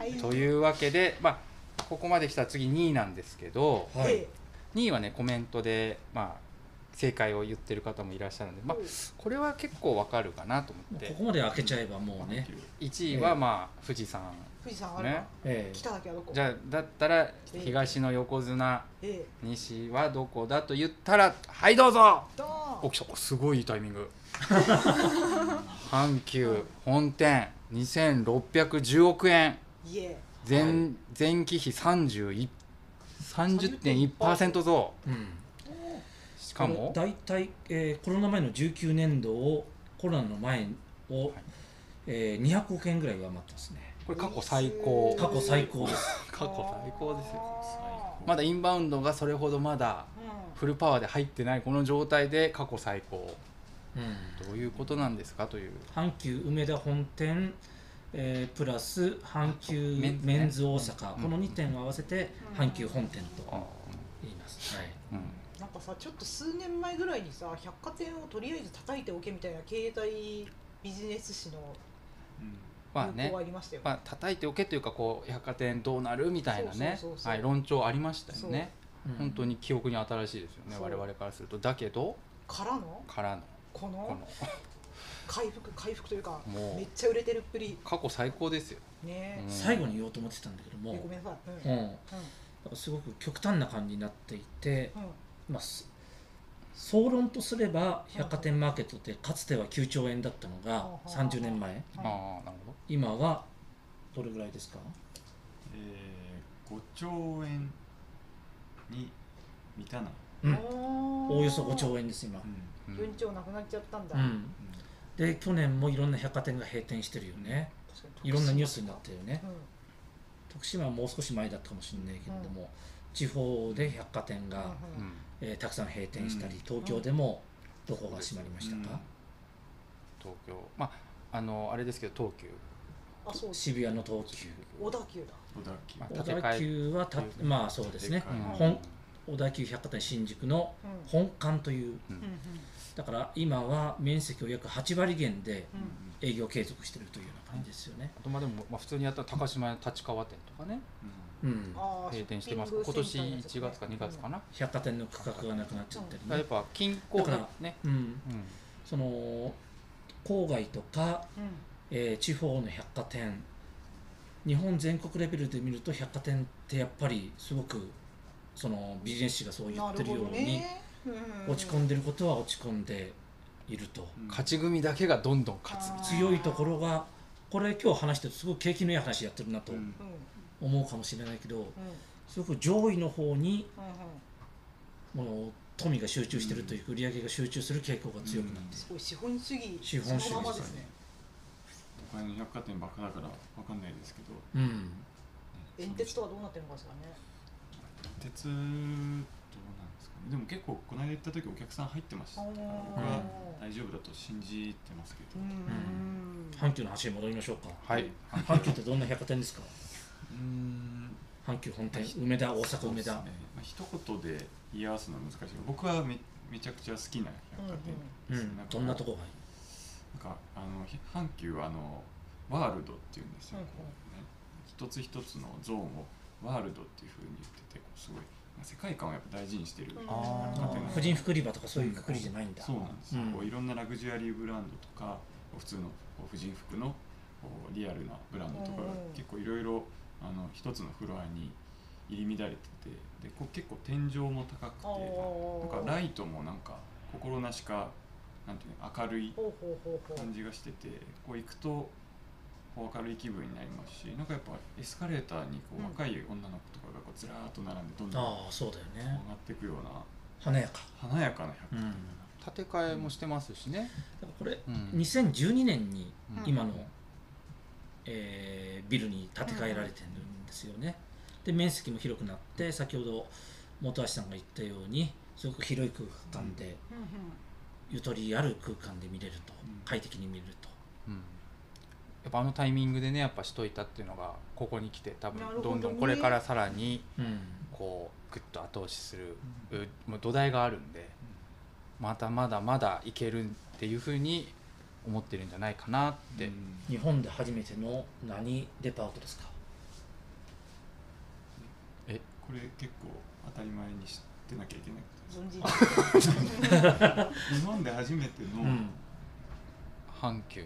[SPEAKER 3] はい
[SPEAKER 4] というわけでまあここまで来たら次2位なんですけど
[SPEAKER 1] はい
[SPEAKER 3] え
[SPEAKER 4] 2位はねコメントでまあ正解を言ってる方もいらっしゃるので、
[SPEAKER 3] え
[SPEAKER 4] まあ、これは結構わかるかなと思っ
[SPEAKER 1] こ
[SPEAKER 4] て
[SPEAKER 1] こまで開けちゃえばもうね、
[SPEAKER 4] 1位はまあ富士山
[SPEAKER 3] 富士山ある
[SPEAKER 4] ね
[SPEAKER 3] か
[SPEAKER 1] ええ
[SPEAKER 3] 北だけはどこ
[SPEAKER 4] じゃあだったら東の横綱
[SPEAKER 3] ええ
[SPEAKER 4] 西はどこだと言ったらはいどうぞ
[SPEAKER 3] ドー
[SPEAKER 4] お
[SPEAKER 3] ン
[SPEAKER 4] 来たすごいいいタイミン グ阪急本店2610億円
[SPEAKER 3] いえ
[SPEAKER 4] 前,、
[SPEAKER 1] は
[SPEAKER 4] 前期比31 30.1%増
[SPEAKER 1] うん、
[SPEAKER 4] しかも
[SPEAKER 1] 大体、えーコロナ前の19年度をコロナの前を、
[SPEAKER 4] い
[SPEAKER 1] えー、200億円ぐらい上回ってますね
[SPEAKER 4] これ過去最高
[SPEAKER 1] 過去最高です
[SPEAKER 4] 過去最高ですよ
[SPEAKER 5] 最高
[SPEAKER 4] まだインバウンドがそれほどまだ
[SPEAKER 3] う
[SPEAKER 4] フルパワーで入ってないこの状態で過去最高
[SPEAKER 1] うん
[SPEAKER 4] どういうことなんですかという
[SPEAKER 1] 阪急梅田本店、えープラス阪急
[SPEAKER 4] メンズね
[SPEAKER 1] メンズ大阪、
[SPEAKER 4] うん
[SPEAKER 1] この2点を合わせて
[SPEAKER 3] うん
[SPEAKER 1] 阪急本店と言います、はい
[SPEAKER 4] うん
[SPEAKER 3] んなんかさちょっと数年前ぐらいにさ百貨店をとりあえず叩いておけみたいな経済ビジネス誌の
[SPEAKER 4] まあ
[SPEAKER 3] 流
[SPEAKER 4] ね
[SPEAKER 3] 行ありましたよ
[SPEAKER 4] まあ叩いておけというかこう百貨店どうなるみたいなね
[SPEAKER 3] そうそうそうそう
[SPEAKER 4] はい論調ありましたよね
[SPEAKER 1] うん
[SPEAKER 4] 本当に記憶に新しいですよね
[SPEAKER 3] そう
[SPEAKER 4] 我々からするとだけど
[SPEAKER 3] からの
[SPEAKER 4] からの
[SPEAKER 3] こ
[SPEAKER 4] こ
[SPEAKER 3] の
[SPEAKER 4] の
[SPEAKER 3] 回復回復というか
[SPEAKER 4] もう
[SPEAKER 3] めっちゃ売れてるっぷり
[SPEAKER 4] 過去最高ですよ
[SPEAKER 3] ね
[SPEAKER 4] うん
[SPEAKER 1] 最後に言おうと思ってたんだけども、
[SPEAKER 3] えごめんな
[SPEAKER 1] う
[SPEAKER 3] さい
[SPEAKER 1] ん、
[SPEAKER 3] うん
[SPEAKER 1] だからすごく極端な感じになっていて、
[SPEAKER 3] うん
[SPEAKER 1] まあ、す総論とすれば百貨店マーケットってかつては9兆円だったのが
[SPEAKER 3] うん
[SPEAKER 1] 30年前
[SPEAKER 4] ああ
[SPEAKER 3] はい
[SPEAKER 4] なるほど
[SPEAKER 1] 今はどれぐらいですか
[SPEAKER 5] えー、5兆円に満たない、
[SPEAKER 1] うん
[SPEAKER 3] お
[SPEAKER 1] おおよそ5
[SPEAKER 3] 円
[SPEAKER 1] 兆円です今
[SPEAKER 5] う、ん
[SPEAKER 4] うん
[SPEAKER 3] 文鳥なくなっちゃったんだ、、
[SPEAKER 1] うん、で去年もいろんな百貨店が閉店してるよねいろんなニュースになってたよね
[SPEAKER 3] うん
[SPEAKER 1] 徳島はもう少し前だったかもしれないけれども、地方で百貨店が、
[SPEAKER 4] う
[SPEAKER 3] うん
[SPEAKER 4] ん
[SPEAKER 1] えーたくさん閉店したり、
[SPEAKER 5] うん
[SPEAKER 1] 東京でもどこが閉まりましたか、
[SPEAKER 4] 東京まああのあれですけど東急
[SPEAKER 3] あそう
[SPEAKER 1] 渋谷の東急
[SPEAKER 3] 小田急だ
[SPEAKER 5] うん、小田急
[SPEAKER 1] 小
[SPEAKER 4] まあ建て替
[SPEAKER 1] 田
[SPEAKER 4] え
[SPEAKER 1] 急はた
[SPEAKER 4] という
[SPEAKER 1] まあそうですね
[SPEAKER 5] 建て替え
[SPEAKER 1] 本小田急百貨店新宿の
[SPEAKER 3] うん
[SPEAKER 1] 本館という
[SPEAKER 4] うん
[SPEAKER 3] うんうん
[SPEAKER 1] だから今は面積を約8割減で
[SPEAKER 3] うん
[SPEAKER 1] 営業継続してるというような感じですよね。
[SPEAKER 4] あとまあでもまあ普通にやったら高島屋立川店とかね
[SPEAKER 5] うん
[SPEAKER 1] うん、
[SPEAKER 3] あー
[SPEAKER 4] 閉店してます今年1月か2月か、な
[SPEAKER 1] 百貨店の価格がなくなっちゃって
[SPEAKER 4] だから
[SPEAKER 1] る
[SPEAKER 4] や
[SPEAKER 1] ね。
[SPEAKER 4] っぱ均衡
[SPEAKER 1] だ
[SPEAKER 4] だ
[SPEAKER 1] から
[SPEAKER 4] ね
[SPEAKER 1] うん、
[SPEAKER 4] うん
[SPEAKER 1] その郊外とか、
[SPEAKER 3] ショッピングセンター
[SPEAKER 1] えー地方
[SPEAKER 3] のやつうんうん
[SPEAKER 1] の百貨店日本全国レベルで見ると百貨店ってやっぱりすごくそのビジネス誌がそう言ってるように、落ち込
[SPEAKER 3] で
[SPEAKER 1] んでることは落ち込んでいると。
[SPEAKER 5] うん
[SPEAKER 4] 勝ち組だけがどんどん勝つ
[SPEAKER 1] 強いところがこれ今日話してるとすごく景気のいい話やってるなと
[SPEAKER 5] うん
[SPEAKER 1] 思うかもしれないけど
[SPEAKER 3] うんうん
[SPEAKER 1] すごく上位の方に
[SPEAKER 3] うん
[SPEAKER 1] もう富が集中してるというか売り上げが集中する傾向が強くなってい
[SPEAKER 3] すごい資本主義
[SPEAKER 1] 資本主義
[SPEAKER 3] そのままですね
[SPEAKER 5] お金の百貨店ばっかだからわかんないですけど
[SPEAKER 1] る、うん
[SPEAKER 3] 煙鉄とはどうなってるのかしらね
[SPEAKER 5] 鉄どうなんですかねでも結構この間行った時お客さん入ってました
[SPEAKER 3] あ
[SPEAKER 5] か
[SPEAKER 3] ー
[SPEAKER 5] ら僕は大丈夫だと信じてますけ
[SPEAKER 3] う
[SPEAKER 5] ど
[SPEAKER 3] んうん
[SPEAKER 1] 阪急の話に戻りましょうか
[SPEAKER 4] はい
[SPEAKER 1] 阪急ってどんな百貨店ですか
[SPEAKER 5] うん
[SPEAKER 1] 阪急本店梅田大阪梅田、
[SPEAKER 5] そうですねまあ、一言で言い合わすのは難しい僕はめめちゃくちゃ好きな百貨店
[SPEAKER 1] う
[SPEAKER 5] ですね、
[SPEAKER 1] ん
[SPEAKER 5] か
[SPEAKER 1] どんなとこがいい
[SPEAKER 5] なんかあのひ阪急はあのワールドっていうんですよ、
[SPEAKER 3] うんうん
[SPEAKER 5] こうね、一つ一つのゾーンをワールドっていうふうに言っててこうすごい、まあ、世界観をやっぱ大事にしてる、
[SPEAKER 3] うん
[SPEAKER 5] あ
[SPEAKER 4] あー
[SPEAKER 5] 百貨店
[SPEAKER 1] 婦人服売り場とかそういうくくりじゃないんだ、
[SPEAKER 5] そうなんですよ、
[SPEAKER 1] うん
[SPEAKER 5] こういろんなラグジュアリーブランドとかこう普通のこう婦人服のこうリアルなブランドとかが
[SPEAKER 3] うん
[SPEAKER 5] 結構いろいろあの一つのフロアに入り乱れててでこう結構天井も高くてなんかラ
[SPEAKER 3] イ
[SPEAKER 5] イトもなんか心なしかなんていうの明るい
[SPEAKER 3] ほうほうほうほう
[SPEAKER 5] 感じがしててこう行くとこう明るい気分になりますしなんかやっぱエスカレーターにこ
[SPEAKER 3] うん
[SPEAKER 5] う若い女の子とかがこうずらーっと並んでどんどん上が
[SPEAKER 1] ああそうだよね
[SPEAKER 5] っていくような
[SPEAKER 1] 華やか
[SPEAKER 5] 華やかな
[SPEAKER 1] うんだか
[SPEAKER 4] 建
[SPEAKER 5] 百貨店
[SPEAKER 4] て替えもしてますしね、
[SPEAKER 1] らこれ
[SPEAKER 4] うん
[SPEAKER 1] 2012年に
[SPEAKER 4] うん
[SPEAKER 1] 今の、えービルに建て替えられてるんですよね、で面積も広くなって先ほど本橋さんが言ったようにすごく広い空間で、
[SPEAKER 3] うんうん
[SPEAKER 1] ゆとりある空間で見れると、
[SPEAKER 5] うん
[SPEAKER 1] 快適に見れると
[SPEAKER 4] うんやっぱあのタイミングでねやっぱしといたっていうのがここに来て多分
[SPEAKER 3] なるほど
[SPEAKER 4] ど
[SPEAKER 3] ね
[SPEAKER 4] んどんこれからさらに
[SPEAKER 1] うん
[SPEAKER 4] こうグッと後押しする、
[SPEAKER 5] う
[SPEAKER 4] うもう土台があるんでまだまだまだいけるっていうふうに思ってるんじゃないかなって、
[SPEAKER 5] うん
[SPEAKER 1] 日本で初めての何デパートですか
[SPEAKER 5] これ結構当たり前に知ってなきゃいけないことです
[SPEAKER 3] 存じ
[SPEAKER 5] 日本で初めての、
[SPEAKER 1] うん
[SPEAKER 4] 阪急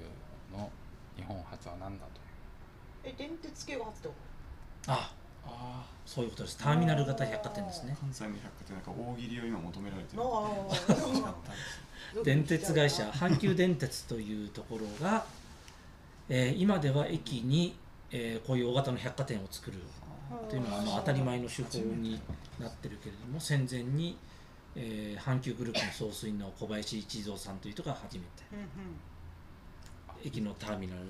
[SPEAKER 4] の日本初は何だと
[SPEAKER 3] え電鉄系が初ってこ
[SPEAKER 1] あ
[SPEAKER 5] あ
[SPEAKER 1] そういうことですターミナル型百貨店です
[SPEAKER 5] あ
[SPEAKER 1] ね
[SPEAKER 5] 関西の百貨店なんか大喜利を今求められてる
[SPEAKER 3] とあ
[SPEAKER 5] 楽し かったです
[SPEAKER 3] ー
[SPEAKER 1] 電鉄会社阪急電鉄というところが、えー今では駅に、えーこういう大型の百貨店を作るというのがまあ当たり前の手法になってるけれども戦前に、えー阪急グループの総帥の小林一三さんという人が初めて
[SPEAKER 3] うんうん
[SPEAKER 1] 駅のターミナル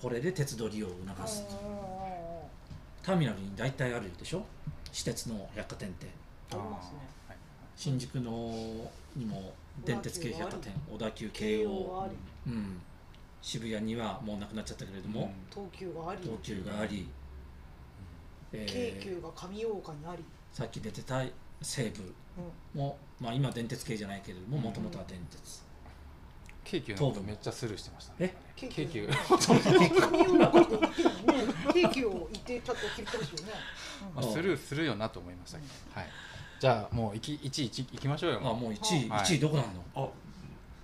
[SPEAKER 1] これで鉄道利用を
[SPEAKER 3] あ
[SPEAKER 1] 促す
[SPEAKER 3] ー
[SPEAKER 1] ターミナルに大体あるでしょ私鉄の百貨店って
[SPEAKER 3] ありますね
[SPEAKER 4] はい
[SPEAKER 1] 新宿のにも電鉄系百貨店小田急
[SPEAKER 3] 慶
[SPEAKER 1] 京
[SPEAKER 3] 応
[SPEAKER 1] 王
[SPEAKER 3] があり
[SPEAKER 1] うん、渋谷にはもうなくなっちゃったけれども、
[SPEAKER 3] 東急があり
[SPEAKER 1] 東急があり、
[SPEAKER 3] 京
[SPEAKER 1] えー
[SPEAKER 3] 急が上大岡にあり
[SPEAKER 1] さっき出てた西武
[SPEAKER 3] うん
[SPEAKER 1] も、まあ、今電鉄系じゃないけれどももともとは電鉄、
[SPEAKER 4] 京急のことめっちゃスルーしてましたね
[SPEAKER 3] え
[SPEAKER 4] 京急
[SPEAKER 3] 神岡って言ってるのにね京急を行ってちょっと聞いてほしいよね
[SPEAKER 4] まあスルーするよなと思いましたけど、はい、じゃあもういき1位いきましょうよ
[SPEAKER 1] あもう1位、
[SPEAKER 4] はい
[SPEAKER 1] 1位どこなの、
[SPEAKER 5] ああ
[SPEAKER 4] も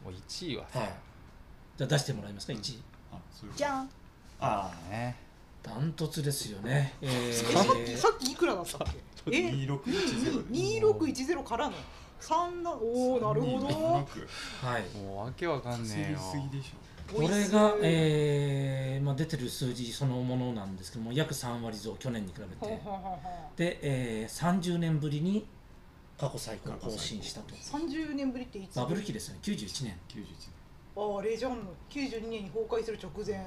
[SPEAKER 4] う1位はさ、
[SPEAKER 1] はい、じゃあ出してもらえますか1
[SPEAKER 5] うん
[SPEAKER 1] 位
[SPEAKER 5] そういうこと
[SPEAKER 3] じゃん
[SPEAKER 5] あ
[SPEAKER 4] ね
[SPEAKER 1] ダントツですよね、え
[SPEAKER 3] えさっき
[SPEAKER 1] ー
[SPEAKER 3] さ、っきいくらだったっけえ
[SPEAKER 5] 二六一ゼロ
[SPEAKER 3] 二六一ゼロからの三なおおなるほど。
[SPEAKER 1] はい、
[SPEAKER 4] もうわけわかんねえ
[SPEAKER 5] 稼ぎすぎ
[SPEAKER 4] よ
[SPEAKER 5] でしょ
[SPEAKER 1] これが、
[SPEAKER 3] 美味しい
[SPEAKER 1] えーまあ、出てる数字そのものなんですけども約3割増去年に比べ
[SPEAKER 3] ほう
[SPEAKER 1] て
[SPEAKER 3] ほうほうほう
[SPEAKER 1] で、えー、30年ぶりに過去最高
[SPEAKER 5] 過去最
[SPEAKER 1] 更
[SPEAKER 5] 高
[SPEAKER 1] 新したと
[SPEAKER 3] 三十年ぶりっていつ？
[SPEAKER 1] バブル期ですよね91年
[SPEAKER 5] 九十一
[SPEAKER 3] ああレジャーの九十二年に崩壊する直前。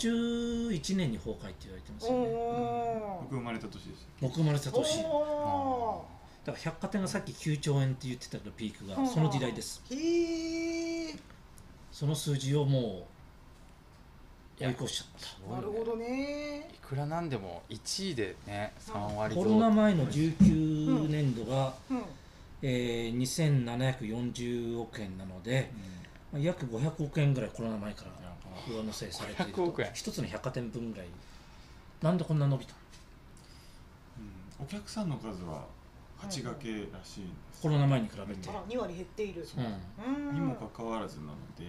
[SPEAKER 1] 91年に崩壊って言われてます
[SPEAKER 3] お
[SPEAKER 1] よね
[SPEAKER 3] お
[SPEAKER 5] 僕生まれた年でした
[SPEAKER 1] 僕生まれた
[SPEAKER 3] ー。お
[SPEAKER 1] 年だか
[SPEAKER 3] お
[SPEAKER 1] ら百貨店がさっき9兆円って言ってたけどピーク
[SPEAKER 3] うん
[SPEAKER 1] がその時代です
[SPEAKER 3] ー。へえ。
[SPEAKER 1] その数字をもう
[SPEAKER 4] いや
[SPEAKER 1] 追い越しちゃっ
[SPEAKER 4] す
[SPEAKER 3] な
[SPEAKER 4] ごい
[SPEAKER 3] る
[SPEAKER 4] ね
[SPEAKER 3] ほどね
[SPEAKER 4] い。くらなんでも1位でね3割
[SPEAKER 1] た
[SPEAKER 4] 増
[SPEAKER 1] コロナ前の19年度が、
[SPEAKER 3] うん。
[SPEAKER 1] えー、2740億円なのでまあ約500億円ぐらいコロナ前から
[SPEAKER 5] やば
[SPEAKER 1] 上乗せされている
[SPEAKER 4] 500億円
[SPEAKER 1] 一つの百貨店分ぐらいなんでこんな伸びたの
[SPEAKER 5] うんお客さんの数は八掛けらしいんです
[SPEAKER 1] コロナ前に比べて
[SPEAKER 3] あ、ら二割減っている。
[SPEAKER 5] そううん
[SPEAKER 3] うん。
[SPEAKER 5] にもかかわらずなので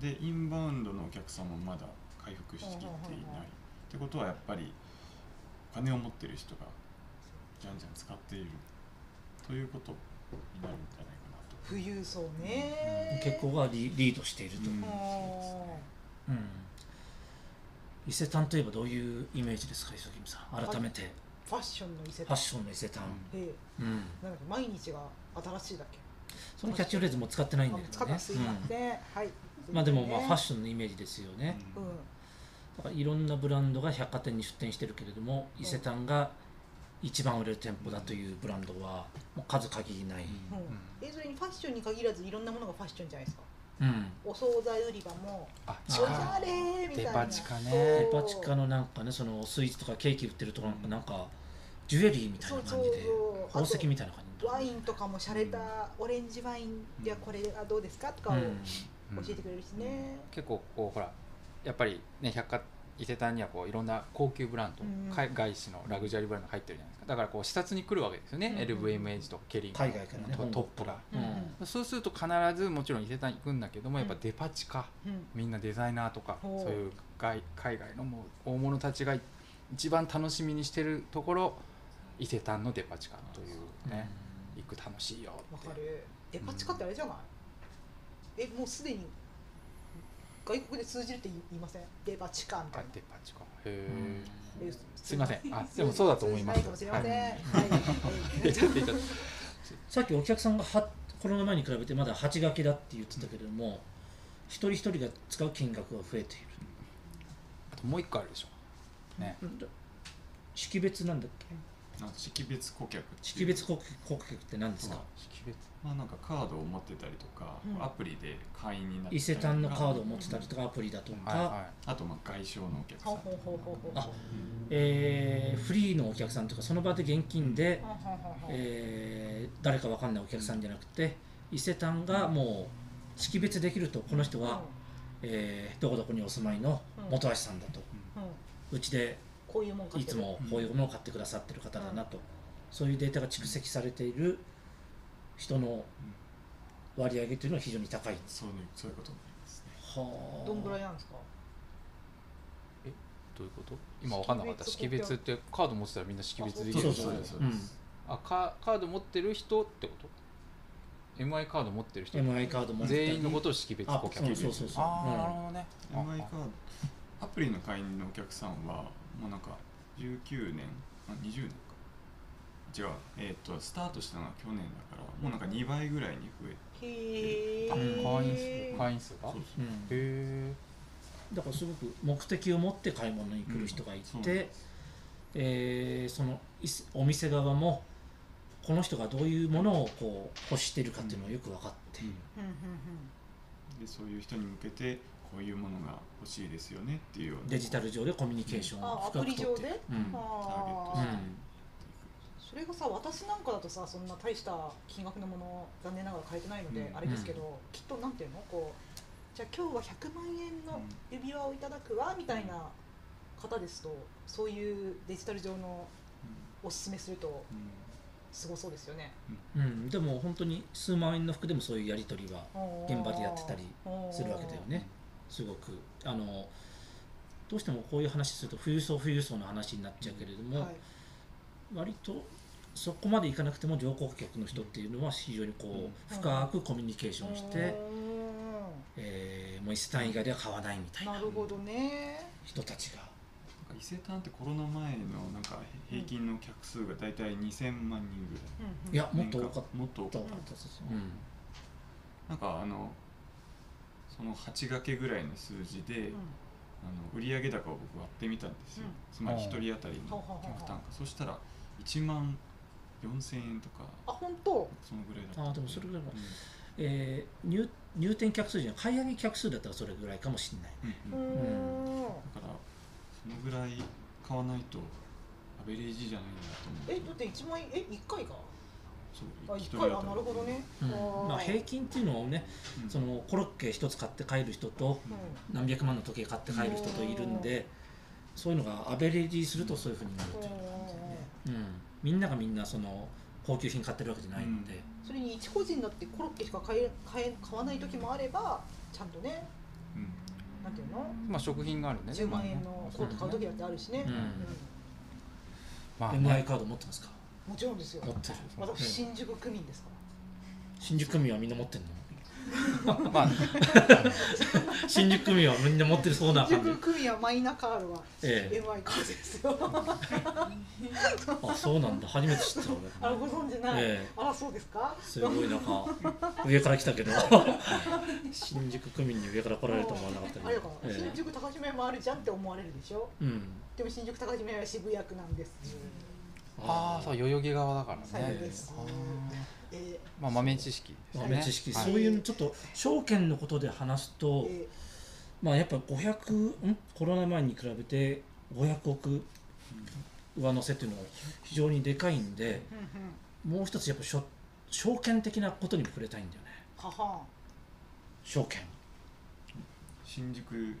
[SPEAKER 5] でインバウンドのお客さんもまだ回復しきっていないってことはやっぱりお金を持ってる人がじゃんじゃん使っているということになるんじゃないかなと
[SPEAKER 3] 富裕層ね。
[SPEAKER 1] 結構。がリリードしていると、
[SPEAKER 5] う
[SPEAKER 1] う
[SPEAKER 5] ん
[SPEAKER 1] ん伊勢丹といえばどういうイメージですか磯君さん改めて
[SPEAKER 3] ファッションの伊
[SPEAKER 1] ファ
[SPEAKER 3] 勢
[SPEAKER 1] ッ
[SPEAKER 3] 丹。
[SPEAKER 1] ションの伊勢丹、
[SPEAKER 3] ええ。
[SPEAKER 1] うん
[SPEAKER 3] なんだっけ毎日が新しいだっけ。
[SPEAKER 1] そのキャッチフレーズも使ってないんだ
[SPEAKER 3] あ
[SPEAKER 1] けどね
[SPEAKER 3] 使ったすいません。はい。
[SPEAKER 1] うんまあでもまあファッ
[SPEAKER 3] シ
[SPEAKER 1] ションのイメージですよね、
[SPEAKER 5] う
[SPEAKER 3] うんん。
[SPEAKER 1] だからいろんなブランドが百貨店に出店してるけれども
[SPEAKER 3] ん
[SPEAKER 1] 伊勢丹が一番売れる店舗だというブランドはもう数限りない、
[SPEAKER 3] うん
[SPEAKER 4] うん
[SPEAKER 3] えそれにファッションに限らずいろんなものがファッションじゃないですか
[SPEAKER 1] うん、
[SPEAKER 3] お惣菜売り場も
[SPEAKER 4] あ
[SPEAKER 3] お
[SPEAKER 1] あ
[SPEAKER 3] し
[SPEAKER 1] ー
[SPEAKER 3] ゃれみたい
[SPEAKER 4] デ
[SPEAKER 3] な
[SPEAKER 4] パ地下ね
[SPEAKER 3] そう
[SPEAKER 1] デパ地下のなんかねそのスイーツとかケーキ売ってるとこなんかなんかジュエリーみたいな感じで
[SPEAKER 3] そうそうそう
[SPEAKER 1] 宝石みたいな感じ
[SPEAKER 3] ワインとかも洒落たオレンジワインじゃこれがどうですかとかを
[SPEAKER 1] うん
[SPEAKER 3] 教えてくれるしね、
[SPEAKER 4] 結構こうほらやっぱりね百貨伊勢丹にはこういろんな高級ブランド、
[SPEAKER 3] うん
[SPEAKER 4] 海外資のラグジュアリーブランド入ってるじゃないですかだからこう視察に来るわけですよね、
[SPEAKER 3] うん
[SPEAKER 4] LVMH とかケリー
[SPEAKER 1] 海外からね
[SPEAKER 4] トトップが、
[SPEAKER 1] うん
[SPEAKER 4] そうすると必ずもちろん伊勢丹行くんだけどもやっぱデパ地下、みんなデザイナーとか
[SPEAKER 3] ほう
[SPEAKER 4] そういう外海外のもう大物たちが一番楽しみにしてるところ伊勢丹のデパ地下というね、行く楽しいよ
[SPEAKER 3] わ
[SPEAKER 4] って
[SPEAKER 3] かるデパ地下ってあれじゃない、えもうすでに外国で通じるって言い言いませんデパ地下みた
[SPEAKER 4] あ
[SPEAKER 3] いな
[SPEAKER 4] デパ地下へ
[SPEAKER 1] うん
[SPEAKER 4] え、
[SPEAKER 3] え
[SPEAKER 4] すいませんあでもそうだと思いま
[SPEAKER 3] 通
[SPEAKER 4] す
[SPEAKER 3] じないかもしれません
[SPEAKER 4] は
[SPEAKER 3] はいい、
[SPEAKER 4] 言っちゃ っていた
[SPEAKER 1] さっきお客さんがはコロナ前に比べてまだ8掛けだって言ってたけれども、一人一人が使う金額が増えてい
[SPEAKER 4] あともう一個あるでしょね
[SPEAKER 1] る識別なんだっけ
[SPEAKER 5] なんか識別顧客っていう
[SPEAKER 1] 識別顧客顧客って何ですか、
[SPEAKER 4] 識別
[SPEAKER 5] まあなんかカードを持ってたりとか、
[SPEAKER 3] うん
[SPEAKER 5] アプリで会員になってたりとか
[SPEAKER 1] 伊勢丹のカードを持ってたりとかアプリだとか、
[SPEAKER 4] はいは
[SPEAKER 5] あとまあ外商のお客さ
[SPEAKER 3] ほうんほうほうほうほう
[SPEAKER 1] あえーフリーのお客さんとかその場で現金で、
[SPEAKER 3] ほうほうほうほう
[SPEAKER 1] えー誰かわかんないお客さんじゃなくて伊勢丹がもう識別できるとこの人は、えーどこどこにお住まいの元橋さんだと、
[SPEAKER 3] うんうん
[SPEAKER 1] うちで
[SPEAKER 3] こういうもん買
[SPEAKER 1] い
[SPEAKER 3] って
[SPEAKER 1] つ
[SPEAKER 3] る
[SPEAKER 1] もこういうものを買ってくださってる方だなと、そういうデータが蓄積されている人の割合というのは非常に高い
[SPEAKER 5] そうねそういうことになりますね
[SPEAKER 1] はあ
[SPEAKER 3] どんぐらいなんですか
[SPEAKER 4] どういうこと今わかんなかった識
[SPEAKER 3] 識
[SPEAKER 4] 別
[SPEAKER 3] 別
[SPEAKER 4] ってカード持ってたらみんな識別でき
[SPEAKER 1] そう
[SPEAKER 4] る
[SPEAKER 1] そうそう
[SPEAKER 5] そううですそうです
[SPEAKER 4] あカカード持ってる人ってこと MI カード持ってる人
[SPEAKER 1] MI カード持ってたり
[SPEAKER 4] 全員のことを識別顧客
[SPEAKER 1] あそうそうそうそう
[SPEAKER 4] あー
[SPEAKER 1] うん
[SPEAKER 4] なるほどね
[SPEAKER 5] MI カードアプリの会員のお客さんはもうなんか19年あ20年か違うえっ、とスタートしたのは去年だからもうなんか2倍ぐらいに増えて
[SPEAKER 3] へえ
[SPEAKER 4] あ会員数
[SPEAKER 3] 員
[SPEAKER 4] 会員数がへ
[SPEAKER 5] そう
[SPEAKER 1] う
[SPEAKER 5] そうん
[SPEAKER 4] え
[SPEAKER 1] だからすごく目的を持って買い物に来る人がい
[SPEAKER 5] うんそうなん
[SPEAKER 1] て、
[SPEAKER 5] です
[SPEAKER 1] えーそのいすお店側もこの人がどういうものをこう欲してるかっていうのをよく分かって、
[SPEAKER 3] うんうん
[SPEAKER 5] でそういう人に向けてこういうものが欲しいですよねっていうような
[SPEAKER 1] デジタル上でコミュニケーション
[SPEAKER 3] うん
[SPEAKER 1] を
[SPEAKER 3] あア
[SPEAKER 1] 深
[SPEAKER 3] プ
[SPEAKER 1] く
[SPEAKER 3] リ
[SPEAKER 1] と
[SPEAKER 3] 上
[SPEAKER 1] って
[SPEAKER 3] で
[SPEAKER 1] うん
[SPEAKER 3] あ
[SPEAKER 5] ターゲット
[SPEAKER 3] ー
[SPEAKER 5] してい
[SPEAKER 3] それがさ私なんかだとさそんな大した金額のものを残念ながら買えてないので、
[SPEAKER 5] うん
[SPEAKER 3] あれですけど、きっとなんていうのこうじゃあ今日は100万円の指輪をいただくわみたいな方ですとそういうデジタル上のおすすめすると
[SPEAKER 5] うんうん
[SPEAKER 3] すごそうですよね
[SPEAKER 1] うん、でも本当に数万円の服でもそういうやり取りは現場でやってたりするわけだよねすごくあのどうしてもこういう話すると富裕層富裕層の話になっちゃうけれども、
[SPEAKER 3] はい、
[SPEAKER 1] 割とそこまでいかなくても乗降客の人っていうのは非常にこう、
[SPEAKER 3] うん
[SPEAKER 1] 深くコミュニケーションして、
[SPEAKER 3] う
[SPEAKER 1] えーもう伊勢丹以外では買わないみた
[SPEAKER 3] ん
[SPEAKER 1] い
[SPEAKER 3] な
[SPEAKER 1] な
[SPEAKER 3] るほどね
[SPEAKER 1] 人たちが
[SPEAKER 5] なんか伊勢丹ってコロナ前のなんか平均の客数が大体2000万人ぐらい
[SPEAKER 3] うんうん
[SPEAKER 1] いやもっと多かっ
[SPEAKER 5] もっと多
[SPEAKER 1] た
[SPEAKER 5] か
[SPEAKER 1] わ
[SPEAKER 5] っ
[SPEAKER 1] けですようん
[SPEAKER 5] たなんかあのその8掛けぐらいの数字で、
[SPEAKER 3] うん
[SPEAKER 5] あの売上高を僕割ってみたんですよ、
[SPEAKER 3] うん
[SPEAKER 5] つまり
[SPEAKER 4] あ
[SPEAKER 5] 1
[SPEAKER 4] あ
[SPEAKER 5] 人当たり
[SPEAKER 3] は
[SPEAKER 5] の
[SPEAKER 3] はは
[SPEAKER 5] 客単
[SPEAKER 3] は
[SPEAKER 5] 価そしたら1万4000円とか
[SPEAKER 3] あ本当
[SPEAKER 5] そのぐらいだった
[SPEAKER 1] あーでもそれぐらいは
[SPEAKER 5] うん
[SPEAKER 1] えー入入店客数じゃない買い上げ客数だったらそれぐらいかもしれない
[SPEAKER 5] うん
[SPEAKER 3] う
[SPEAKER 5] うんだ
[SPEAKER 3] ん
[SPEAKER 5] からそのぐらい買わないとアベレージじゃないなと思って
[SPEAKER 3] えだって1万円え一回か
[SPEAKER 5] そう
[SPEAKER 3] あ
[SPEAKER 5] 一
[SPEAKER 3] 一
[SPEAKER 5] 人
[SPEAKER 3] 回
[SPEAKER 5] 当
[SPEAKER 3] あ
[SPEAKER 5] たり
[SPEAKER 3] なるほどね、
[SPEAKER 1] うん
[SPEAKER 3] ー
[SPEAKER 1] まあ、平均っていうのはね
[SPEAKER 5] うん
[SPEAKER 1] そのコロッケ一つ買って帰る人と
[SPEAKER 3] うん
[SPEAKER 1] 何百万の時計買って帰る人といるんでそういうのがアベレージするとそういうふうになるという感じでね、うん、みんながみんなその高級品買ってるわけじゃないので、
[SPEAKER 3] それに一個人だってコロッケしか買え買え買わない時もあればちゃんとね
[SPEAKER 5] うん
[SPEAKER 3] なんていうの
[SPEAKER 4] まあ食品があるね
[SPEAKER 3] 10万円のコート買う時だってあるしね、
[SPEAKER 1] うん
[SPEAKER 4] まあ
[SPEAKER 1] MI カード持ってますか
[SPEAKER 3] もちろんですよ
[SPEAKER 1] 持ってる
[SPEAKER 3] 私新宿区民ですから
[SPEAKER 1] 新宿民はみんな持ってる
[SPEAKER 4] まあ
[SPEAKER 1] の新宿民はみんな持ってるそうな
[SPEAKER 3] 新
[SPEAKER 1] 感じ
[SPEAKER 3] 宿区民はマイナカードは
[SPEAKER 1] ええ
[SPEAKER 3] MI カードですよ
[SPEAKER 1] あそうなんだ初めて知った
[SPEAKER 3] あご存知 ない、
[SPEAKER 1] ええ
[SPEAKER 3] あらそうですか
[SPEAKER 1] すごいなんか上から来たけ ど新宿区民に上から来られると思わなかった
[SPEAKER 3] あ
[SPEAKER 1] け
[SPEAKER 3] れ
[SPEAKER 1] ど
[SPEAKER 3] だから、、
[SPEAKER 1] え
[SPEAKER 3] 新宿高島屋もあるじゃんって思われるでしょ
[SPEAKER 1] えうん
[SPEAKER 3] でも新宿高島屋は渋谷区なんです、
[SPEAKER 4] ああそう代々木側だから
[SPEAKER 3] 最
[SPEAKER 4] ね
[SPEAKER 3] 後です、
[SPEAKER 4] あー
[SPEAKER 3] え
[SPEAKER 4] まあ豆知識ですね
[SPEAKER 1] 豆知識、
[SPEAKER 4] はい
[SPEAKER 1] そういうちょっと証券のことで話す
[SPEAKER 3] え
[SPEAKER 1] と、
[SPEAKER 3] え
[SPEAKER 1] まあやっぱ500んコロナ前に比べて500億上乗せっていうのは非常にでかいんで
[SPEAKER 3] えうんうん
[SPEAKER 1] もう一つやっぱしょ証券的なことにも触れたいんだよね
[SPEAKER 3] ははん
[SPEAKER 1] 証券
[SPEAKER 5] 新宿証券ってこ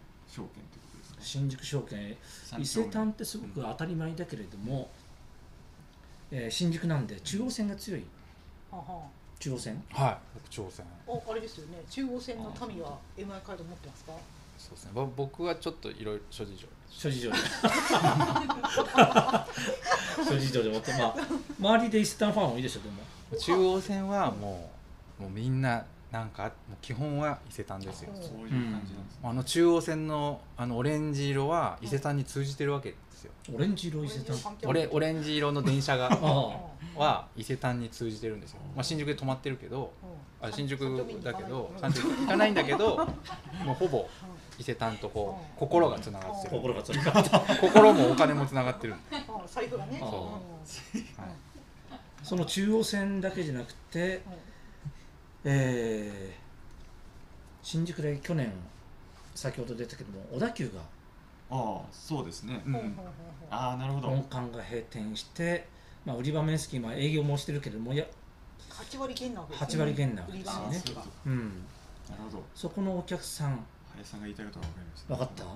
[SPEAKER 5] とですか
[SPEAKER 1] 新宿証券伊勢丹ってすごく当たり前だけれども、えー新宿なんで中央線が強い
[SPEAKER 3] はあは
[SPEAKER 1] 中央線
[SPEAKER 4] はい僕挑戦
[SPEAKER 3] あおあれですよね中央線の民は MI カード持ってますか
[SPEAKER 4] そうですねぼ僕はちょっといろいろ諸事情
[SPEAKER 1] 諸 事情で諸事情でもってまあ周りで伊勢丹ファン多いでしょでも
[SPEAKER 4] 中央線はもうもうみんななんかもう基本は伊勢丹ですよ
[SPEAKER 5] そういう感じなんですね
[SPEAKER 4] あの中央線のあのオレンジ色は伊勢丹に通じてるわけですよ、
[SPEAKER 1] オレンジ色伊勢丹あ
[SPEAKER 4] オレオレンジ色の電車 が
[SPEAKER 1] あ
[SPEAKER 4] は伊勢丹に通じてるんですよ、まあ、新宿で止まってるけどあ新宿だけど三十行かないんだけどもうほぼ伊勢丹とこ
[SPEAKER 3] う
[SPEAKER 4] うん心がつながってる
[SPEAKER 1] 心がつらかった
[SPEAKER 4] 心もお金もつながって るんで
[SPEAKER 3] 財布がね
[SPEAKER 1] あ
[SPEAKER 4] あ
[SPEAKER 3] う
[SPEAKER 4] す、はい
[SPEAKER 1] その中央線だけじゃなくて
[SPEAKER 3] んうん
[SPEAKER 1] えー新宿で去年先ほど出たけども小田急が
[SPEAKER 5] ああそうですね、
[SPEAKER 4] うん
[SPEAKER 3] ほうほうほうほう
[SPEAKER 5] ああなるほど、
[SPEAKER 1] 本館が閉店して、まあ、売り場面積今営業もしてるけどもいや
[SPEAKER 3] 八割減なわけ
[SPEAKER 1] 8割減なわ
[SPEAKER 3] 売
[SPEAKER 1] け
[SPEAKER 3] り
[SPEAKER 1] です
[SPEAKER 3] 場
[SPEAKER 1] よ
[SPEAKER 5] ああ
[SPEAKER 1] ね
[SPEAKER 5] そういうこと
[SPEAKER 1] うん
[SPEAKER 5] なるほど
[SPEAKER 1] そこのお客さん
[SPEAKER 5] 林さんが言いたいことが分かりました
[SPEAKER 1] 分かった
[SPEAKER 5] うん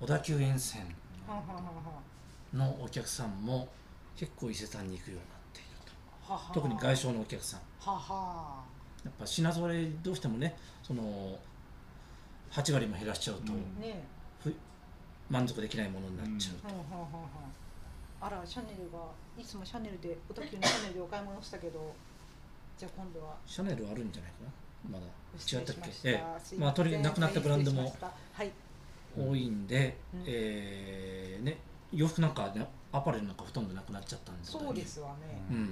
[SPEAKER 1] 小田急沿線
[SPEAKER 3] はんはんはんはん
[SPEAKER 1] のお客さんも結構伊勢丹に行くようになっている
[SPEAKER 3] はは
[SPEAKER 1] と特に外商のお客さん
[SPEAKER 3] はは
[SPEAKER 1] やっぱ品揃えどうしてもねその8割も減らしちゃうと
[SPEAKER 5] う
[SPEAKER 3] ね
[SPEAKER 5] ん
[SPEAKER 3] え
[SPEAKER 1] ふ満足できないものになっちゃう
[SPEAKER 3] はんはんはんはんあらシャネルがいつもシャネルで小田急のシャネルでお買い物したけどじゃあ今度は
[SPEAKER 1] シャネルあるんじゃないかなまだ
[SPEAKER 3] 失
[SPEAKER 1] 違っ
[SPEAKER 3] 礼
[SPEAKER 1] たっ
[SPEAKER 3] しま
[SPEAKER 1] け
[SPEAKER 3] した
[SPEAKER 1] え
[SPEAKER 3] す
[SPEAKER 1] え
[SPEAKER 3] い
[SPEAKER 1] まあ
[SPEAKER 3] せん
[SPEAKER 1] とりあえずなくなったブランド
[SPEAKER 3] 大変
[SPEAKER 1] も
[SPEAKER 3] 失礼しましたはい
[SPEAKER 1] 多いんで、
[SPEAKER 3] うん
[SPEAKER 1] えーね洋服なんか、ね、アパレルなんかほとんどなくなっちゃったんです
[SPEAKER 3] そうですわね
[SPEAKER 1] う
[SPEAKER 4] うん
[SPEAKER 1] ん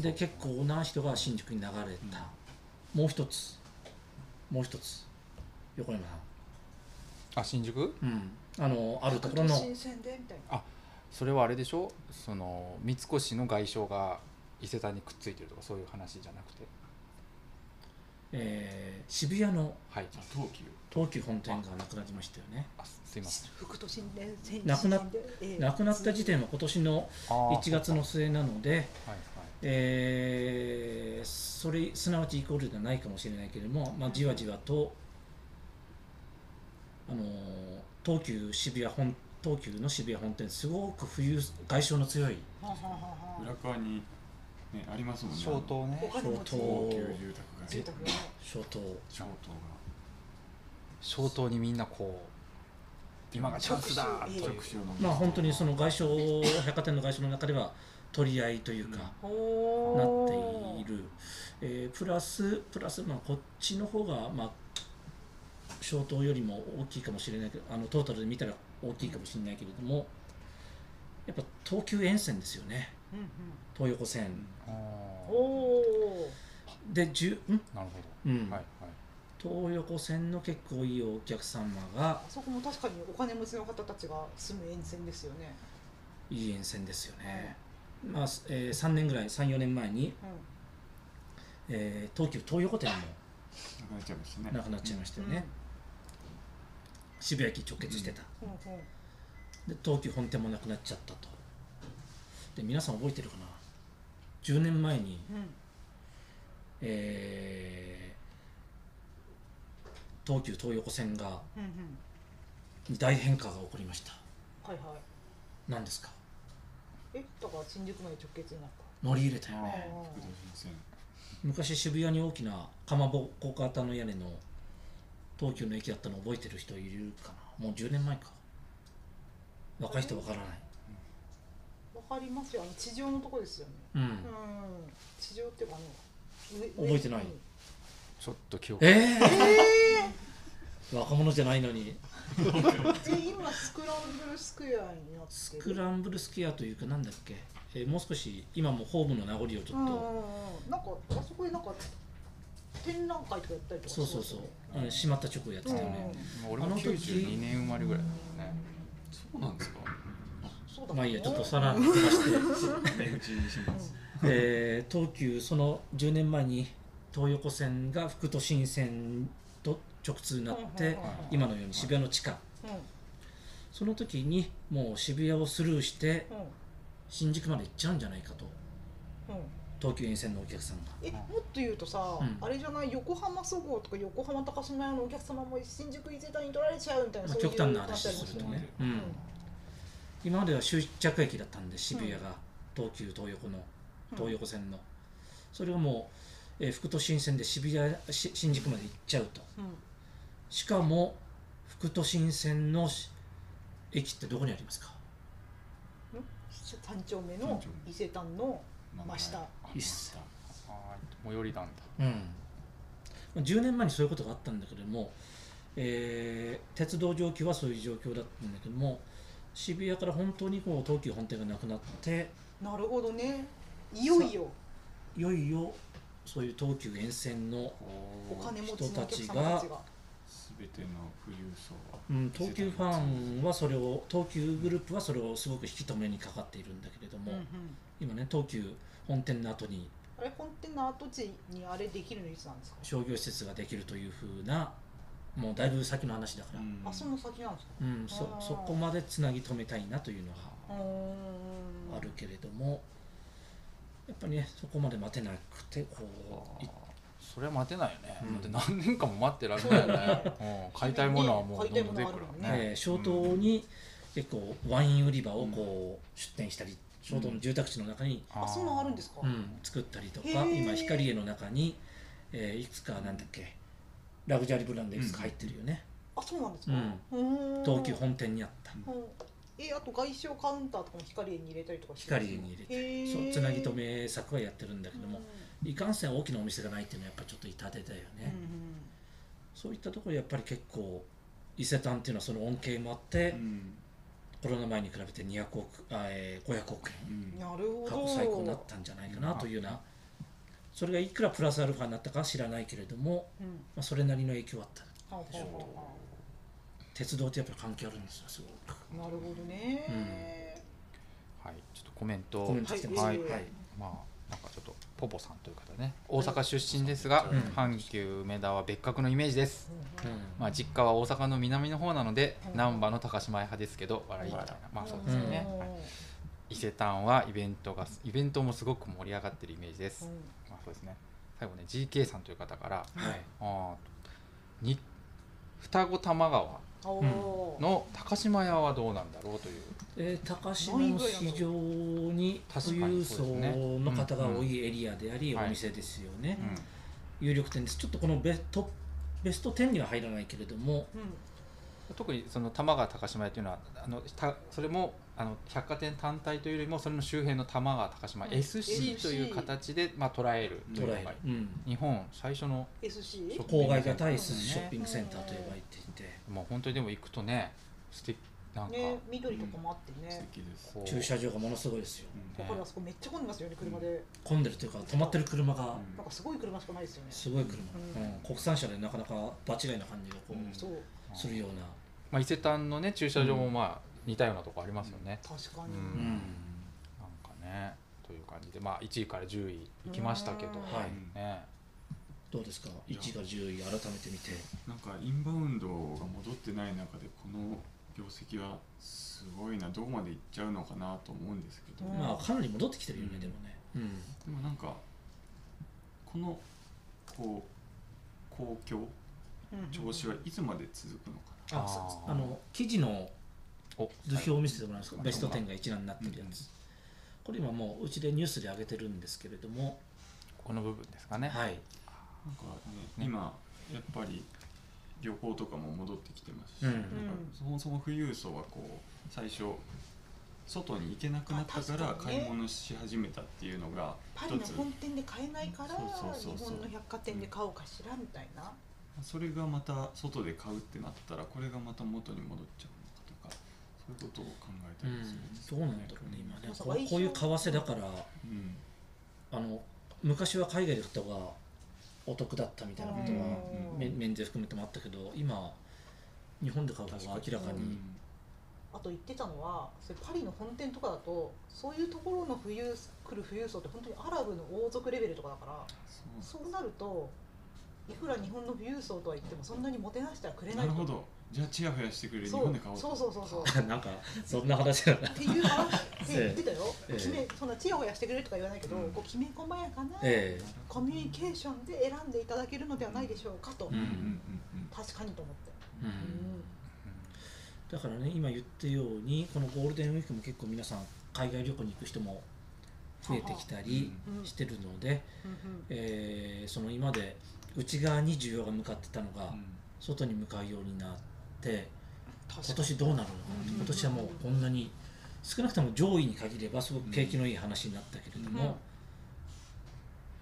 [SPEAKER 3] う、ん
[SPEAKER 1] で結構な人が新宿に流れた、もう一つもう一つ横山さ
[SPEAKER 4] あ新宿
[SPEAKER 1] ん、うん、あのあるところの
[SPEAKER 3] 新鮮でみたいな
[SPEAKER 4] それはあれでしょその三越の外相が伊勢丹にくっついてるとかそういう話じゃなくて
[SPEAKER 1] えー渋谷の
[SPEAKER 4] はい
[SPEAKER 5] じゃあ陶器を
[SPEAKER 1] 東急本店がなくなりましたよね
[SPEAKER 4] あすすいません
[SPEAKER 3] 福都新鮮新鮮で
[SPEAKER 1] なくなっ
[SPEAKER 3] ええ
[SPEAKER 1] なくなった時点は今年の1月の末なので、
[SPEAKER 4] はいはい
[SPEAKER 1] えーそれすなわちイコールではないかもしれないけれども、まあ、じわじわと、あのー東急渋谷本東急の渋谷本店すごく冬外商の強い
[SPEAKER 3] はははは
[SPEAKER 5] 裏側にねありますもんね
[SPEAKER 4] 消灯
[SPEAKER 3] お
[SPEAKER 4] ね
[SPEAKER 3] 金持ち
[SPEAKER 1] 相当
[SPEAKER 5] 高級住宅
[SPEAKER 3] 住
[SPEAKER 5] 街
[SPEAKER 3] 宅ね
[SPEAKER 1] 消灯
[SPEAKER 5] 消灯
[SPEAKER 4] 消灯にみんなこう今がチャンスだと
[SPEAKER 3] 直
[SPEAKER 4] い
[SPEAKER 3] 視
[SPEAKER 4] う
[SPEAKER 5] が直視を飲
[SPEAKER 1] まあ本当にその外商百貨店の外商の中では取り合いというか、な
[SPEAKER 3] お
[SPEAKER 1] って
[SPEAKER 3] ー
[SPEAKER 1] いる、えープラスプラス、まあ、こっちの方が、まあ、消灯よりも大きいかもしれないけどあのトータルで見たら大きいかもしれないけれどもやっぱ東急沿線ですよね
[SPEAKER 3] うんうん
[SPEAKER 1] 東横線
[SPEAKER 4] あー
[SPEAKER 3] お
[SPEAKER 1] でじゅん、
[SPEAKER 4] なるほ
[SPEAKER 1] うん
[SPEAKER 4] どはいはい
[SPEAKER 1] 東横線の結構いいお客様が
[SPEAKER 3] あそこも確かにお金持ちの方たちが住む沿線ですよね
[SPEAKER 1] いい沿線ですよね、まあえ3年ぐらい34年前に、
[SPEAKER 3] う
[SPEAKER 1] えー東急東横店も
[SPEAKER 5] なくなっちゃいましたね
[SPEAKER 1] なくなっちゃいました
[SPEAKER 3] ん
[SPEAKER 1] よね、渋谷駅直結してた、
[SPEAKER 3] うんうんうん
[SPEAKER 1] で東急本店もなくなっちゃったとで皆さん覚えてるかな10年前に、
[SPEAKER 3] うん
[SPEAKER 1] えー東急東横線が
[SPEAKER 3] うんうん
[SPEAKER 1] に大変化が起こりました
[SPEAKER 3] はいはい
[SPEAKER 1] 何ですか
[SPEAKER 3] えだから新宿まで直結になった
[SPEAKER 1] 乗り入れた
[SPEAKER 5] あ
[SPEAKER 1] よ
[SPEAKER 5] あ
[SPEAKER 1] ね
[SPEAKER 5] 福田新線
[SPEAKER 1] 昔渋谷に大きなかまぼこ型の屋根の東急の駅だったの覚えてる人いるかなもう10年前か若い人わからない
[SPEAKER 3] わかりますよあの地上のとこですよね
[SPEAKER 1] うん、
[SPEAKER 3] うん地上っていうかあの
[SPEAKER 1] 覚えてない
[SPEAKER 4] ちょっと記憶
[SPEAKER 1] えー、 若者じゃないのに
[SPEAKER 3] え今スクランブルスクエアになってる
[SPEAKER 1] スクランブルスケアというかなんだっけ、えーもう少し今もホームの名残をちょっと、
[SPEAKER 3] うんうんうんなんかあそこでなんか展覧会とかやったりとか
[SPEAKER 1] そうそうそう、うん、閉まった直後やってたよね、
[SPEAKER 4] 俺も
[SPEAKER 1] あの時
[SPEAKER 4] 92年生まれぐらいだからね
[SPEAKER 5] そうなんですか
[SPEAKER 3] そうだ
[SPEAKER 1] まあいいやちょっと
[SPEAKER 3] さ
[SPEAKER 1] さらに飛ばして、
[SPEAKER 5] 出口にします
[SPEAKER 1] えー東急その10年前に東横線が副都心線と直通になって今のように渋谷の地下
[SPEAKER 3] うん
[SPEAKER 1] その時にもう渋谷をスルーして
[SPEAKER 3] うん
[SPEAKER 1] 新宿まで行っちゃうんじゃないかと
[SPEAKER 3] うん
[SPEAKER 1] 東急沿線のお客さんが
[SPEAKER 3] えもっと言うとさ、
[SPEAKER 1] うん
[SPEAKER 3] あれじゃない横浜そごうとか横浜高島屋のお客様も新宿伊勢丹に取られちゃうみたいな、
[SPEAKER 1] まあ、
[SPEAKER 3] そういう
[SPEAKER 1] 極端な
[SPEAKER 3] あった
[SPEAKER 1] 話
[SPEAKER 3] りも
[SPEAKER 1] す
[SPEAKER 3] す
[SPEAKER 1] ると
[SPEAKER 3] よ
[SPEAKER 1] ね
[SPEAKER 3] ね、
[SPEAKER 1] うん
[SPEAKER 3] うん
[SPEAKER 1] 今までは終着駅だったんで渋谷が、東急東横の
[SPEAKER 3] うん
[SPEAKER 1] 東横線の、それがもう、えー副都心線で渋谷し新宿まで行っちゃうと
[SPEAKER 3] うん
[SPEAKER 1] しかも副都心線のし駅ってどこにありますか
[SPEAKER 3] 三丁目の伊勢丹の真下
[SPEAKER 1] いいっす
[SPEAKER 4] はーい最寄りなんだ
[SPEAKER 1] うん、10年前にそういうことがあったんだけども、えー鉄道上級はそういう状況だったんだけども渋谷から本当にこう東急本店がなくなって
[SPEAKER 3] なるほどねいよいよ
[SPEAKER 1] いよいよそういう東急沿線の、
[SPEAKER 3] お金持ちのお
[SPEAKER 1] 人た
[SPEAKER 3] 客
[SPEAKER 1] ち
[SPEAKER 3] 様
[SPEAKER 1] が
[SPEAKER 3] たちが
[SPEAKER 5] すべての富裕層は
[SPEAKER 1] うん、東急ファンはそれを東急グループはそれをすごく引き止めにかかっているんだけれども、今ね東急本店の後に
[SPEAKER 3] あれ本店の跡地にあれできるのいつなんですか、
[SPEAKER 1] 商業施設ができるというふうなもうだいぶ先の話だから、うん
[SPEAKER 3] あその先なんですか
[SPEAKER 1] そ
[SPEAKER 3] あー
[SPEAKER 1] そこまでつなぎ止めたいなというのが
[SPEAKER 3] うーん
[SPEAKER 1] あるけれどもやっぱりねそこまで待てなくてこうい
[SPEAKER 4] それは待てないよね、
[SPEAKER 1] うん
[SPEAKER 4] だって何年間も待ってられないよね、うん、買いたいものはもう
[SPEAKER 3] 買い
[SPEAKER 4] ど
[SPEAKER 3] たい
[SPEAKER 4] ん
[SPEAKER 3] も
[SPEAKER 4] ど
[SPEAKER 3] のは
[SPEAKER 4] ん出て
[SPEAKER 3] あ
[SPEAKER 4] く
[SPEAKER 3] る
[SPEAKER 4] る
[SPEAKER 3] もんね
[SPEAKER 4] からね、
[SPEAKER 1] えー小島に結構ワイン売り場をこう出店したり小島の住宅地の中に、
[SPEAKER 4] ー
[SPEAKER 3] あそんなんあるんですか、
[SPEAKER 1] うん作ったりとか
[SPEAKER 3] へー
[SPEAKER 1] 今光栄の中に、えーいくつかなんだっけラグジュアリーブランドいくつか入ってるよね、
[SPEAKER 3] あそうなんですか、
[SPEAKER 1] う
[SPEAKER 3] うーん
[SPEAKER 1] 東急本店にあった
[SPEAKER 3] うんえあと外商カウンターとかも光栄に入れたりとかして
[SPEAKER 1] 光栄に入れて
[SPEAKER 3] て
[SPEAKER 1] そうつなぎ止め策はやってるんだけ
[SPEAKER 3] うん
[SPEAKER 1] ども、いかんせん大きなお店がないっていうのはやっぱちょっと痛手だよね、
[SPEAKER 3] うんうん
[SPEAKER 1] そういったところやっぱり結構伊勢丹っていうのはその恩恵もあって、
[SPEAKER 5] うん
[SPEAKER 1] コロナ前に比べて200億あ、えー、500億円
[SPEAKER 5] うん
[SPEAKER 3] なるほ
[SPEAKER 1] 過
[SPEAKER 3] ど
[SPEAKER 1] 去最高になったんじゃないかなというようなそれがいくらプラスアルファになったかは知らないけれども、
[SPEAKER 3] うん
[SPEAKER 1] まあ、それなりの影響はあった
[SPEAKER 3] はあはあは
[SPEAKER 1] 鉄道ってやっぱり関係あるんですよすごく
[SPEAKER 3] あなるほどね、
[SPEAKER 4] はい、ちょっとコメント
[SPEAKER 1] コメント来てます
[SPEAKER 4] は
[SPEAKER 1] はいい、
[SPEAKER 4] まあなんかちょっとポポさんという方ね大阪出身ですが、
[SPEAKER 1] うん
[SPEAKER 4] 阪急梅田は別格のイメージです、
[SPEAKER 1] う
[SPEAKER 3] うん
[SPEAKER 1] ん
[SPEAKER 4] まあ、実家は大阪の南の方なので、
[SPEAKER 3] うん
[SPEAKER 4] 難波の高島屋派ですけど笑いみたいなまあそうですよね、
[SPEAKER 3] うん
[SPEAKER 4] はい伊勢丹はイベントがイベントもすごく盛り上がってるイメージです、
[SPEAKER 3] うん
[SPEAKER 4] まあそうですね最後ね GK さんという方から
[SPEAKER 1] はい
[SPEAKER 4] あーに双子玉川
[SPEAKER 3] お
[SPEAKER 1] うん
[SPEAKER 3] ー
[SPEAKER 4] の高島屋はどうなんだろうという
[SPEAKER 1] えー高島の非常に
[SPEAKER 4] 確
[SPEAKER 1] 富
[SPEAKER 4] かに
[SPEAKER 1] 裕
[SPEAKER 4] そ
[SPEAKER 1] 層
[SPEAKER 4] うですね
[SPEAKER 1] の方が多いエリアであり、
[SPEAKER 4] うんうん
[SPEAKER 1] お店ですよね、
[SPEAKER 3] うん
[SPEAKER 1] 有力店ですちょっとこのベトベスト10には入らないけれども
[SPEAKER 3] うん
[SPEAKER 4] 特にその玉川高島屋というのはあのたそれもあの百貨店単体というよりもそれの周辺の玉川高島屋、
[SPEAKER 3] うん
[SPEAKER 4] SC という形で、まあ、捉えるとい
[SPEAKER 1] 捉
[SPEAKER 4] うのが
[SPEAKER 1] える、うん、
[SPEAKER 4] 日本最初の
[SPEAKER 3] SC
[SPEAKER 4] そう
[SPEAKER 1] 郊外型 S ショッピングセンターと呼ばれていて、
[SPEAKER 4] もう本当にでも行くとね素敵なんか、
[SPEAKER 3] ね緑とかもあって
[SPEAKER 5] 素
[SPEAKER 3] ね、
[SPEAKER 5] 敵です、
[SPEAKER 4] こう
[SPEAKER 1] 駐車場がものすごいですよ
[SPEAKER 5] う
[SPEAKER 3] だからあそこめっちゃ混んでますよね車で、
[SPEAKER 1] 混んでるというか止まってる車が
[SPEAKER 5] ん
[SPEAKER 3] なんかすごい車しかないですよね、
[SPEAKER 1] すごい車、
[SPEAKER 3] うん
[SPEAKER 1] うん国産車でなかなか場違いな感じがこう、
[SPEAKER 5] うん
[SPEAKER 3] そう
[SPEAKER 1] するような、
[SPEAKER 4] まあ、伊勢丹のね駐車場もまあ似たようなとこありますよね、
[SPEAKER 3] 確かに、
[SPEAKER 4] うんなんかねという感じでまあ1位から10位いきましたけど、
[SPEAKER 3] うん
[SPEAKER 1] はい
[SPEAKER 4] ね
[SPEAKER 1] どうですか
[SPEAKER 5] いや
[SPEAKER 1] 1位から10位改めて見て
[SPEAKER 5] なんかインバウンドが戻ってない中でこの業績はすごいなどこまでいっちゃうのかなと思うんですけど、
[SPEAKER 3] うん
[SPEAKER 1] まあかなり戻ってきてるよね、
[SPEAKER 5] うん
[SPEAKER 1] でもね、うん
[SPEAKER 5] でもなんかこのこう公共
[SPEAKER 3] うん
[SPEAKER 5] 調子はいつまで続くのかな、
[SPEAKER 1] あさあの記事の
[SPEAKER 4] お
[SPEAKER 1] 図表を見せてもらえますか、
[SPEAKER 5] はい
[SPEAKER 1] ベスト10が一覧になってるやつ、これ今もううちでニュースで上げてるんですけれども、
[SPEAKER 4] この部分ですかね、
[SPEAKER 1] はい、
[SPEAKER 5] なんかね
[SPEAKER 4] ね
[SPEAKER 5] 今やっぱり旅行とかも戻ってきてますし、
[SPEAKER 1] うん
[SPEAKER 5] なんかそもそも富裕層はこう最初外に行けなくなったか
[SPEAKER 3] あ
[SPEAKER 5] ら
[SPEAKER 3] 確かに
[SPEAKER 5] 買
[SPEAKER 3] ね
[SPEAKER 5] い物し始めたっていうのが
[SPEAKER 3] パリ
[SPEAKER 5] 一
[SPEAKER 3] の
[SPEAKER 5] つ
[SPEAKER 3] 本店で買えないから
[SPEAKER 5] そうそうそうそう
[SPEAKER 3] 日本の百貨店で買おうかしらみたいな、
[SPEAKER 5] それがまた外で買うってなったらこれがまた元に戻っちゃうのかとかそういうことを考えた
[SPEAKER 1] う
[SPEAKER 5] りするんです
[SPEAKER 1] ん、どうなんだろうね今ね
[SPEAKER 3] そう
[SPEAKER 1] こうこういう為替だから
[SPEAKER 5] うん
[SPEAKER 1] あの昔は海外で買った方がお得だったみたいなことは、
[SPEAKER 3] うん
[SPEAKER 1] め免税含めてもあったけど今日本で買う方が明らか
[SPEAKER 5] う
[SPEAKER 1] に
[SPEAKER 5] ん
[SPEAKER 3] あと言ってたのはそれパリの本店とかだとそういうところの富裕来る富裕層って本当にアラブの王族レベルとかだから
[SPEAKER 5] そ
[SPEAKER 3] そうなるといくら日本の富裕層とは言ってもそんなにもてなしてはくれ
[SPEAKER 5] う
[SPEAKER 3] な
[SPEAKER 5] ないる
[SPEAKER 3] と
[SPEAKER 5] ほどじゃあチヤホヤしてくれる日
[SPEAKER 3] そう
[SPEAKER 5] 本で買おう と
[SPEAKER 3] そうそうそうそう
[SPEAKER 1] なんかそんな話だな
[SPEAKER 3] っていう話ってで言ってたよ、
[SPEAKER 1] ええ
[SPEAKER 3] きめそんなちやほやしてくれるとか言わないけど、
[SPEAKER 5] うん
[SPEAKER 3] こうきめ細やかな
[SPEAKER 1] ええ
[SPEAKER 3] コミュニケーションで選んでいただけるのではないでしょうかと、
[SPEAKER 1] うん
[SPEAKER 5] うんうん
[SPEAKER 3] 確かにと思って、
[SPEAKER 1] う
[SPEAKER 3] うん
[SPEAKER 1] んだからね今言ったようにこのゴールデンウィークも結構皆さん海外旅行に行く人も増えてきたり
[SPEAKER 3] うんうん
[SPEAKER 1] してるので、
[SPEAKER 3] うん
[SPEAKER 1] えーその今まで内側に需要が向かってたのが
[SPEAKER 5] うんうん
[SPEAKER 1] 外に向かうようになって
[SPEAKER 3] 確
[SPEAKER 1] 今年どうなるのか
[SPEAKER 3] うん
[SPEAKER 1] 今年はもうこんなに少なくとも上位に限ればすごく景気のいい話になったけれども、
[SPEAKER 3] うん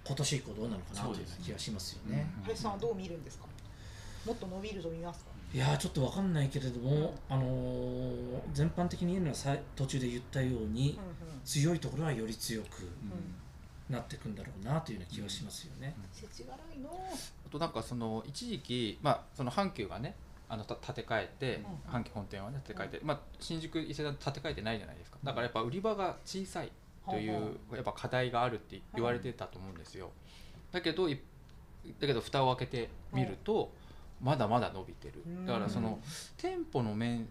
[SPEAKER 1] 今年以降どうなのかなとい
[SPEAKER 5] そ
[SPEAKER 1] うう
[SPEAKER 5] ですね
[SPEAKER 1] 気がしますよね。
[SPEAKER 3] 林さんはどう見るんですかもっと伸びると見ますか
[SPEAKER 1] いやーちょっとわかんないけれども、あのー全般的に言うのはさ途中で言ったように、
[SPEAKER 3] うんうん
[SPEAKER 1] 強いところはより強く
[SPEAKER 5] うん
[SPEAKER 1] なっていくんだろうなというような気がしますよね。
[SPEAKER 3] せちがらいの
[SPEAKER 4] あとなんかその一時期、まあ、その阪急がねあのた建て替えて、
[SPEAKER 3] う
[SPEAKER 4] 阪急本店はね建て替えて、まあ、新宿伊勢丹建て替えてないじゃないですかだからやっぱ売り場が小さいという、やっぱ課題があるって言われてたと思うんですよ、だけどいだけど蓋を開けてみると、まだまだ伸びてるだからその、店舗の面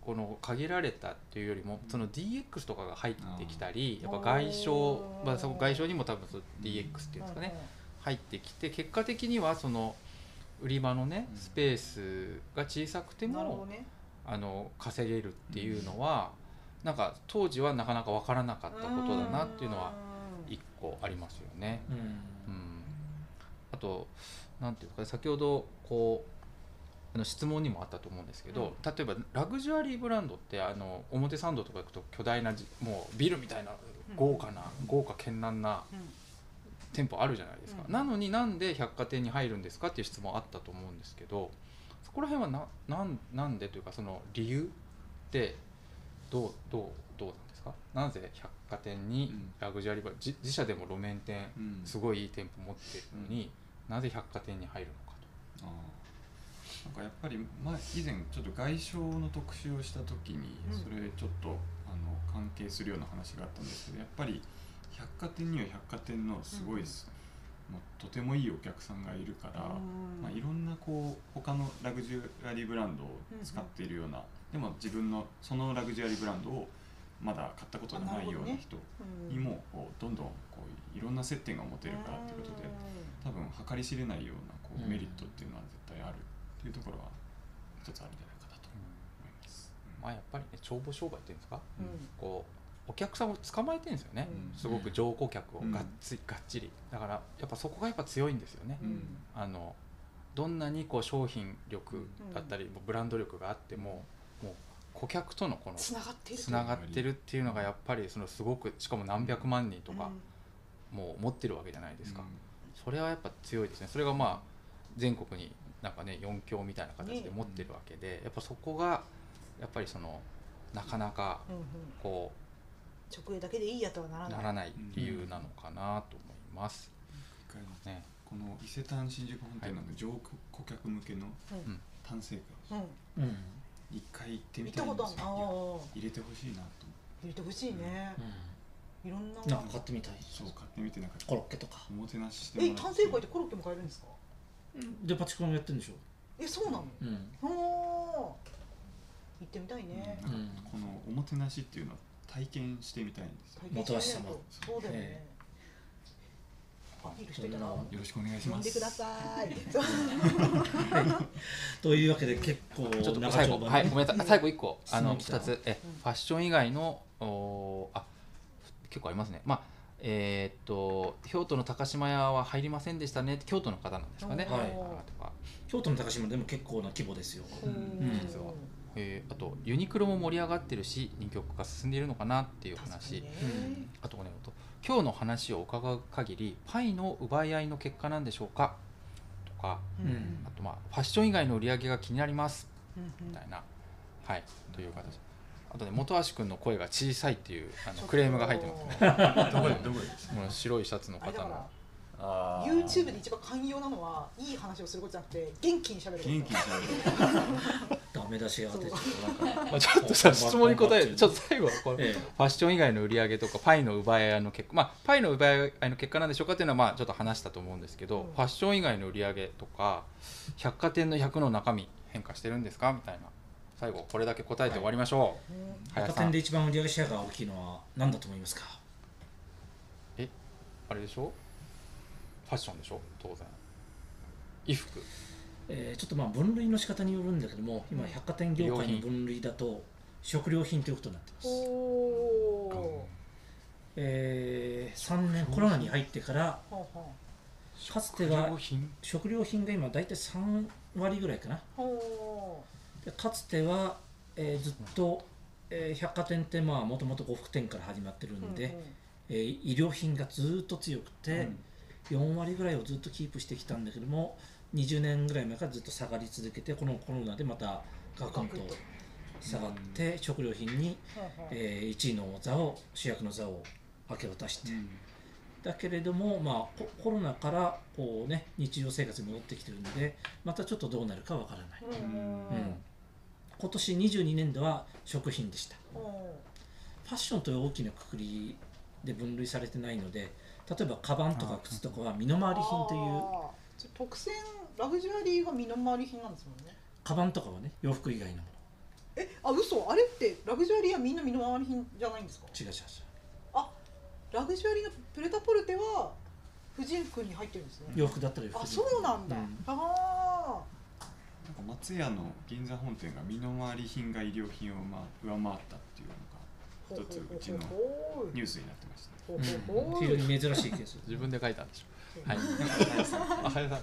[SPEAKER 4] この限られたっていうよりもその DX とかが入ってきたり、
[SPEAKER 3] うん
[SPEAKER 4] やっぱ外商
[SPEAKER 3] あー
[SPEAKER 4] まあ、そこ外商にも多分その DX っていうんですかね、入ってきて結果的にはその売り場のね
[SPEAKER 5] うん
[SPEAKER 4] スペースが小さくて
[SPEAKER 3] でもなるほど
[SPEAKER 4] も、
[SPEAKER 3] ね
[SPEAKER 4] あの稼げるっていうのは、なんか当時はなかなか分からなかったことだなっていうのは一個ありますよね。
[SPEAKER 1] うん
[SPEAKER 4] うん、あとなんていうんですかね先ほどこうあの質問にもあったと思うんですけど、例えばラグジュアリーブランドってあの表参道とか行くと巨大なじもうビルみたいな
[SPEAKER 3] うん
[SPEAKER 4] 豪華な、豪華絢爛な店舗あるじゃないですか、
[SPEAKER 3] うん
[SPEAKER 4] なのになんで百貨店に入るんですかっていう質問あったと思うんですけどそこら辺はななんなんでというかその理由ってどうどうどうなんですかなぜ百貨店に
[SPEAKER 5] うん
[SPEAKER 4] ラグジュアリーバー自自社でも路面店
[SPEAKER 5] うん
[SPEAKER 4] すごいいい店舗持ってるのに、なぜ百貨店に入るのかと。
[SPEAKER 5] あーなんかやっぱり前以前ちょっと外傷の特集をした時に
[SPEAKER 3] うん
[SPEAKER 5] それちょっとあの関係するような話があったんですけどやっぱり百貨店には百貨店のすごいす、もうとてもいいお客さんがいるから、まあ、いろんなこう他のラグジュアリーブランドを使っているような、でも自分のそのラグジュアリーブランドをまだ買ったことがないような人にもこうどんどんこういろんな接点が持てるからってことで多分計り知れないようなこ
[SPEAKER 4] う
[SPEAKER 5] うんメリットっていうのは絶対あるっていうところは一つあるんじゃないかなと思います。
[SPEAKER 4] まあやっぱりね帳簿商売っていうんですか
[SPEAKER 5] うん
[SPEAKER 4] こうお客さんを捕まえてるんですよね、
[SPEAKER 5] うん
[SPEAKER 4] すごく上顧客を
[SPEAKER 5] うん
[SPEAKER 4] がっつり、がっちりだからやっぱそこがやっぱ強いんですよね、
[SPEAKER 3] うん
[SPEAKER 4] あのどんなにこう商品力だったり、ブランド力があってももう顧客とのこの
[SPEAKER 3] つながっている
[SPEAKER 4] つながってるっていうのがやっぱりそのすごくしかも何百万人とかもう持ってるわけじゃないですか、それはやっぱ強いですねそれがまあ全国になんかね4強みたいな形で持ってるわけで、やっぱそこがやっぱりそのなかなか
[SPEAKER 3] うんうんうん
[SPEAKER 4] こ
[SPEAKER 3] 直営だけでいいやとはなら
[SPEAKER 4] う
[SPEAKER 3] ない
[SPEAKER 4] ならない理由なのかなと思います、
[SPEAKER 5] 一回
[SPEAKER 4] ね、
[SPEAKER 5] この伊勢丹新宿本店なんか上顧客向けの
[SPEAKER 4] ん
[SPEAKER 5] 単成
[SPEAKER 3] うん
[SPEAKER 5] 会
[SPEAKER 1] うん
[SPEAKER 5] 一回行って
[SPEAKER 3] 見
[SPEAKER 5] み
[SPEAKER 3] た
[SPEAKER 5] たい
[SPEAKER 3] こ
[SPEAKER 5] ん
[SPEAKER 3] と
[SPEAKER 5] で
[SPEAKER 3] あ
[SPEAKER 5] す
[SPEAKER 3] る
[SPEAKER 5] よ
[SPEAKER 3] な
[SPEAKER 5] ど
[SPEAKER 3] あ
[SPEAKER 5] 入れてほしいなと
[SPEAKER 3] 入れてほしいね
[SPEAKER 1] う
[SPEAKER 3] いろんなん
[SPEAKER 1] なんか買ってみたい
[SPEAKER 5] そう買ってみてなんか
[SPEAKER 1] コロッケとか
[SPEAKER 5] おもてなしして
[SPEAKER 3] え
[SPEAKER 5] もら
[SPEAKER 3] 単成会ってコロッケも買えるんですか
[SPEAKER 1] でパチコンもやってるんでしょ、
[SPEAKER 3] えそうなの
[SPEAKER 1] うん
[SPEAKER 3] ほー行ってみたいね
[SPEAKER 5] うんなんかこのおもてなしっていうのを体験してみたいんですよ
[SPEAKER 3] 体験してみないと
[SPEAKER 1] 元
[SPEAKER 5] 橋様
[SPEAKER 3] そうだよね
[SPEAKER 1] え
[SPEAKER 3] アピールしといたら
[SPEAKER 1] そんな
[SPEAKER 5] よろしくお願いし
[SPEAKER 3] 呼
[SPEAKER 5] ま
[SPEAKER 3] ん
[SPEAKER 5] す
[SPEAKER 3] でくださいそう
[SPEAKER 1] というわけで結構
[SPEAKER 4] ちょっと
[SPEAKER 1] 長
[SPEAKER 4] 最
[SPEAKER 1] 丁
[SPEAKER 4] 後、
[SPEAKER 1] 場
[SPEAKER 4] はい、ごめんなさい、最後一個、
[SPEAKER 1] 質
[SPEAKER 4] あの
[SPEAKER 1] 問来た
[SPEAKER 4] 二つ、え、
[SPEAKER 3] うん
[SPEAKER 4] ファッション以外の、おーあ、結構ありますね。まあ、えーっと、京都の高島屋は入りませんでしたねって、京都の方なんですかね。
[SPEAKER 1] はい
[SPEAKER 4] あとか、
[SPEAKER 1] 京都の高島でも結構な規模ですよ。
[SPEAKER 3] ほー
[SPEAKER 1] うん
[SPEAKER 4] 実はえーあとユニクロも盛り上がってるし、人気化が進んでいるのかなっていう
[SPEAKER 3] 確か
[SPEAKER 4] 話。
[SPEAKER 3] にね
[SPEAKER 1] うん
[SPEAKER 4] あとね、あと今日の話を伺う限り、パイの奪い合いの結果なんでしょうか。とか、
[SPEAKER 1] ん
[SPEAKER 4] あとまあ、ファッション以外の売り上げが気になります。
[SPEAKER 3] うんうん
[SPEAKER 4] みたいな、はい、という形。あとね、本橋君の声が小さいっていう、あのクレームが入ってますね。
[SPEAKER 5] どこでどこで
[SPEAKER 4] この白いシャツの
[SPEAKER 3] あれだ
[SPEAKER 4] 方
[SPEAKER 3] か
[SPEAKER 4] の
[SPEAKER 3] ら。
[SPEAKER 5] あー
[SPEAKER 3] YouTube で一番寛容なのはいい話をすることじゃなくて元気にしゃべること
[SPEAKER 5] 元気にしゃ
[SPEAKER 1] ダメ出しが当ててなん
[SPEAKER 4] ま
[SPEAKER 1] か
[SPEAKER 4] あ、ちょっとさ、質問に答える、ちょっ
[SPEAKER 1] と、
[SPEAKER 4] と最後はこれ。
[SPEAKER 1] え
[SPEAKER 4] ファッション以外の売り上げとかパイの奪い合いの結果、まあ、パイの奪い合いの結果なんでしょうかっていうのはまあちょっと話したと思うんですけど、
[SPEAKER 3] うん
[SPEAKER 4] ファッション以外の売り上げとか百貨店の100の中身変化してるんですかみたいな最後これだけ答えて終わりましょ
[SPEAKER 1] 百貨
[SPEAKER 4] う。林さ
[SPEAKER 1] 店
[SPEAKER 4] ん
[SPEAKER 1] で一番売上シェアが大きいのは何だと思いますか
[SPEAKER 4] あれでしょファッションでしょ当然。衣服。
[SPEAKER 1] えーちょっとまあ分類の仕方によるんだけども今百貨店業界の分類だと食料品ということになってま
[SPEAKER 3] お
[SPEAKER 1] す、
[SPEAKER 3] お
[SPEAKER 1] え3年コロナに入ってから
[SPEAKER 3] ー。はあは
[SPEAKER 1] かつては
[SPEAKER 4] 食料品
[SPEAKER 1] 食料品が今大体3割ぐらいかな
[SPEAKER 3] あ。ほ
[SPEAKER 1] でかつては、えーずっと、えー百貨店ってまあもともと呉服店から始まってる
[SPEAKER 3] う。
[SPEAKER 1] んで、えー衣料品がずーっと強くて、4割ぐらいをずっとキープしてきたんだけども20年ぐらい前からずっと下がり続けてこのコロナでまたガクンと下がって食料品に、え1位の座を主役の座を明け渡して、だけれども、まあ、ココロナからこう、ね、日常生活に戻ってきてるのでまたちょっとどうなるかわからない、
[SPEAKER 3] うんうん
[SPEAKER 1] うん今年22年度は食品でしたファッションという大きなくくりで分類されてないので例えばカバンとか靴とかは身の回り品という
[SPEAKER 3] あーちょ特選ラグジュアリーが身の回り品なんですもんね
[SPEAKER 1] カバンとかはね洋服以外のもの
[SPEAKER 3] えあ嘘あれってラグジュアリーはみんな身の回り品じゃないんですか
[SPEAKER 1] 違う違う違う
[SPEAKER 3] ラグジュアリーのプレタポルテは婦人服に入ってるんですね、
[SPEAKER 1] 洋服だったら洋服
[SPEAKER 3] あそうなんだ、
[SPEAKER 1] うん
[SPEAKER 3] あ
[SPEAKER 5] なんか松屋の銀座本店が身の回り品が衣料品をまあ上回ったっていう
[SPEAKER 3] あ
[SPEAKER 5] のが一つうちの
[SPEAKER 3] ほうほうほう
[SPEAKER 5] ニュースになってましたね。
[SPEAKER 3] ほう
[SPEAKER 1] うん
[SPEAKER 3] ほうほう
[SPEAKER 1] 非常に珍しいケース、
[SPEAKER 4] 自分で書いたんでしょ。はい。あ林さん
[SPEAKER 1] う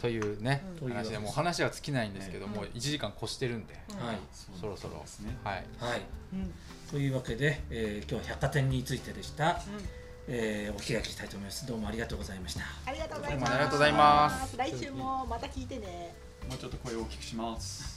[SPEAKER 4] というね
[SPEAKER 3] うん
[SPEAKER 1] という
[SPEAKER 4] 話でもう話は尽きないんですけども
[SPEAKER 3] うん
[SPEAKER 4] 1時間越してるんで。
[SPEAKER 3] うん
[SPEAKER 1] んはい、
[SPEAKER 5] うなん
[SPEAKER 4] そろそろ
[SPEAKER 5] ですね。
[SPEAKER 4] はい。
[SPEAKER 1] んはい、
[SPEAKER 3] うんうん
[SPEAKER 1] というわけで、えー今日は百貨店についてでした、えーお開きしたいと思いますどうもありがとうございました
[SPEAKER 3] ありがとうございます
[SPEAKER 4] ありがとうございます
[SPEAKER 3] 来週もまた聞いてね
[SPEAKER 5] もうちょっと声を大きくします。